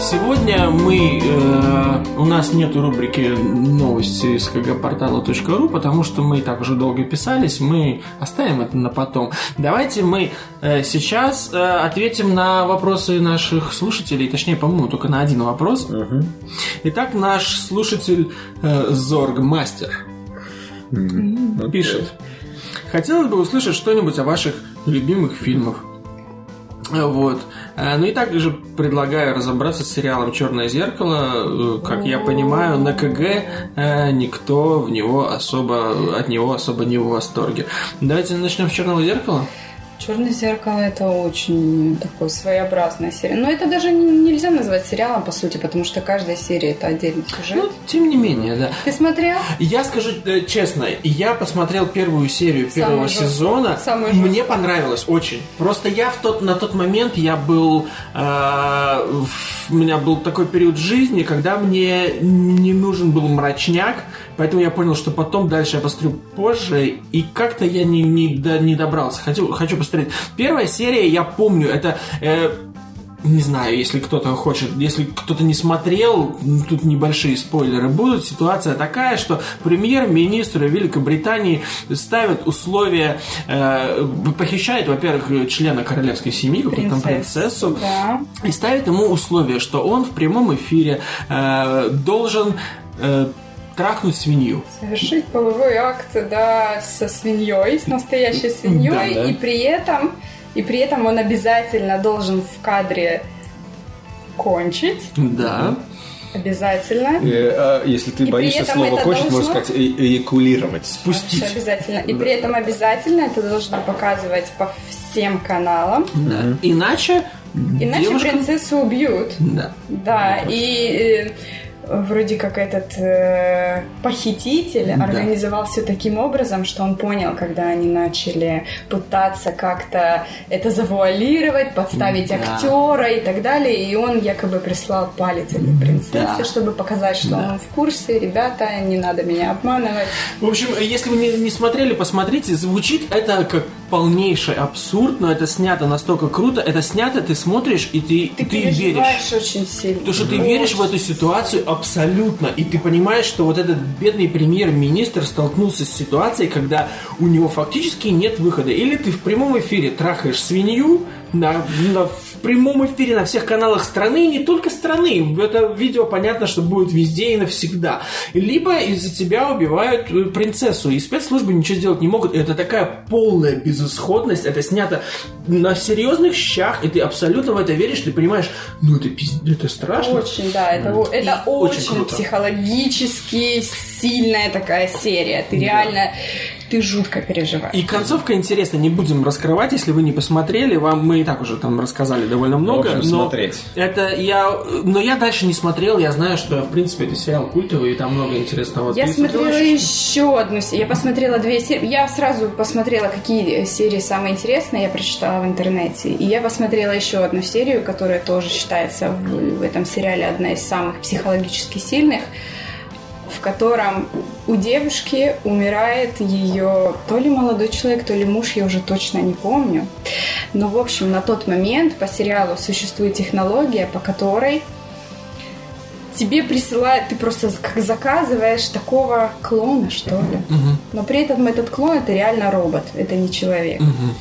B: Сегодня мы э, у нас нет рубрики новости с kgportala.ru, потому что мы и так уже долго писались, мы оставим это на потом. Давайте мы э, сейчас э, ответим на вопросы наших слушателей, точнее, по-моему, только на один вопрос. Итак, наш слушатель э, Зоргмастер
A: Ну,
B: пишет. Хотелось бы услышать что-нибудь о ваших любимых фильмах. Э, Вот. Э, Ну и также предлагаю разобраться с сериалом Черное зеркало. Э, Как я понимаю, на КГ э, никто в него особо от него особо не в восторге. Давайте начнем с черного зеркала.
C: Черное зеркало это очень такой своеобразная серия. Но Ну, это даже не- нельзя назвать сериалом, по сути, потому что каждая серия это отдельный сюжет.
B: Ну, тем не менее, да.
C: Ты смотрел?
B: Я скажу э, честно, я посмотрел первую серию первого
C: Самую жёст-
B: сезона.
C: самую
B: Мне понравилось очень. Просто я в тот, на тот момент я был... э, в- у меня был такой период жизни, когда мне не нужен был мрачняк, поэтому я понял, что потом дальше я посмотрю позже, и как-то я не, не, до- не добрался. Хочу, хочу посмотреть. Первая серия, я помню, это... э, не знаю, если кто-то хочет, если кто-то не смотрел, м, тут небольшие спойлеры будут. Ситуация такая, что премьер-министры Великобритании ставят условия, э, похищают, во-первых, члена королевской семьи, какую-то там принцессу,
C: Да.
B: и ставит ему условие, что он в прямом эфире э, должен э, трахнуть свинью.
C: Совершить половой акт, да, со свиньей, с настоящей свиньей,
B: Да, да.
C: и при этом, и при этом он обязательно должен в кадре кончить,
B: Да.
C: обязательно.
A: Э, а если ты
C: И
A: боишься
C: при этом
A: слова
C: это
A: кончить, можно
C: должно-
A: сказать э- эякулировать.
B: Пустить.
C: Вообще обязательно. И при этом обязательно это должно показывать по всем каналам.
B: Да. Иначе,
C: Иначе
B: девушка...
C: принцессу убьют.
B: Да.
C: Да, и э, вроде как этот э, похититель
B: Да.
C: организовал все таким образом, что он понял, когда они начали пытаться как-то это завуалировать, подставить
B: Да.
C: актера и так далее, и он якобы прислал палец этой принцессе,
B: Да.
C: чтобы показать, что
B: Да.
C: он в курсе, ребята, не надо меня обманывать.
B: В общем, если вы не, не смотрели, посмотрите. Звучит это как полнейший абсурд, но это снято настолько круто. Это снято, ты смотришь и ты,
C: Ты,
B: ты веришь.
C: переживаешь очень сильно.
B: Потому что ты веришь в эту ситуацию абсолютно, и ты понимаешь, что вот этот бедный премьер-министр столкнулся с ситуацией, когда у него фактически нет выхода. Или ты в прямом эфире трахаешь свинью на, на- в прямом эфире на всех каналах страны, и не только страны. Это видео понятно, что будет везде и навсегда. Либо из-за тебя убивают э, принцессу, и спецслужбы ничего сделать не могут. Это такая полная безысходность. Это снято на серьезных щах, и ты абсолютно в это веришь, ты понимаешь, ну это пиздец, это страшно.
C: Очень, да, это, о- это
B: И очень
C: очень,
B: круто.
C: психологически сильная такая серия. Ты реально, ты жутко переживаешь.
B: И концовка интересная, не будем раскрывать, если вы не посмотрели, вам мы и так уже там рассказали довольно много,
A: Ну, в общем,
B: но
A: смотреть.
B: это я, но я дальше не смотрел, я знаю, что в принципе это сериал культовый и там много интересного. Ну,
C: Я
B: Ты
C: смотрела
B: смотрела еще?
C: еще одну серию. Я посмотрела две серии. Я сразу посмотрела, какие э, серии самые интересные, я прочитала в интернете. И я посмотрела еще одну серию, которая тоже считается в, в этом сериале одна из самых психологически сильных, в котором у девушки умирает ее то ли молодой человек, то ли муж, я уже точно не помню. Но, в общем, на тот момент по сериалу существует технология, по которой тебе присылают, ты просто как заказываешь такого клона, что ли.
B: Мгм.
C: Но при этом этот клон это реально робот, это не человек.
B: Мгм.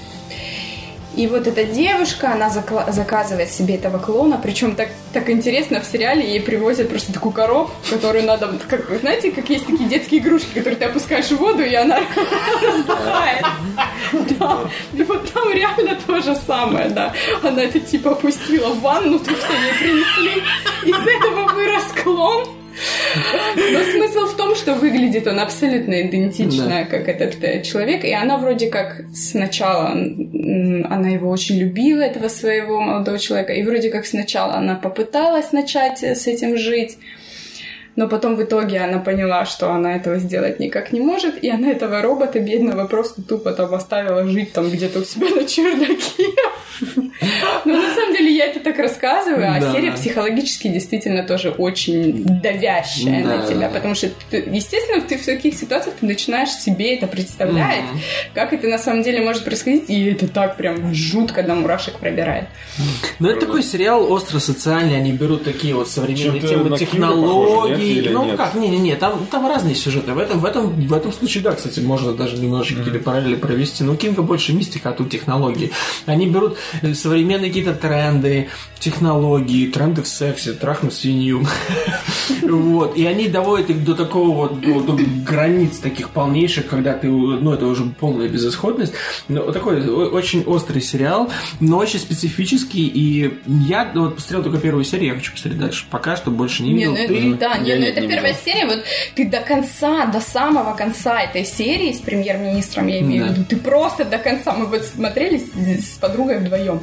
C: И вот эта девушка, она закла- заказывает себе этого клона, причем так, так интересно, в сериале ей привозят просто такую коробку, которую надо, как, знаете, как есть такие детские игрушки, которые ты опускаешь в воду, и она разбухает. Да. И вот там реально то же самое, да. Она это типа опустила в ванну, то, что ей принесли. Из этого вырос клон. Но смысл в том, что выглядит он абсолютно идентично,
B: Да.
C: как этот э, человек. И она вроде как сначала, м, она его очень любила, этого своего молодого человека. И вроде как сначала она попыталась начать э, с этим жить. Но потом в итоге она поняла, что она этого сделать никак не может, и она этого робота бедного просто тупо там оставила жить там где-то у себя на чердаке. Но на самом деле я это так рассказываю, а
B: Да.
C: серия психологически действительно тоже очень давящая на
B: Да.
C: тебя, потому что, ты- естественно, ты в таких ситуациях ты начинаешь себе это представлять,
B: Мгм.
C: как это на самом деле может происходить, и это так прям жутко до мурашек пробирает.
B: Но это такой сериал остро социальный, они берут такие вот современные
A: Чем-то
B: темы
A: на Кира похоже, нет,
B: технологий.
A: или
B: ну
A: нет?
B: как, не-не-не, там, там разные сюжеты. В этом, в, этом, в этом случае, да, кстати, можно даже немножечко или параллели провести. Но у Кинга больше мистика, а тут технологии. Они берут э, современные какие-то тренды, технологии, тренды в сексе, трахнуть свинью. Вот. И они доводят их до такого вот до, до границ таких полнейших, когда ты, ну, это уже полная безысходность. Но вот такой о- очень острый сериал, но очень специфический. И я ну, вот посмотрел только первую серию, я хочу посмотреть дальше. Пока что больше не
C: Не,
B: видел.
C: ну это,
B: Ты?
C: да, не,
A: Я
C: ну
A: нет,
C: это
A: не
C: первая
A: видел.
C: серия, вот ты до конца, до самого конца этой серии с премьер-министром, я имею в
B: Да.
C: виду, ты просто до конца, мы вот смотрели с, с подругой вдвоем,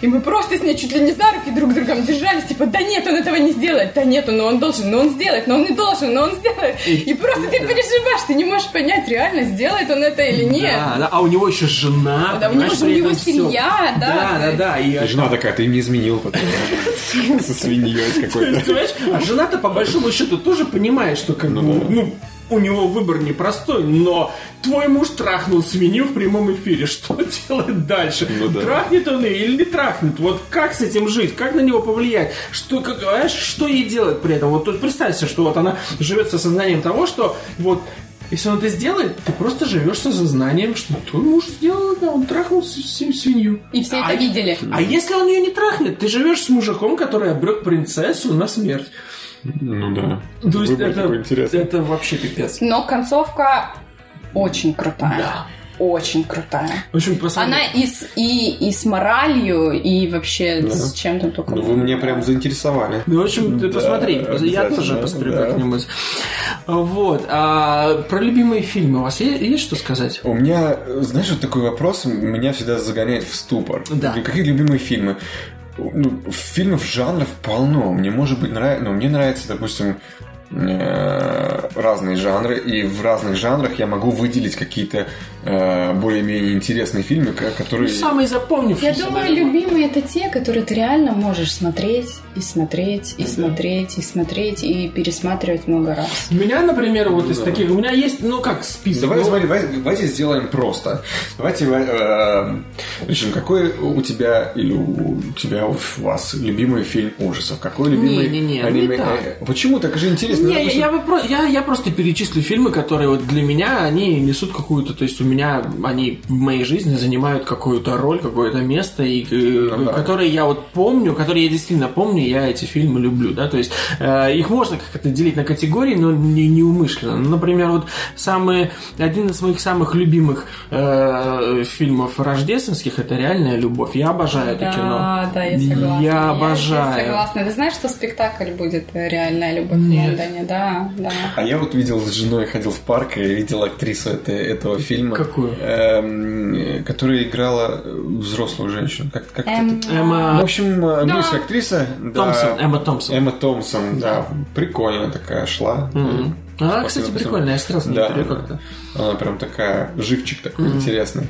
C: и мы просто с ней чуть ли не за руки друг другом держались, типа, да нет, он этого не сделает, да нет, он, но он должен, но он сделает, но он не должен, но он сделает, и, просто ты переживаешь, ты не можешь понять, реально сделает он это или нет.
B: Да, да, а у него еще жена.
C: Да, у него
B: понимаешь,
C: же у
B: при
C: него
B: этом всё.
C: семья, да.
B: Да, да, да. И
A: И жена такая, ты им не изменил потом. Со свиньей какой-то.
B: Понимаешь? А жена-то по большому счету тоже понимает, что как бы, ну, у него выбор непростой, но твой муж трахнул свинью в прямом эфире. Что делать дальше?
A: Ну да.
B: Трахнет он ее или не трахнет? Вот как с этим жить? Как на него повлиять? Что, как, понимаешь, что ей делать при этом? Вот тут представь себе, что вот она живет с осознанием того, что вот если он это сделает, ты просто живешь с осознанием, что твой муж сделал, да, он трахнул с- с- свинью.
C: И все это
B: А-
C: видели.
B: а если он ее не трахнет, ты живешь с мужиком, который обрек принцессу на смерть.
A: Ну да.
B: То есть
A: Выбор
B: это,
A: такой интересный.
B: это вообще пипец.
C: Но концовка очень крутая. Очень крутая.
B: В общем, пацаны,
C: Она и с, и, и с моралью, и вообще с чем-то только.
A: Ну, Вы меня прям заинтересовали.
B: Ну, в общем, ты посмотри, я тоже
A: обязательно,
B: посмотрю
A: да.
B: как-нибудь. Вот. а про любимые фильмы у вас е- есть, что сказать?
A: У меня, э, знаешь, вот такой вопрос меня всегда загоняет в ступор.
B: Да.
A: Какие любимые фильмы? Ну, фильмов жанров полно. Мне может быть нравится, но мне нравится, допустим, э, разные жанры, и в разных жанрах я могу выделить какие-то э, более-менее интересные фильмы, ко- которые...
B: Самые
C: Я
B: запомнившиеся.
C: думаю, любимые это те, которые ты реально можешь смотреть и смотреть, и смотреть, и смотреть, и пересматривать много раз.
B: У меня, например, вот из таких... У меня есть, ну как, список.
A: Давай,
B: ну,
A: смотри, давай- давайте сделаем просто. Давайте э, решим, какой у тебя или у тебя у вас любимый фильм ужасов? Какой любимый
B: Не-не-не, ну
A: аниме?
B: не так.
A: э, Почему так же интересно?
B: Не, я,
A: допустим,
B: я бы про- я- я просто перечислю фильмы, которые вот для меня, они несут какую-то, то есть у меня, они в моей жизни занимают какую-то роль, какое-то место, и, э,
A: Ну да.
B: которые я вот помню, которые я действительно помню, я эти фильмы люблю, да, то есть э, их можно как-то делить на категории, но не, неумышленно. Ну, Например, вот самые, один из моих самых любимых э, фильмов рождественских, это «Реальная любовь». Я обожаю это кино.
C: да, я
B: Я
C: согласна. здесь
B: обожаю.
C: согласна. Ты знаешь, что спектакль будет э, реальная любовь
B: Нет.
C: в Лондоне? Да, да.
A: А я вот видел с женой, ходил в парк и видел актрису это- этого фильма.
B: Какую?
A: эм, э, которая играла э, взрослую женщину. Как, как
C: Эм,
A: это? В
B: Эмма
A: общем, э, английская актриса. да.
B: А. Томпсон, Эмма Томпсон.
A: Эмма Томпсон, да. Прикольная такая шла.
B: Мгм. Она,
A: Спасибо,
B: А, кстати,
A: спасибо.
B: прикольная, я сразу не
A: Да,
B: люблю
A: да.
B: как-то.
A: Она прям такая, живчик такой интересный.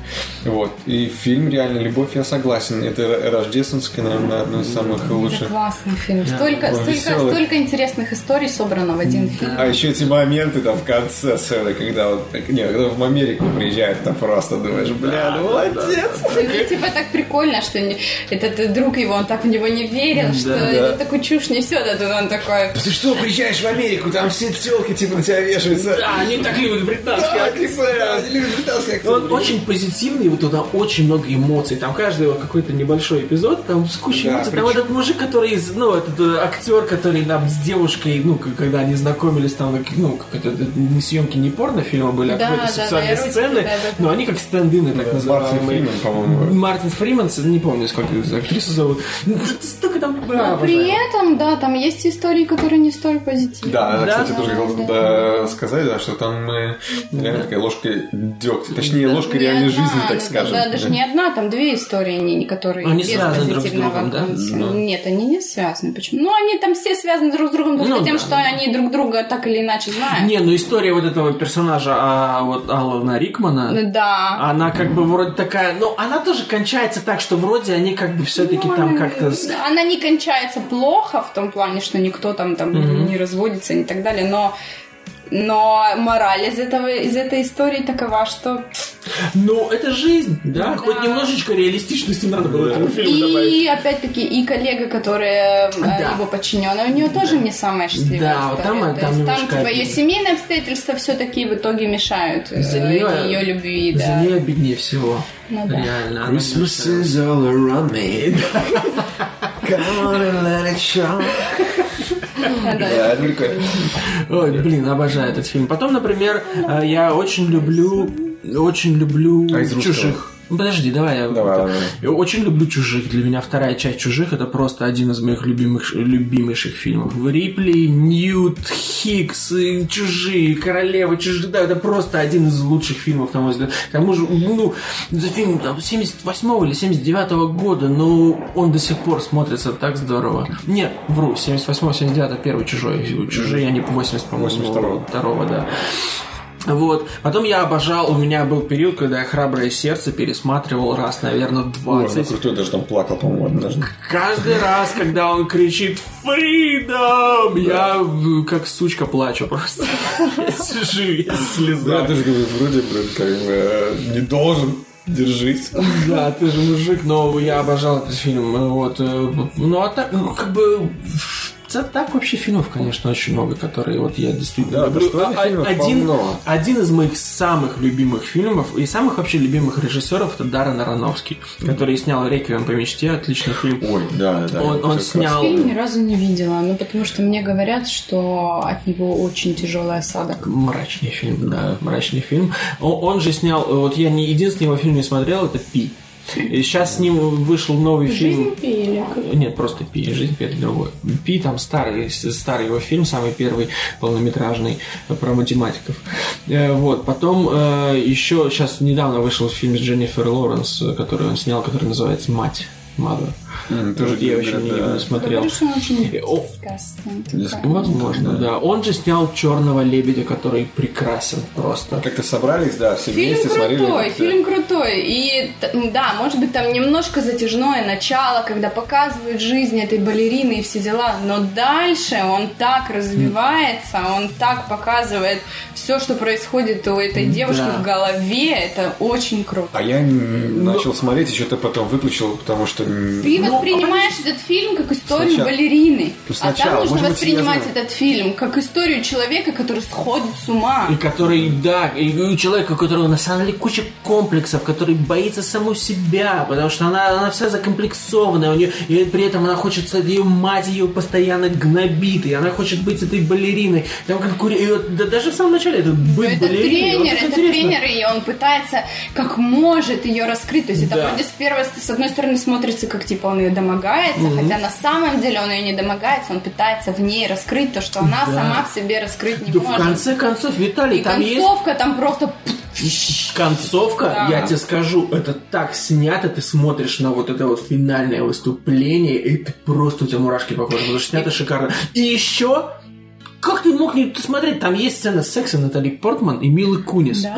A: Вот. И фильм реально «Любовь», я согласен. Это рождественский, наверное, одно из самых
C: Это
A: лучших.
C: классный фильм. Столько,
A: он
C: столько,
A: веселый.
C: столько интересных историй собрано в один фильм.
A: А еще эти моменты там в конце, Сэлли, когда вот, не, когда в Америку приезжают, там просто думаешь, бля, ну молодец.
C: Мне, типа так прикольно, что не- этот друг его, он так в него не верил, что это такую чушь несет, а тут он такой...
A: Да ты что, приезжаешь в Америку, там все телки, типа,
L: на тебя вешаются.
M: Да, А, они так любят британские
A: А,
L: Да, типа, да, они любят британские акценты.
B: Он очень позитивный, вот туда очень много эмоций. Там каждый вот какой-то небольшой эпизод, там с кучей
L: Да,
B: эмоций. Там
L: причем-
B: этот мужик, который, из- ну, этот э, актер, который нам с девушкой, ну, к- когда они знакомились, там, как- ну, как это, не съемки не порнофильма были, а
C: Да,
B: какой-то
C: да,
B: сексуальные
C: эротики,
B: сцены.
C: да, да.
B: Но они как стендины, так
A: Мартин
B: называемые.
A: Фримен, по-моему.
B: Мартин Фриман, не помню, сколько актрисы зовут. Ну, ты- ты Столько там...
A: А,
N: Но
C: Ну,
B: Да,
N: при
B: обожаю.
N: этом, да, там есть истории, которые не столь позитивные.
A: Да, да, кстати,
N: да,
A: тоже хотел
N: да.
A: да, сказать, да, что там э, реально такая ложка дегтя, точнее, ложка
C: Ну, Не
A: реальной
C: одна,
A: жизни,
C: да,
A: так скажем.
C: Да, даже не одна, там две истории, не, не которые
B: Они
C: без
B: связаны друг с
C: позитивного
B: другом, да?
C: конца.
A: Ну.
C: Нет, они не связаны. Почему? Ну, они там все связаны друг с другом только
B: Ну,
C: тем,
B: да,
C: что
B: да.
C: они друг друга так или иначе знают.
B: Не, ну история вот этого персонажа, а, вот Алана Рикмана,
C: Ну, Да.
B: Она как бы вроде такая, ну, она тоже кончается так, что вроде они как бы все-таки там как-то... с-
C: Ну, Она не кончается плохо в том плане, что никто там, там не разводится и так далее, но но мораль из этого из этой истории такова, что
B: Ну, это жизнь, да?
C: Ну
B: Хоть немножечко реалистичности надо было этому фильму добавить.
C: и опять-таки и коллега, которая э,
B: Да.
C: его подчиненная, у нее тоже не самая счастливая
B: Да, вот
C: история.
B: там-
C: То
B: там
C: есть
B: немножко
C: там типа ее
B: обидно.
C: семейные обстоятельства все-таки в итоге мешают
B: За неё-
C: ее любви,
B: За
C: да.
B: нее обиднее всего.
C: Ну да.
B: Реально. она мне вся-
A: all around me. Come on and let it show.
L: Да, это прикольно.
B: Ой, блин, обожаю этот фильм. Потом, например, э, я очень люблю... Очень люблю
A: А из русского?
B: чужих. Ну, Подожди, давай я...
A: Давай, давай.
B: Я очень люблю «Чужих». Для меня вторая часть «Чужих» — это просто один из моих любимых, любимейших фильмов. Рипли, Ньют, Хикс, «Чужие», «Королева», «Чужие». Да, это просто один из лучших фильмов, на мой взгляд. К тому же, ну, за фильм там, 78 или 79 года, но он до сих пор смотрится так здорово. Нет, вру, 78-79 первый «Чужой». «Чужие» они 80, по-моему,
A: 82-го.
B: второго, да. Вот. Потом я обожал, у меня был период, когда я «Храброе сердце» пересматривал раз, наверное,
A: Ой, ну
B: 20.
A: крутой, даже там плакал, по-моему, однажды.
B: Каждый раз, когда он кричит «Фридом!», я в- как сучка плачу просто. Я сижу, я
A: Да,
B: слезаю.
A: ты же говоришь, вроде бы как бы э, не должен. Держись.
B: Да, ты же мужик, но я обожал этот фильм. Вот. э, Ну, а так, ну, как бы... Да, так вообще фильмов, конечно, очень много, которые вот я действительно
A: Да,
B: люблю. А,
A: достойных фильмов
B: один,
A: полно.
B: один из моих самых любимых фильмов и самых вообще любимых режиссеров это Даррен Аронофский, который снял «Реквием по мечте», отличный фильм.
A: Ой, да, да.
B: он, он
A: прекрасно.
B: снял...
C: Фильм ни разу не видела, ну потому что мне говорят, что от него очень тяжелый осадок.
B: Мрачный фильм, да, мрачный фильм. О- Он, же снял, э, вот я не единственный его фильм не смотрел, это Пи. И сейчас с ним вышел новый
N: Жизнь
B: фильм.
N: пили.
B: Нет, просто Пи, жизнь Пи это другой. Пи там старый, с- старый его фильм, самый первый полнометражный про математиков. Э, Вот, потом э, еще сейчас недавно вышел фильм с Дженнифер Лоуренс, э, который он снял, который называется Мать. Mother.
A: М, Тоже
B: Вот я еще
A: говорят,
B: не,
A: да.
B: не смотрел. Э,
C: Говоришь, он очень
B: О,
C: сказка.
B: возможно, да. Он же снял Черного лебедя, который прекрасен просто.
A: Как-то собрались, да, все
C: Фильм
A: вместе
C: крутой,
A: смотрели. как-то.
C: фильм крутой. И т- да, может быть, там немножко затяжное начало, когда показывают жизнь этой балерины и все дела, но дальше он так развивается, он так показывает все, что происходит у этой девушки
B: Да.
C: в голове. Это очень круто.
A: А я м, начал смотреть, и что-то потом выключил, потому что... м,
C: Ты воспринимаешь этот фильм как историю
A: Ну, Сначала-
C: балерины.
A: Ну,
C: а там
A: сначала,
C: нужно
A: может быть, я
C: воспринимать
A: знаю.
C: этот фильм как историю человека, который сходит с ума.
B: И который, да, и у человека, у которого на самом деле куча комплексов, который боится саму себя, потому что она, она вся закомплексованная, у нее, и при этом она хочет, стать- ее мать ее постоянно гнобит, и она хочет быть этой балериной. Там конкурен- и вот, да, даже в самом начале это быть
C: Ну, это
B: балериной.
C: тренер,
B: вот это
C: это
B: интересно.
C: тренер, и он пытается как может ее раскрыть. То есть это
B: Да.
C: вроде с первой, с одной стороны смотрится, как типа он ее домогается, хотя на самом деле он ее не домогается, он пытается в ней раскрыть то, что она
B: Да.
C: сама в себе раскрыть не
B: Да в
C: может.
B: конце концов, Виталий,
C: и
B: там есть
C: концовка там просто
B: Концовка,
C: Да.
B: я тебе скажу, это так снято, ты смотришь на вот это вот финальное выступление, и ты просто у тебя мурашки по коже, потому что снято шикарно. И еще, как ты мог не смотреть, там есть сцена секса Натали Портман и Милы Кунис.
C: Да.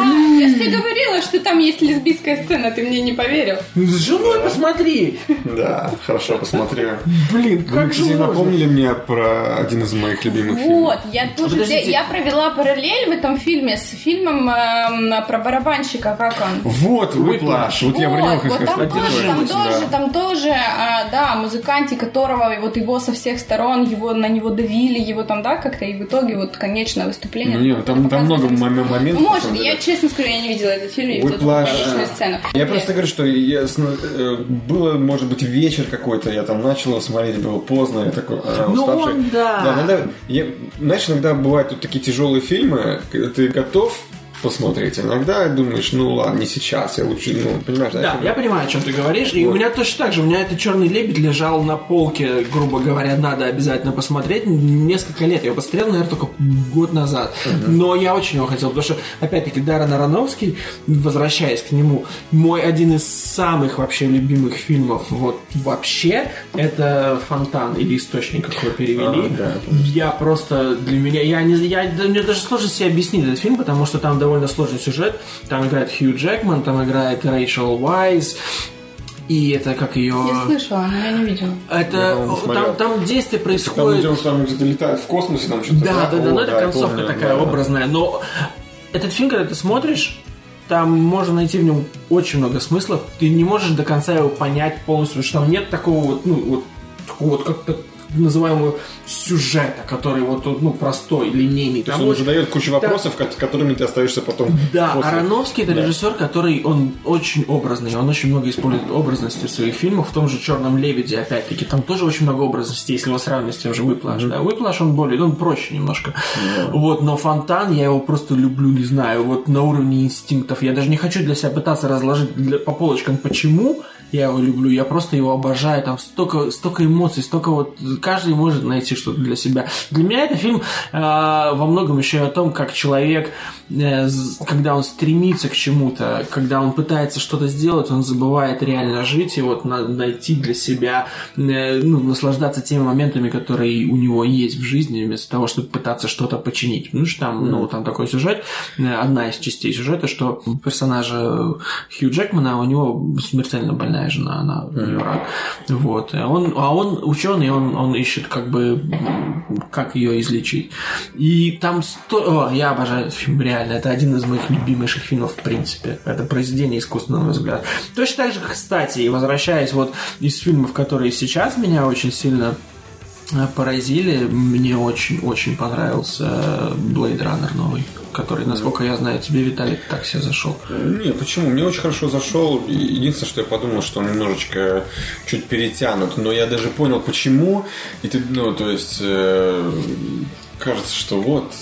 C: Да, я же тебе говорила, что там есть лесбийская сцена, ты мне не поверил.
B: Ну, С женой посмотри!
J: Да, хорошо, посмотрю.
B: Блин,
A: Вы,
B: как же
A: кстати,
B: можно?
A: напомнили мне про один из моих любимых фильмов.
C: Вот, я тоже,
B: А Подождите.
C: я провела параллель в этом фильме с фильмом эм, про барабанщика, как он.
A: Вот, Whiplash. Вот я про него
C: Вот,
A: хотел
C: вот
A: сказать.
C: там
A: что это
C: тоже, там
A: точно,
C: тоже,
A: да.
C: там тоже, а, да, музыканте, которого вот его со всех сторон, его на него давили, его там, да, как-то, и в итоге вот конечное выступление.
A: Ну, не, там, там много
C: Показывали.
A: мом- моментов. на
C: Может,
A: самом деле.
C: я честно скажу, я не видела этот фильм, я видела только
A: Whiplash,
C: конечную
A: а.
C: сцену.
A: Я просто говорю, что я сна- э, было, может быть, вечер какой-то, я там начал его смотреть, было поздно, я такой а,
B: Ну,
A: уставший.
B: он да.
A: иногда- я- знаешь, иногда бывают тут такие тяжелые фильмы, когда ты готов посмотреть, а иногда думаешь, ну ладно, не сейчас, я лучше, ну, понимаешь, да,
B: Да,
A: фильм-
B: я понимаю, о чем ты говоришь. И у меня точно так же. У меня этот черный лебедь лежал на полке, грубо говоря, надо обязательно посмотреть. Несколько лет. Я его посмотрел, наверное, только год назад. Но я очень его хотел, потому что, опять-таки, Даррен Ароновский, возвращаясь к нему, мой один из самых вообще любимых фильмов вот вообще, это «Фонтан» или «Источник», как его перевели. я просто для меня... Я не, я, да мне даже сложно себе объяснить этот фильм, потому что там довольно сложный сюжет. Там играет Хью Джекман, там играет Рэйчел Уайз, и это как ее...
C: Я слышала, но я не видела.
B: Это
A: по-моему,
B: о,
A: смотрел.
B: там, там действие
A: Там
B: происходит...
A: идем, что там где-то летают в космосе, там что-то.
B: Да, да, да,
A: О,
B: но это
A: я
B: концовка
A: помню,
B: такая
A: да.
B: образная. Но этот фильм, когда ты смотришь, там можно найти в нем очень много смыслов. Ты не можешь до конца его понять полностью, потому что там нет такого вот, ну, вот, такого вот как-то называемого сюжета, который вот, ну, простой, линейный.
A: То
B: Там
A: есть он
B: очень-
A: задает кучу вопросов, кот- которыми ты остаешься потом.
B: да, а
A: после.
B: Ароновский это
A: Да.
B: режиссер, который он очень образный, он очень много использует образности в своих фильмах, в том же Черном лебеде, опять-таки, там тоже очень много образности, если его сравнивать с тем же Выплаш. Да, Выплаш он более, он проще немножко. Вот, но фонтан я его просто люблю, не знаю, вот на уровне инстинктов. Я даже не хочу для себя пытаться разложить для- по полочкам, почему я его люблю, я просто его обожаю, там столько, столько эмоций, столько вот, каждый может найти что-то для себя. Для меня это фильм э, во многом еще и о том, как человек, э, з- когда он стремится к чему-то, когда он пытается что-то сделать, он забывает реально жить и вот на- найти для себя, э, ну, наслаждаться теми моментами, которые у него есть в жизни, вместо того, чтобы пытаться что-то починить. Ну, что там, ну, там такой сюжет, э, одна из частей сюжета, что у персонажа э, Хью Джекмана, у него смертельно больная жена, она у неё рак. Вот. А он, а он ученый, он, он ищет как бы м, как ее излечить. И там сто... О, я обожаю этот фильм, реально. Это один из моих любимейших фильмов в принципе. Это произведение искусства, на мой взгляд. Точно так же, кстати, и возвращаясь вот из фильмов, которые сейчас меня очень сильно э, поразили. Мне очень-очень понравился э, Blade Runner новый, который, насколько я знаю, тебе, Виталий, так себе зашел.
A: Не, почему? Мне очень хорошо зашел. И- Единственное, что я подумал, что он немножечко чуть перетянут. Но я даже понял, почему. И ты, ну, то есть, э, кажется, что вот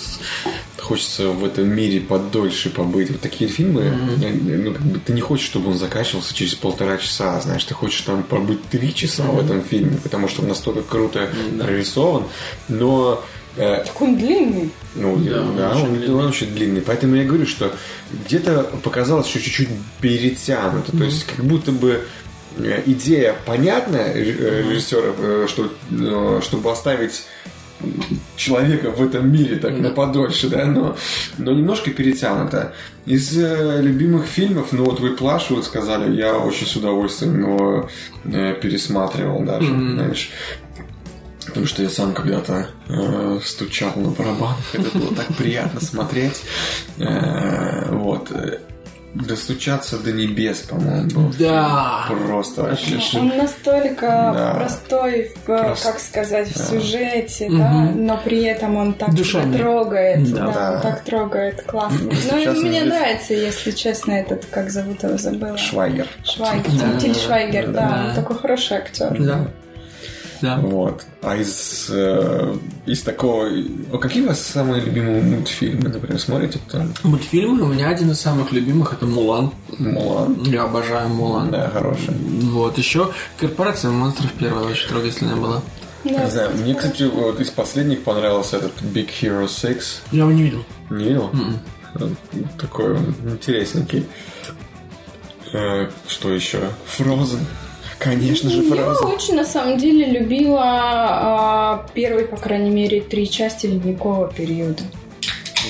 A: хочется в этом мире подольше побыть. Вот такие фильмы, э, ну, как бы ты не хочешь, чтобы он заканчивался через полтора часа, знаешь, ты хочешь там побыть три часа в этом фильме, потому что он настолько круто прорисован. Но э,
C: Такой он длинный.
A: ну, да, он, он длинный. Поэтому я говорю, что где-то показалось, что чуть-чуть перетянуто. То есть, как будто бы э, идея понятна э, режиссера, э, что, э, чтобы оставить человека в этом мире так на подольше, да, но, но немножко перетянуто. Из э, любимых фильмов, ну вот вы плашу вот сказали, я очень с удовольствием его э, пересматривал даже, знаешь. Потому что я сам когда-то э, стучал на барабанах, это было так приятно смотреть. Э, вот. э, Достучаться до небес, по-моему, был.
B: Да.
A: Просто вообще шик.
C: Он настолько
A: Да.
C: простой, в, э,
A: Прост-
C: как сказать, в сюжете, да, но при этом он так
B: Душевный.
C: трогает,
B: Да.
C: да,
A: Да.
C: он так трогает, классно.
A: Просто
C: Ну, и
A: сейчас
C: мне
A: он здесь-
C: нравится, если честно, этот, как зовут его, забыла.
A: Швайгер.
C: Швайгер, Тиль Швайгер, да, он такой хороший актер.
B: Да. Да.
A: Вот. А из, э, из такого... О, какие у вас самые любимые мультфильмы, например, смотрите? Там
B: Мультфильмы у меня один из самых любимых это Мулан.
A: Мулан.
B: Я обожаю Мулан.
A: Да, хороший.
B: Вот, еще корпорация монстров первая очень трогательная была.
A: Не знаю, мне, кстати, вот из последних понравился этот Big Hero 6.
B: Я его не видел.
A: Не видел?
B: М-м.
A: Э, Такой он интересненький. Э, что еще? Frozen. Конечно же,
C: Я
A: Frozen.
C: очень, на самом деле, любила а, первый, по крайней мере, три части ледникового периода.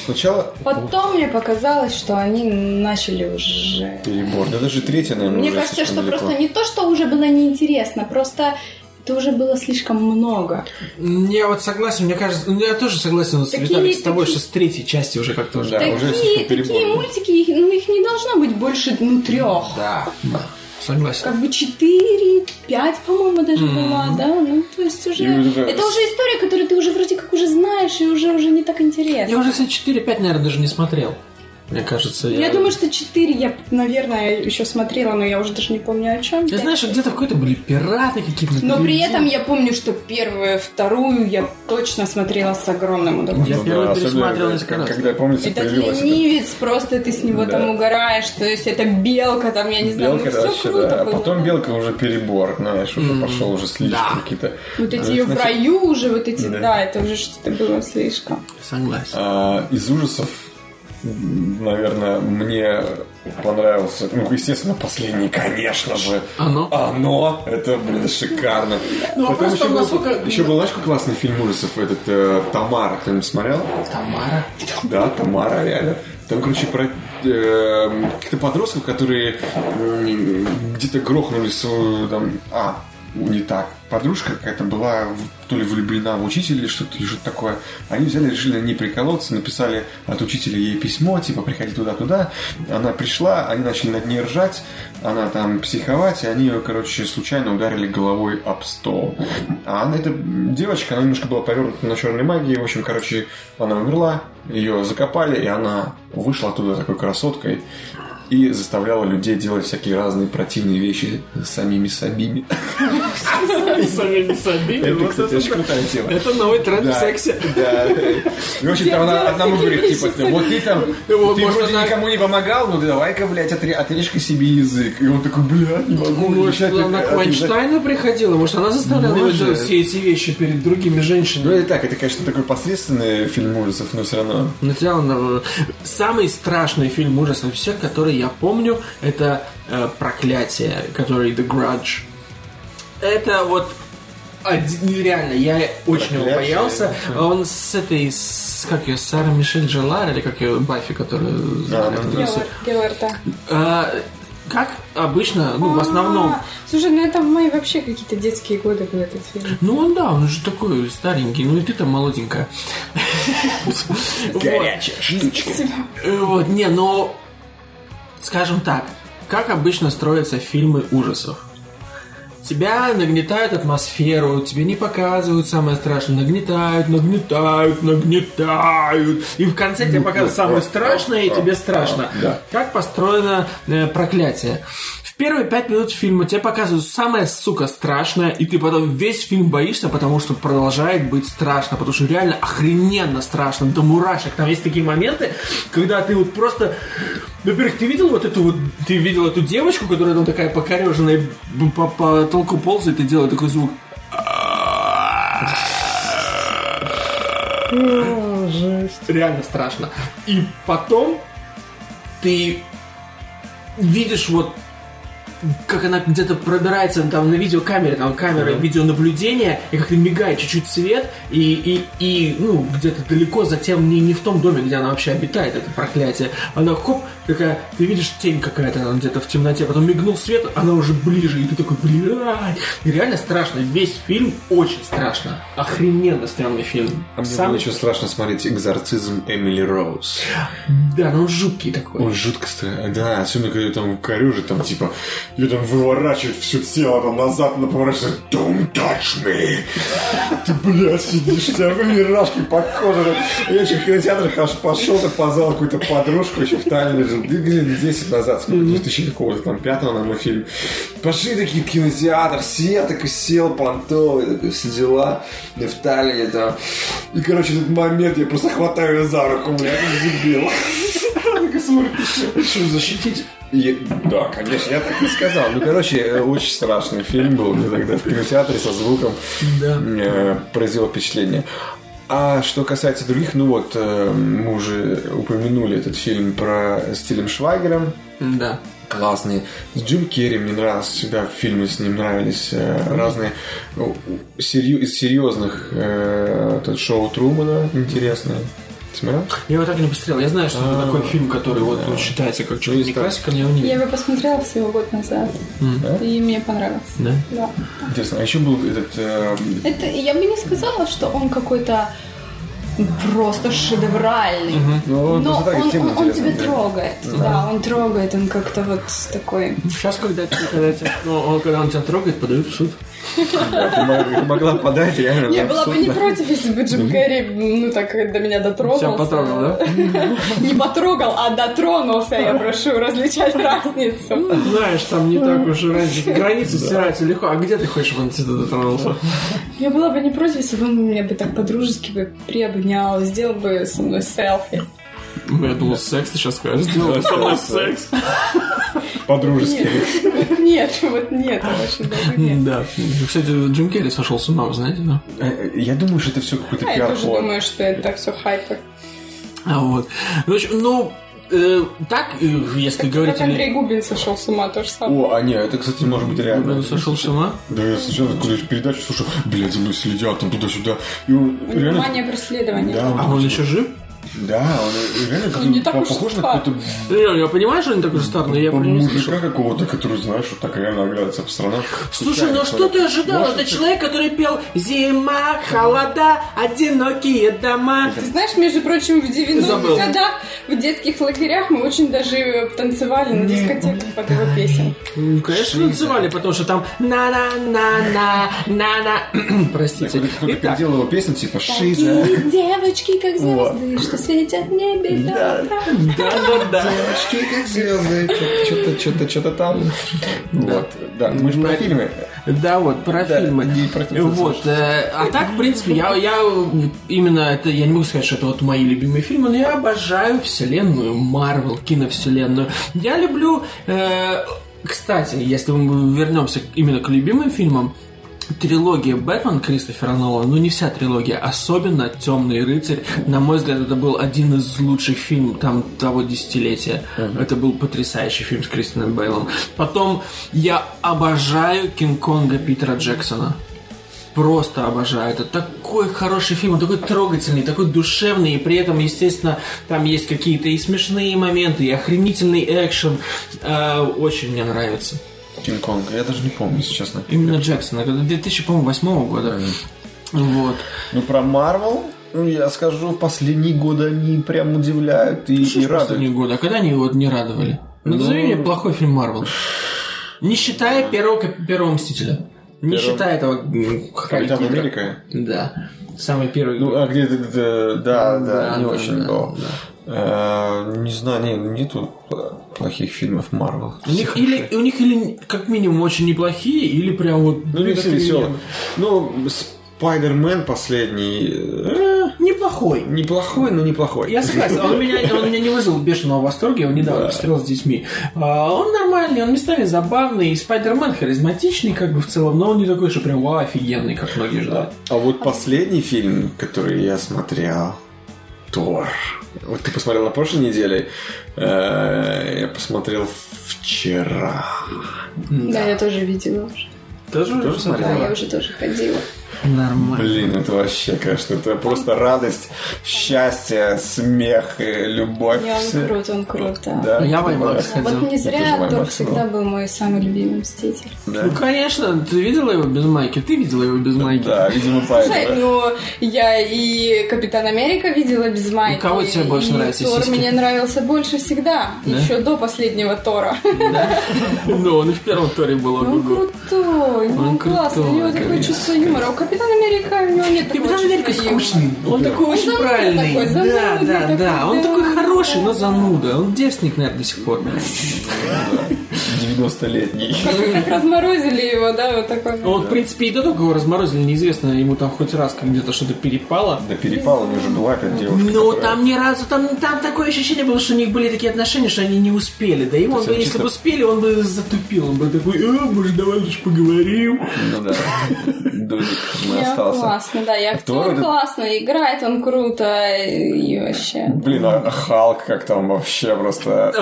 A: Сначала
C: Потом мне показалось, что они начали уже...
A: перебор. Да даже третья, наверное,
C: Мне
A: уже
C: кажется, что
A: слишком далеко.
C: просто не то, что уже было неинтересно, просто это уже было слишком много.
B: Я вот согласен, мне кажется, ну, я тоже согласен с
C: Такие-
B: Виталик, с тобой,
C: такие-
B: что с третьей части уже как-то уже.
A: Да, уже
C: такие,
A: слишком
C: такие
A: перебор.
C: мультики, их- ну их не должно быть больше ну, трех.
B: Да, да, согласен.
C: Как бы четыре, пять, по-моему, даже была, да? Ну, то есть уже...
A: И вот
C: Это...
A: это-
C: уже история, которую ты уже вроде как уже знаешь, и уже уже не так интересно.
B: Я уже, кстати, 4-5, наверное, даже не смотрел. Мне кажется, я...
C: Ну, Я думаю, что 4 я, наверное, еще смотрела, но я уже даже не помню о чем.
B: Я знаю, что где-то какой-то были пираты какие-то.
C: Но при этом я помню, что первую, вторую я точно смотрела с огромным
B: Я
A: Ну да,
C: удовольствием.
B: первый
A: особенно,
B: пересматривал
A: как-
B: несколько раз.
A: Когда, помните,
C: Этот
A: появилась эта
C: ленивец, просто ты с него
A: Типа Да.
C: там угораешь, то есть это белка там, я не знаю,
A: Белка,
C: ну
A: да,
C: все
A: вообще,
C: круто
A: да. А
C: было.
A: потом белка уже перебор, знаешь, уже
B: М-м.
A: пошел уже слишком какие-то.
C: Вот эти
A: А,
C: ее в
A: значит,
C: раю уже, вот эти,
A: Да.
C: да, это уже что-то было слишком.
B: Согласен.
A: а, Из ужасов, м, наверное, мне понравился, ну, естественно, последний, конечно же.
B: Оно?
A: Оно! Это, блин, шикарно.
B: Ну, а
A: Потом
B: просто
A: еще, был,
B: насколько-
A: еще был, знаешь, какой классный фильм ужасов, этот э, «Тамара», кто-нибудь смотрел?
B: Тамара.
A: Да, Тамара, реально. Там, короче, про э, каких-то подростков, которые э, где-то грохнули свою там... А, не так. Подружка какая-то была в- то ли влюблена в учителя или что-то, или что-то такое. Они взяли, решили на ней приколоться, написали от учителя ей письмо, типа, приходи туда-туда. Она пришла, они начали над ней ржать, она там психовать, и они ее, короче, случайно ударили головой об стол. А она, эта девочка, она немножко была повернута на черной магии, в общем, короче, она умерла, ее закопали, и она вышла оттуда такой красоткой и заставляла людей делать всякие разные противные вещи с самими собими.
B: Сами не собили.
A: Это,
B: вот
A: кстати, очень крутая тема.
B: Это новый тренд
A: Да.
B: в сексе.
A: Да. И, В общем-то, она одному говорит, типа, вот ты там, ты
B: вот, может,
A: вроде
B: она-
A: никому не помогал, ну давай-ка, блядь, отре- отрежь-ка себе язык. И он такой, бля, не могу.
B: Ну, Может, она к Вайнштайну приходила? Может, она заставляла его
A: Может.
B: делать все эти вещи перед другими
A: Ну,
B: женщинами?
A: это так, это, конечно, такой посредственный фильм ужасов, но все равно.
B: Ну, тебя он, э, самый страшный фильм ужасов всех, который я помню, это э, «Проклятие», который «The Grudge». Это вот один- реально, я очень его
A: «Проклятие»,
B: боялся. Он с этой, с- как ее, Сара Мишель Джелар, или как ее, Баффи, которая...
A: Да,
B: знает,
A: ну,
B: которая-
C: Геллар- Гелларда.
B: А, Как обычно, ну, в основном...
C: А, Слушай, ну это мои вообще какие-то детские годы был этот фильм.
B: Ну, он, да, он же такой старенький, ну и ты там молоденькая. Вот. Э, Вот, не, но, скажем так, как обычно строятся фильмы ужасов? Тебя нагнетают атмосферу, тебе не показывают самое страшное, нагнетают, нагнетают, нагнетают. И в конце тебе показывают самое страшное, и тебе страшно. Как построено э, проклятие? В первые пять минут фильма тебе показывают самое, сука, страшное, и ты потом весь фильм боишься, потому что продолжает быть страшно, потому что реально охрененно страшно, до мурашек. Там есть такие моменты, когда ты вот просто... Во-первых, ты видел вот эту вот... Ты видел эту девочку, которая там такая покореженная б- по потолку ползает и делает такой звук. Реально страшно. И потом ты видишь вот как она где-то пробирается там на видеокамере, там камера видеонаблюдения, и как-то мигает чуть-чуть свет, и, и, и ну, где-то далеко, затем не, не в том доме, где она вообще обитает, это проклятие. Она хоп, такая, ты видишь тень какая-то там где-то в темноте, потом мигнул свет, она уже ближе, и ты такой, блядь. И реально страшно, весь фильм очень страшно. Охрененно странный фильм.
A: А мне было
B: Самый-
A: еще страшно смотреть «Экзорцизм Эмили Роуз».
B: Да, но он жуткий такой.
A: Он жутко страшный. Да, особенно, когда ее там корюжит, там, типа, ее там выворачивает все тело, там, назад, она поворачивается. Don't touch me! Ты, блядь, сидишь, у тебя мирашки по коже. Я еще в кинотеатрах аж пошел, так позвал какую-то подружку еще в Таллине же. Да, блин, 10 назад, сколько, 2000 какого-то там, пятого, на мой фильм. Пошли такие в кинотеатр, я такой сел, понтовый, такой, все дела, и в Таллине там. И, короче, этот момент, я просто хватаю ее за руку, блядь, дебил. Что защитить? Да, конечно, я так и сказал. Ну, короче, э, очень страшный фильм был мне тогда в кинотеатре со звуком.
B: Да.
A: Э, Произвело впечатление. А что касается других, ну вот, э, мы уже упомянули этот фильм про с Тилем Швайгером.
B: Да.
A: Классный. С Джим Керри мне нравился всегда фильмы с ним нравились. э, Разные ну, серью- из серьезных э, тот шоу Трумана интересное. Смотрел?
B: Я его так и не посмотрел. Я знаю, что это
A: А,
B: такой фильм, который вот
A: да.
B: тут считается как а чуть ли
A: есть
B: не
A: так.
B: классика, но я его не
C: Я
B: видел.
C: его посмотрела всего год назад, и мне понравилось.
B: Да?
C: Да.
A: Интересно. А еще был этот... э,
C: Это я бы не сказала, что он какой-то просто шедевральный.
A: Ну,
C: Но
A: просто так,
C: он,
A: тема
C: он- он тебя
A: интересная, да.
C: трогает, да, он трогает, он как-то вот такой.
B: Сейчас, Ну, когда, ты- когда, тебя, ну, он, когда он тебя трогает, подают в суд.
A: Ты мог- могла подать, реально.
C: Я
A: да,
C: была
A: в
C: бы
A: суд,
C: не
A: да.
C: против, если бы Джим Керри, ну, так до меня дотронулся.
B: Тебя потрогал, да?
C: Не потрогал, а дотронулся, я прошу различать разницу.
B: Ну, Знаешь, там не так уж и разница. Границы стираются легко. А где ты хочешь, чтобы он тебя дотронулся?
C: Я была бы не против, если бы он меня бы так по-дружески бы приобнял, сделал бы со мной селфи.
B: Я думал, секс ты сейчас скажешь. Сделай со мной Ну, типа, секс.
A: По-дружески.
C: Нет, нет, вот нет, очень даже нет.
B: Да. Кстати, Джим Керри сошел с ума, вы знаете, да?
A: Э, э, Я думаю, что это все какой-то
C: А я тоже
A: пиар-ход.
C: думаю, что это все хайпы.
B: А вот. Ну, в общем, ну, э, так, э, если говорить...
C: Как
B: или-
C: Андрей Губин сошел с ума, то же самое.
A: О, а не, это, кстати, может быть
B: Он
A: реально.
B: сошел с ума?
A: Да я сначала какую-то передачу слушал, блядь, за мной следят, там туда-сюда. И он реально...
C: Ну, Внимание преследования.
A: Да,
B: А он еще жив?
A: Да, он реально
C: Ну, не
A: как-то
C: так
A: по-
C: уж и
A: похож на
C: стар.
A: какой-то
B: Реально, я понимаю, что он такой же стар, но я про него не слышал.
A: мужика какого-то, который, знаешь, вот так реально оглядывается по сторонам.
B: Слушай, ну
A: Случайно,
B: что ты ожидал?
A: Может,
B: Это человек, который пел «Зима, холода, одинокие дома».
C: Ты знаешь, между прочим, в 90-х
B: Забыл.
C: годах в детских лагерях мы очень даже танцевали на дискотеках под его песен.
B: Ну, конечно, танцевали, потому что там «на-на-на-на, на-на». Простите.
A: Кто-то кто-то
B: Итак,
A: переделал его песню, типа «Шиза».
C: девочки, как звезды, что светят в небе.
B: да-да-да.
A: Девочки, как звезды, что-то, что-то, что-то там. Вот, да, мы же про фильмы.
B: Да, вот, про
A: Да,
B: фильмы.
A: не про фильмы,
B: вот. э, а так, в принципе, я, я именно это, я не могу сказать, что это вот мои любимые фильмы, но я обожаю вселенную Марвел, киновселенную. Я люблю... э, кстати, если мы вернемся именно к любимым фильмам, Трилогия Бэтмен Кристофера Нолана, ну не вся трилогия, особенно Темный рыцарь. На мой взгляд, это был один из лучших фильмов там того десятилетия. Это был потрясающий фильм с Кристианом Бейлом. Потом я обожаю Кинг-Конга Питера Джексона. Просто обожаю. Это такой хороший фильм, он такой трогательный, такой душевный, и при этом, естественно, там есть какие-то и смешные моменты, и охренительный экшен. Э, очень мне нравится.
A: Кинг-Конг, я даже не помню, если честно.
B: Именно Джексона, это 2008 года. Вот.
A: Ну, про Марвел, ну, я скажу, в последние годы они прям удивляют и,
B: Что
A: и
B: ж последние
A: радуют.
B: годы? А когда они его не радовали?
A: Ну,
B: Назови мне плохой фильм Марвел. Не считая первого, кап- первого Мстителя. Не считая этого... м, Храброго
A: Капитан
B: Гидра.
A: Америка?
B: Да. Самый первый.
A: Ну, а где это, это- да, да,
B: Да,
A: не
B: да,
A: очень
B: да,
A: было. Э, Не знаю, не, нету плохих фильмов Марвел.
B: у них, или, у них или как минимум очень неплохие, или прям вот...
A: Ну, не все
B: блин,
A: веселые. Ну, Спайдермен последний э,
B: Неплохой.
A: неплохой, но неплохой.
B: Я согласен, он меня, он меня не вызвал бешеного восторга, я его недавно посмотрел с детьми. А, он нормальный, он местами забавный, и Спайдермен харизматичный как бы в целом, но он не такой, что прям вау, офигенный, как многие ждут.
A: А вот последний фильм, который я смотрел, Тор. Вот ты посмотрел на прошлой неделе, э, я посмотрел вчера.
C: Да, я тоже видела.
B: Тоже,
A: Тоже
C: Да, я
A: смотрела?
C: уже тоже ходила.
B: Нормально.
A: Блин, это вообще, конечно, это просто радость, счастье, смех, э, любовь.
C: Не, он
A: всё.
C: крут, он крут, да.
A: Да,
B: Я в
A: это
B: IMAX
A: правда.
B: ходил.
C: Вот не
A: тоже
C: зря
A: Ваймакс
C: Тор
A: был.
C: всегда был мой самый любимый мститель.
B: Ну, конечно, ты видела его без майки? Ты видела его без майки?
A: Да, видимо, поэтому.
C: Слушай, ну, я и Капитан Америка видела без майки.
B: кого тебе больше
C: и
B: нравятся
C: Тор
B: сиськи?
C: мне нравился больше всегда. Еще до последнего Тора.
B: Ну, он и в первом туре был.
C: Он
B: ого-го.
C: крутой, он,
B: Ну, Он
C: классный, у него
B: крутой,
C: такое
B: конечно.
C: чувство юмора. У Капитана Америка у него нет
B: Капитан
C: такого чувства
B: Америка
C: юмора.
B: скучный. Он такой очень
C: зануда
B: правильный.
C: такой, зануда
B: да, да,
C: такой,
B: да. Он
C: да,
B: такой хороший, но
C: да.
B: зануда. Он девственник, наверное, до сих пор.
A: 90-летний.
C: Как разморозили его, да, вот такой.
B: Он, в принципе, и до того, как его разморозили, неизвестно, ему там хоть раз как где-то что-то перепало.
A: Да перепал, у нее же была опять девушка.
B: Ну,
A: которая-
B: там ни разу, там, там такое ощущение было, что у них были такие отношения, что они не успели. Да и он бы,
A: он
B: если
A: чисто-
B: бы успели, он бы затупил. Он бы такой, э, может, давай лучше поговорим.
A: Ну да, Дудик мы
C: Я
A: остался.
C: классно, да, и
A: Тор
C: актер
A: это-
C: классный, играет он круто, и вообще.
A: Блин, а Халк как там вообще просто...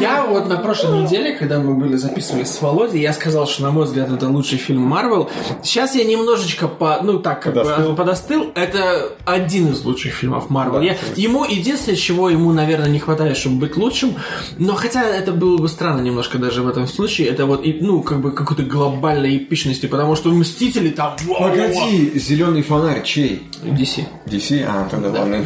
B: Я вот на прошлой деле, когда мы были записывались с Володей, я сказал, что, на мой взгляд, это лучший фильм Марвел. Сейчас я немножечко по, ну так, как
A: Подостыл.
B: бы подостыл. Это один из лучших фильмов Марвел. Я- ему единственное, чего ему, наверное, не хватает, чтобы быть лучшим, но хотя это было бы странно немножко даже в этом случае, это вот, и, ну, как бы какой-то глобальной эпичности, потому что Мстители там... вау,
A: Погоди, зеленый фонарь чей?
B: DC.
A: DC? А, тогда ладно.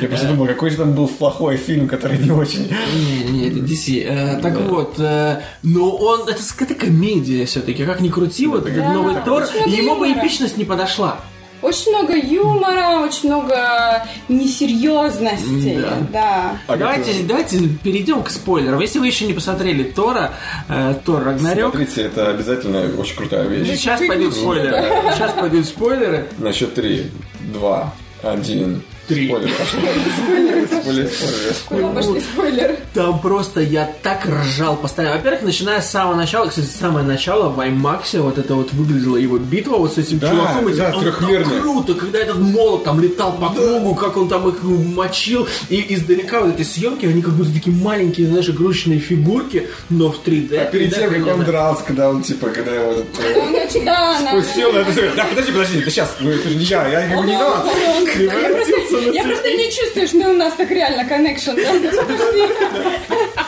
A: Я просто думал, какой же там был плохой фильм, который не очень...
B: Не, не, это DC. Э, так вот, э, но он, это какая-то комедия все-таки, как ни крути, вот этот новый Тор,
C: очень много
B: ему бы
C: юмора.
B: эпичность не подошла.
C: Очень много юмора, очень много несерьезности. Да.
B: давайте, давайте перейдем к спойлерам. Если вы еще не посмотрели Тора, э, Тор Рагнарёк,
A: Смотрите, это обязательно очень крутая вещь.
B: сейчас пойдут спойлеры. Сейчас пойдут спойлеры.
A: На счет три, два, один. Три. Спойлер пошел. Спойлер, спойлер.
C: Куда пошли спойлеры?
B: Там просто я так ржал постоянно. Во-первых, начиная с самого начала, кстати, с самого начала в IMAX вот это вот выглядела его битва вот с этим
A: Да,
B: чуваком.
A: да,
B: Он
A: трёхмерная.
B: так круто, когда этот молот там летал по кругу, как он там их мочил. И издалека вот эти съемки, они как будто такие маленькие, знаешь, игрушечные фигурки, но в 3D.
A: А перед
B: 3D
A: тем, как он
B: охрененно.
A: дрался, когда он, типа, когда его э,
C: Да, она-
A: пустил, это всё, да, подожди, подожди, да сейчас, ну это же не я, я ему не надо. Превратился на
C: Я просто не чувствую, что у нас так реально коннекшн. да.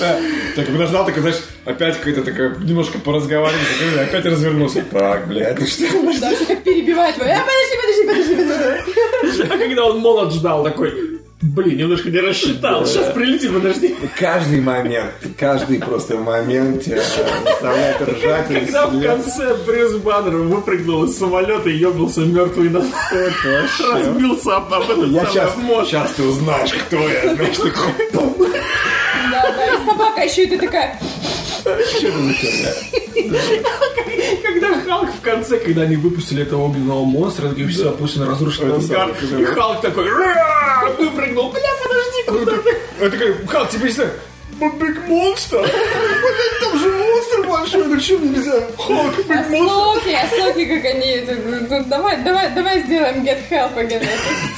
A: Да. Так, подождал, такой, знаешь, опять какой-то такой, немножко поразговаривал, такой, опять развернулся. Так, блядь, ну что?
C: Да, что так перебивает. Э, Подожди, подожди, подожди, подожди.
B: А когда он молот ждал, такой, блин, немножко не рассчитал, сейчас прилетит, подожди.
A: Каждый момент, каждый просто момент тебя заставляет ржать и
B: Когда в
A: смеяться.
B: конце Брюс Баннер выпрыгнул из самолета и ебнулся мертвый на
A: Это вообще.
B: разбился об, об этот
A: Я
B: самый
A: сейчас,
B: мост.
A: сейчас ты узнаешь, кто я, знаешь, такой. «Пум».
C: Да, да, и собака еще это такая.
B: Когда Халк в конце, когда они выпустили этого огненного монстра, и все, пусть он разрушит
A: Это
B: ангар,
A: самое, да.
B: и Халк такой «Ра!» выпрыгнул, бля, подожди,
A: Ну,
B: куда ты?
A: Я такой, Халк, тебе не знаю, Биг Монстр? Там же монстр большой, ну чё мне нельзя? Халк,
C: А Слоки, а слоки, как они. это, ну, Давай, давай, давай сделаем get help again.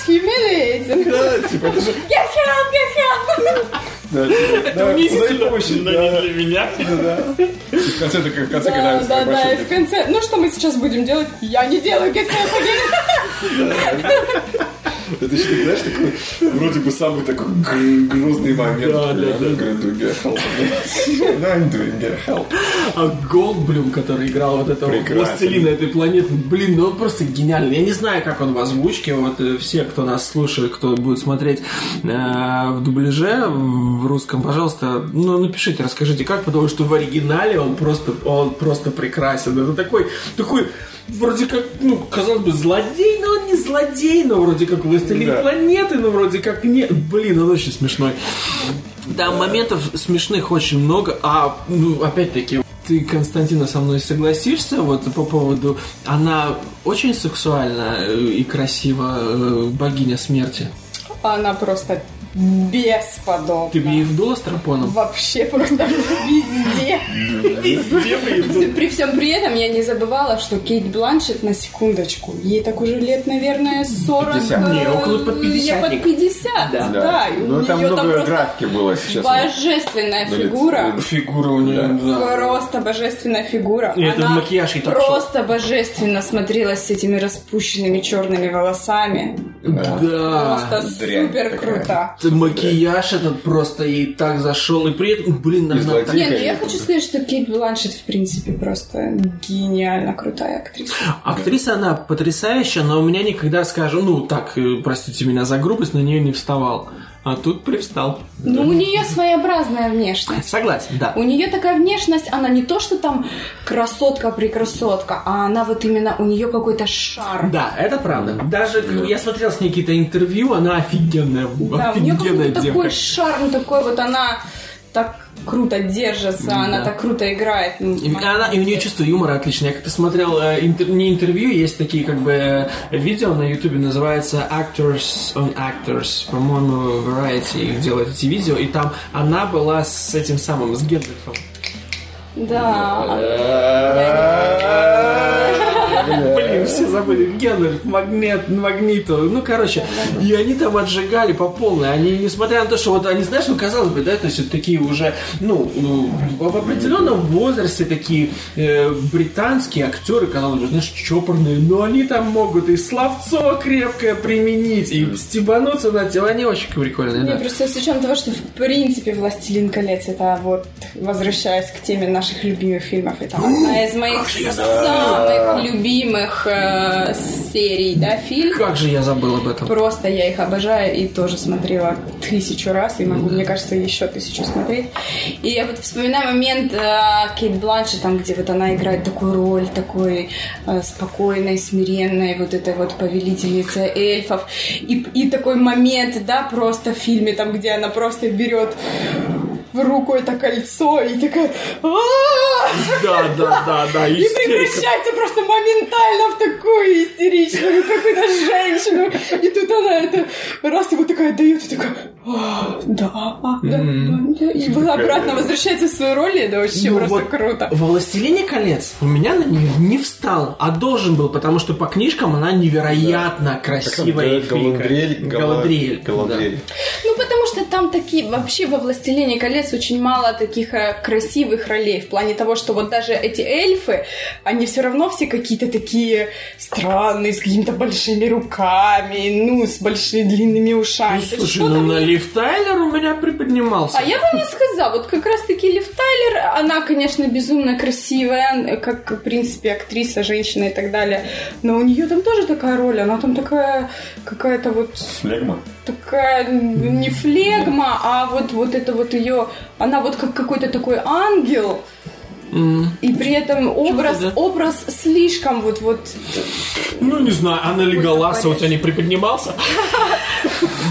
C: Humiliating.
A: да, типа, это же...
C: Get help, get help.
A: Да, типа, да, дай помощи,
B: Но не
A: да.
B: для меня.
A: В конце, такой- в конце, когда типа.
C: Да, да, да,
A: большой
C: и в конце. Ну что мы сейчас будем делать? Я не делаю get help again.
A: Это еще, ты знаешь, такой, вроде бы самый такой гр- грозный момент. Да, да, да.
B: А Голдблюм, который играл вот этого
A: Прекрасен.
B: пластилина этой планеты, блин, ну он просто гениальный. Я не знаю, как он в озвучке, вот э, все, кто нас слушает, кто будет смотреть э, в дубляже в русском, пожалуйста, ну напишите, расскажите, как, потому что в оригинале он просто, он просто прекрасен. Это такой, такой вроде как, ну, казалось бы, злодей, но он не злодей, но вроде как властелин
A: Да.
B: планеты, но вроде как нет. Блин, он очень смешной. Да, моментов смешных очень много, а, ну, опять-таки, ты, Константина, со мной согласишься вот по поводу... Она очень сексуальна э, и красива э, богиня смерти.
C: Она просто бесподобна.
B: Ты бы ей вдула стропоном?
C: Вообще просто везде. Везде При всем при этом я не забывала, что Кейт Бланшет на секундочку. Ей так уже лет, наверное, 40.
A: 50.
C: э,
B: Не, ну, около под 50
C: Я под 50, да. и у
A: Ну, там
C: неё
A: много
C: просто
A: графики было сейчас.
C: божественная фигура.
A: Фигура у нее.
C: Просто божественная фигура.
B: И этот
C: Она
B: макияж и так шел.
C: просто божественно смотрелась с этими распущенными черными волосами.
B: Да.
C: Просто
A: дрянь
C: супер
A: такая.
C: круто.
B: Ты макияж этот просто ей так зашел, и при этом, блин, она
A: злодей.
B: так-
C: Не, ну я хочу сказать, что Кейт Бланшет, в принципе, просто гениально крутая актриса.
B: Актриса она потрясающая, но у меня никогда, скажу, ну так, э, простите меня за грубость, на нее не вставал. А тут привстал.
C: Ну, у нее своеобразная внешность.
B: Согласен, да.
C: У нее такая внешность, она не то, что там красотка-прекрасотка, а она вот именно, у нее какой-то шар.
B: Да, это правда. Даже к- я смотрел с ней какие-то интервью, она офигенная,
C: Да, у нее
B: офигенная
C: какой-то
B: девка.
C: такой шарм, такой вот она так круто держится, она так круто играет. Ну,
B: И, она, и у нее чувство юмора отличное. Я как-то смотрел э, интер- не интервью, есть такие как бы э, видео на ютубе, называется Actors on Actors. По-моему, Variety их делает эти видео, и там она была с этим самым, с Гендрифом.
C: Да.
B: Блин, все забыли. Генрих, магнит, магниту. Ну, короче, и они там отжигали по полной. Они, несмотря на то, что вот они, знаешь, ну, казалось бы, да, то есть вот такие уже, ну, ну, в определенном возрасте такие э, британские актеры, казалось бы, знаешь, чопорные, но они там могут и словцо крепкое применить, и стебануться на тело. Они очень прикольные,
C: Мне
B: да.
C: просто с учетом того, что в принципе «Властелин колец» это вот, возвращаясь к теме наших любимых фильмов, это одна из моих самых любимых э, серий, да, фильм.
B: Как же я забыл об этом.
C: Просто я их обожаю и тоже смотрела тысячу раз, и могу, мне кажется, еще тысячу смотреть. И я вот вспоминаю момент э, Кейт Бланши, там, где вот она играет такую роль, такой э, спокойной, смиренной, вот этой вот повелительницы эльфов. И, и такой момент, да, просто в фильме, там, где она просто берет в руку это кольцо и такая «А-а-а!»
B: Да, да, да, да,
C: и превращается просто моментально в такую истеричную какую-то женщину. И тут она это раз его такая дает, и такая, «А, да, да, да». И была обратно возвращается в свою роль, и это вообще
B: Ну
C: просто
B: вот
C: круто.
B: Во «Властелине колец» у меня на нее не встал, а должен был, потому что по книжкам она невероятно красивая
A: Как
B: эльфийка.
A: там, да, Галадриэль.
B: Галадриэль,
A: Галадриэль.
C: Ну, потому что там такие, вообще во «Властелине колец» очень мало таких э, красивых ролей, в плане того, что вот даже эти эльфы, они все равно все какие-то такие странные, с какими-то большими руками, ну, с большими длинными
B: да.
C: ушами.
B: Ну,
C: То А, есть
B: слушай,
C: что-то
B: ну
C: в
B: на Лив Тайлер у меня приподнимался.
C: А я бы не сказала. Вот как раз-таки Лив Тайлер, она, конечно, безумно красивая, как, в принципе, актриса, женщина и так далее. Но у нее там тоже такая роль. Она там такая какая-то вот
J: Флегма.
C: такая не флегма, а вот, вот это вот ее... Она вот как какой-то такой ангел.
B: М.
C: И при этом образ,
B: да.
C: образ слишком вот, вот
B: Ну, не знаю, а на Леголаса у тебя не приподнимался?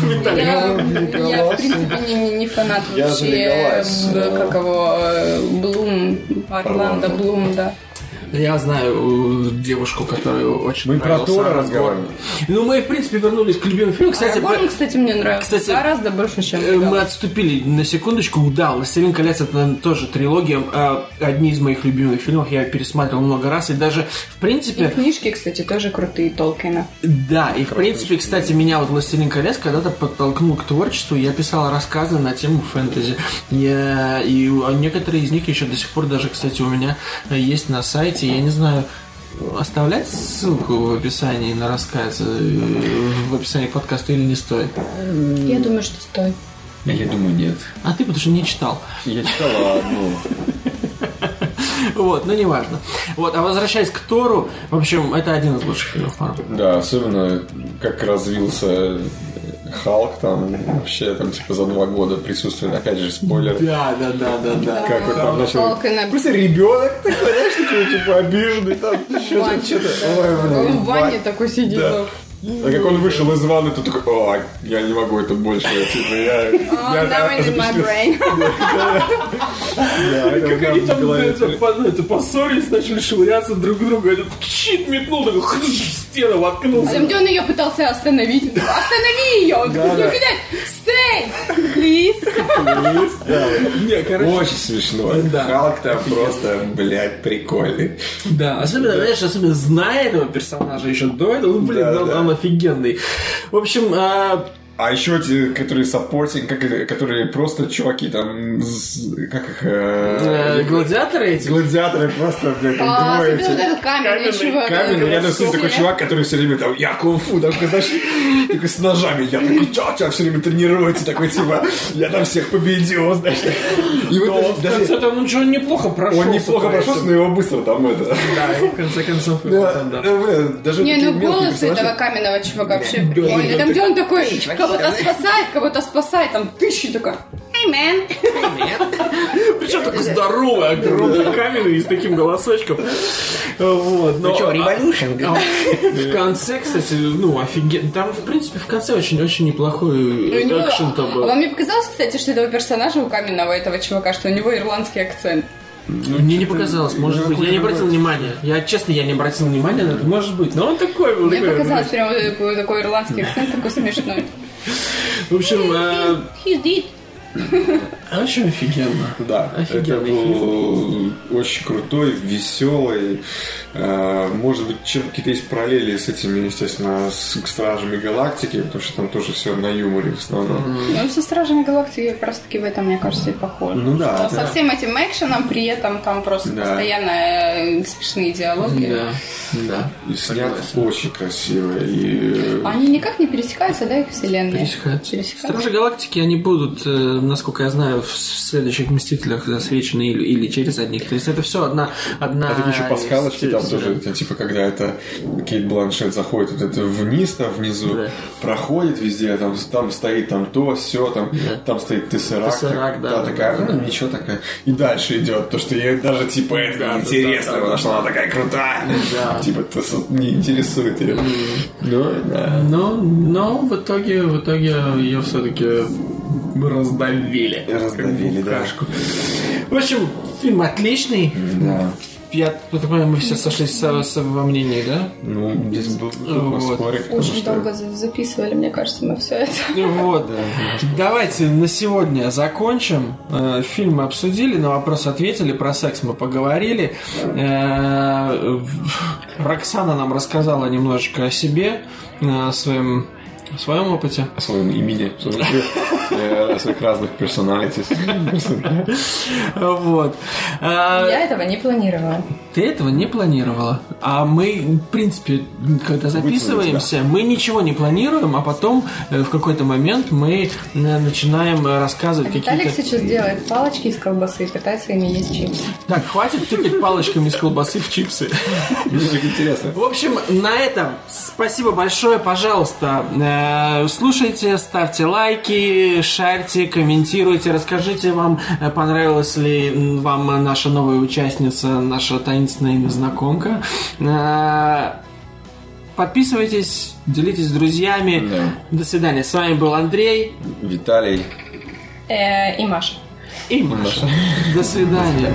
B: Виталий,
C: Я, я, в принципе, не, не- не фанат
J: Я
C: вообще,
J: залегалась,
C: б-
J: да.
C: как его, э, Блум, Орландо
J: Орландо.
C: Блум, да.
B: Я знаю э, девушку, которую очень
A: Мы про
B: нравился
A: Тора
B: Арагорн.
A: разговариваем.
B: Ну, мы, в принципе, вернулись к любимому фильму. Кстати,
C: Кстати,
B: по-
C: кстати, мне нравится.
B: Кстати,
C: гораздо больше, чем
B: Э, Мы
C: Леголас.
B: отступили на секундочку. Да, «Властелин колец» это наверное, тоже трилогия. э, Одни из моих любимых фильмов. Я пересматривал много раз. И даже, в
C: И
B: принципе,
C: книжки, кстати, тоже крутые Толкина.
B: да, и в принципе, кстати, меня вот «Властелин колец» когда-то подтолкнул к творчеству. Я писал рассказы на тему фэнтези. Я... И у- а некоторые из них еще до сих пор даже, кстати, у меня э, есть на сайте. Я не знаю, оставлять ссылку в описании на рассказ, э, в описании подкаста или не стоит.
C: Я думаю, что стоит.
J: Я думаю, нет.
B: А ты, потому что не читал.
J: Я читала одну.
B: Вот, ну неважно. Вот, а возвращаясь к Тору, в общем, это один из лучших фильмов Марвел.
A: Да, особенно как развился Халк там вообще там типа за два года присутствует, опять же, спойлер.
B: Да, да, да, да, да.
A: Как он там начал...
C: Толкина.
A: Просто ребенок, ты знаешь, такой, типа, обиженный, там, что-то, что-то.
C: Он в ванне такой сидит. ну.
A: Да. А как он вышел из ванны, то такой, о, я не могу это больше, типа, я... я-
C: Diamond in my
A: запустил».
C: brain.
A: Да, это
B: Как
A: у
B: они
A: меня в
B: там
A: голове
B: это, по- ну, это, поссорились, начали швыряться друг друга. Этот щит метнул, такой хрущ, в стену воткнулся.
C: Там, где он ее пытался остановить. Останови ее! Он такой, не угадать! Stay! Please!
B: Не, короче,
A: Очень смешно.
B: Да.
A: Халк там просто, блядь, прикольный.
B: Да, особенно, знаешь, особенно зная этого персонажа еще до этого, ну, блин,
A: Да,
B: он,
A: да.
B: он офигенный. В общем, а,
A: А еще те, которые саппортинг, как, это, которые просто чуваки там, с- как их...
B: э,
A: э,
B: гладиаторы эти,
A: Гладиаторы просто, блядь, там
C: А,
A: двое
C: Особенно вот
A: этих.
C: этот каменный чувак.
A: Камень, рядом с ним такой
C: Супер.
A: чувак, который все время там, я кунг-фу, там, знаешь, такой с ножами, я такой, чё, чё, все время тренируется, такой, типа, я там всех победил, знаешь. И вот
B: в
A: даже- даже-
B: конце-то он ничего неплохо прошел.
A: он неплохо прошелся, но его быстро там это...
B: Да, и в конце концов, его
A: Да,
B: там, да.
A: да, Э, блин, даже
C: Не,
A: такие
C: ну
A: мелкие
C: голос
A: персонажи.
C: этого каменного чувака вообще прикольный. Там, где он такой, кого-то спасает, кого-то спасает, там тысячи такой. Hey, man.
B: Причем такой здоровый, огромный каменный и с таким голосочком. Вот, но...
D: Ну что, революшн?
B: а в конце, кстати, ну, офигенно. Там, в принципе, в конце очень-очень неплохой
C: У него-
B: экшен-то
C: А
B: был.
C: Вам не показалось, кстати, что этого персонажа у каменного этого чувака, что у него ирландский акцент?
B: Мне не показалось, может быть. Я не обратил внимания. Я, честно, я не обратил внимания на это. Может быть, но он такой был.
C: Мне
B: такой,
C: показалось прям вот такой, такой
B: а,
C: ирландский акцент, такой смешной.
B: В общем, э,
C: He's dead.
B: Очень а, офигенно.
A: Да, это
B: Офигенный
A: был очень крутой, веселый. Э, Может быть, чем какие-то есть параллели с этими, естественно, с Стражами Галактики, потому что там тоже все на юморе в основном.
C: Ну, со Стражами Галактики как раз таки в этом, мне кажется, и похоже.
A: Ну да,
C: Но со
A: да.
C: всем этим экшеном при этом там просто
A: Да.
C: постоянно э, смешные диалоги.
B: Да, да.
A: И снят очень красиво. И...
C: Они никак не пересекаются, да, их вселенные?
B: Пересекаются.
C: Пересекаются.
O: Стражи Галактики, они будут, э, насколько я знаю, в с- следующих Мстителях засвечены или, или через одних. То есть это все одна... одна
A: А тут еще пасхалочки там
O: сеть,
A: тоже,
O: да.
A: это типа, когда это Кейт Бланшет заходит вот это вниз, там внизу,
O: Да.
A: проходит везде, а там, там стоит там то, все, там, там стоит Тессеракт.
O: Тессеракт, да,
A: Та
O: да,
A: такая,
O: да,
A: «М, ничего такая. И дальше идет, то, что ей даже типа это неинтересно, потому что она такая крутая. Типа Тесс- не интересует ее. Ну, да.
B: Но, но в итоге, в итоге ее все-таки раздавили.
A: Раздавили,
B: Как
A: да.
B: букашку. В общем, фильм отличный.
A: Да.
B: Я так понимаю, мы все сошлись со- со- во мнении, да?
A: Ну, здесь был
B: Вот.
A: спорик, потому
C: Очень
A: что...
C: долго за- записывали, мне кажется, мы все это.
B: Вот. э, Давайте на сегодня закончим. Э, Фильм мы обсудили, на вопрос ответили, про секс мы поговорили. Э, в- Роксана нам рассказала немножечко о себе, о своем, о своем опыте.
A: о своем имени, о своем- э, о своих разных персоналитис.
B: Вот. Э,
P: Я этого не планировала.
B: Ты этого не планировала. А мы, в принципе, когда записываемся, мы ничего не планируем, а потом э, в какой-то момент мы э, начинаем э, рассказывать
P: Виталик
B: какие-то...
P: сейчас делает палочки из колбасы и пытается ими есть чипсы.
B: Так, хватит тыкать палочками из колбасы в чипсы.
A: Мне так интересно.
B: В общем, на этом спасибо большое, пожалуйста. э, Слушайте, ставьте лайки, шарьте, комментируйте, расскажите вам, э, понравилась ли м, вам э, наша новая участница, наша таинственная незнакомка. Э, Подписывайтесь, делитесь с друзьями. До свидания. С вами был Андрей
A: Виталий,
P: Э, И Маша.
B: и Маша. До свидания.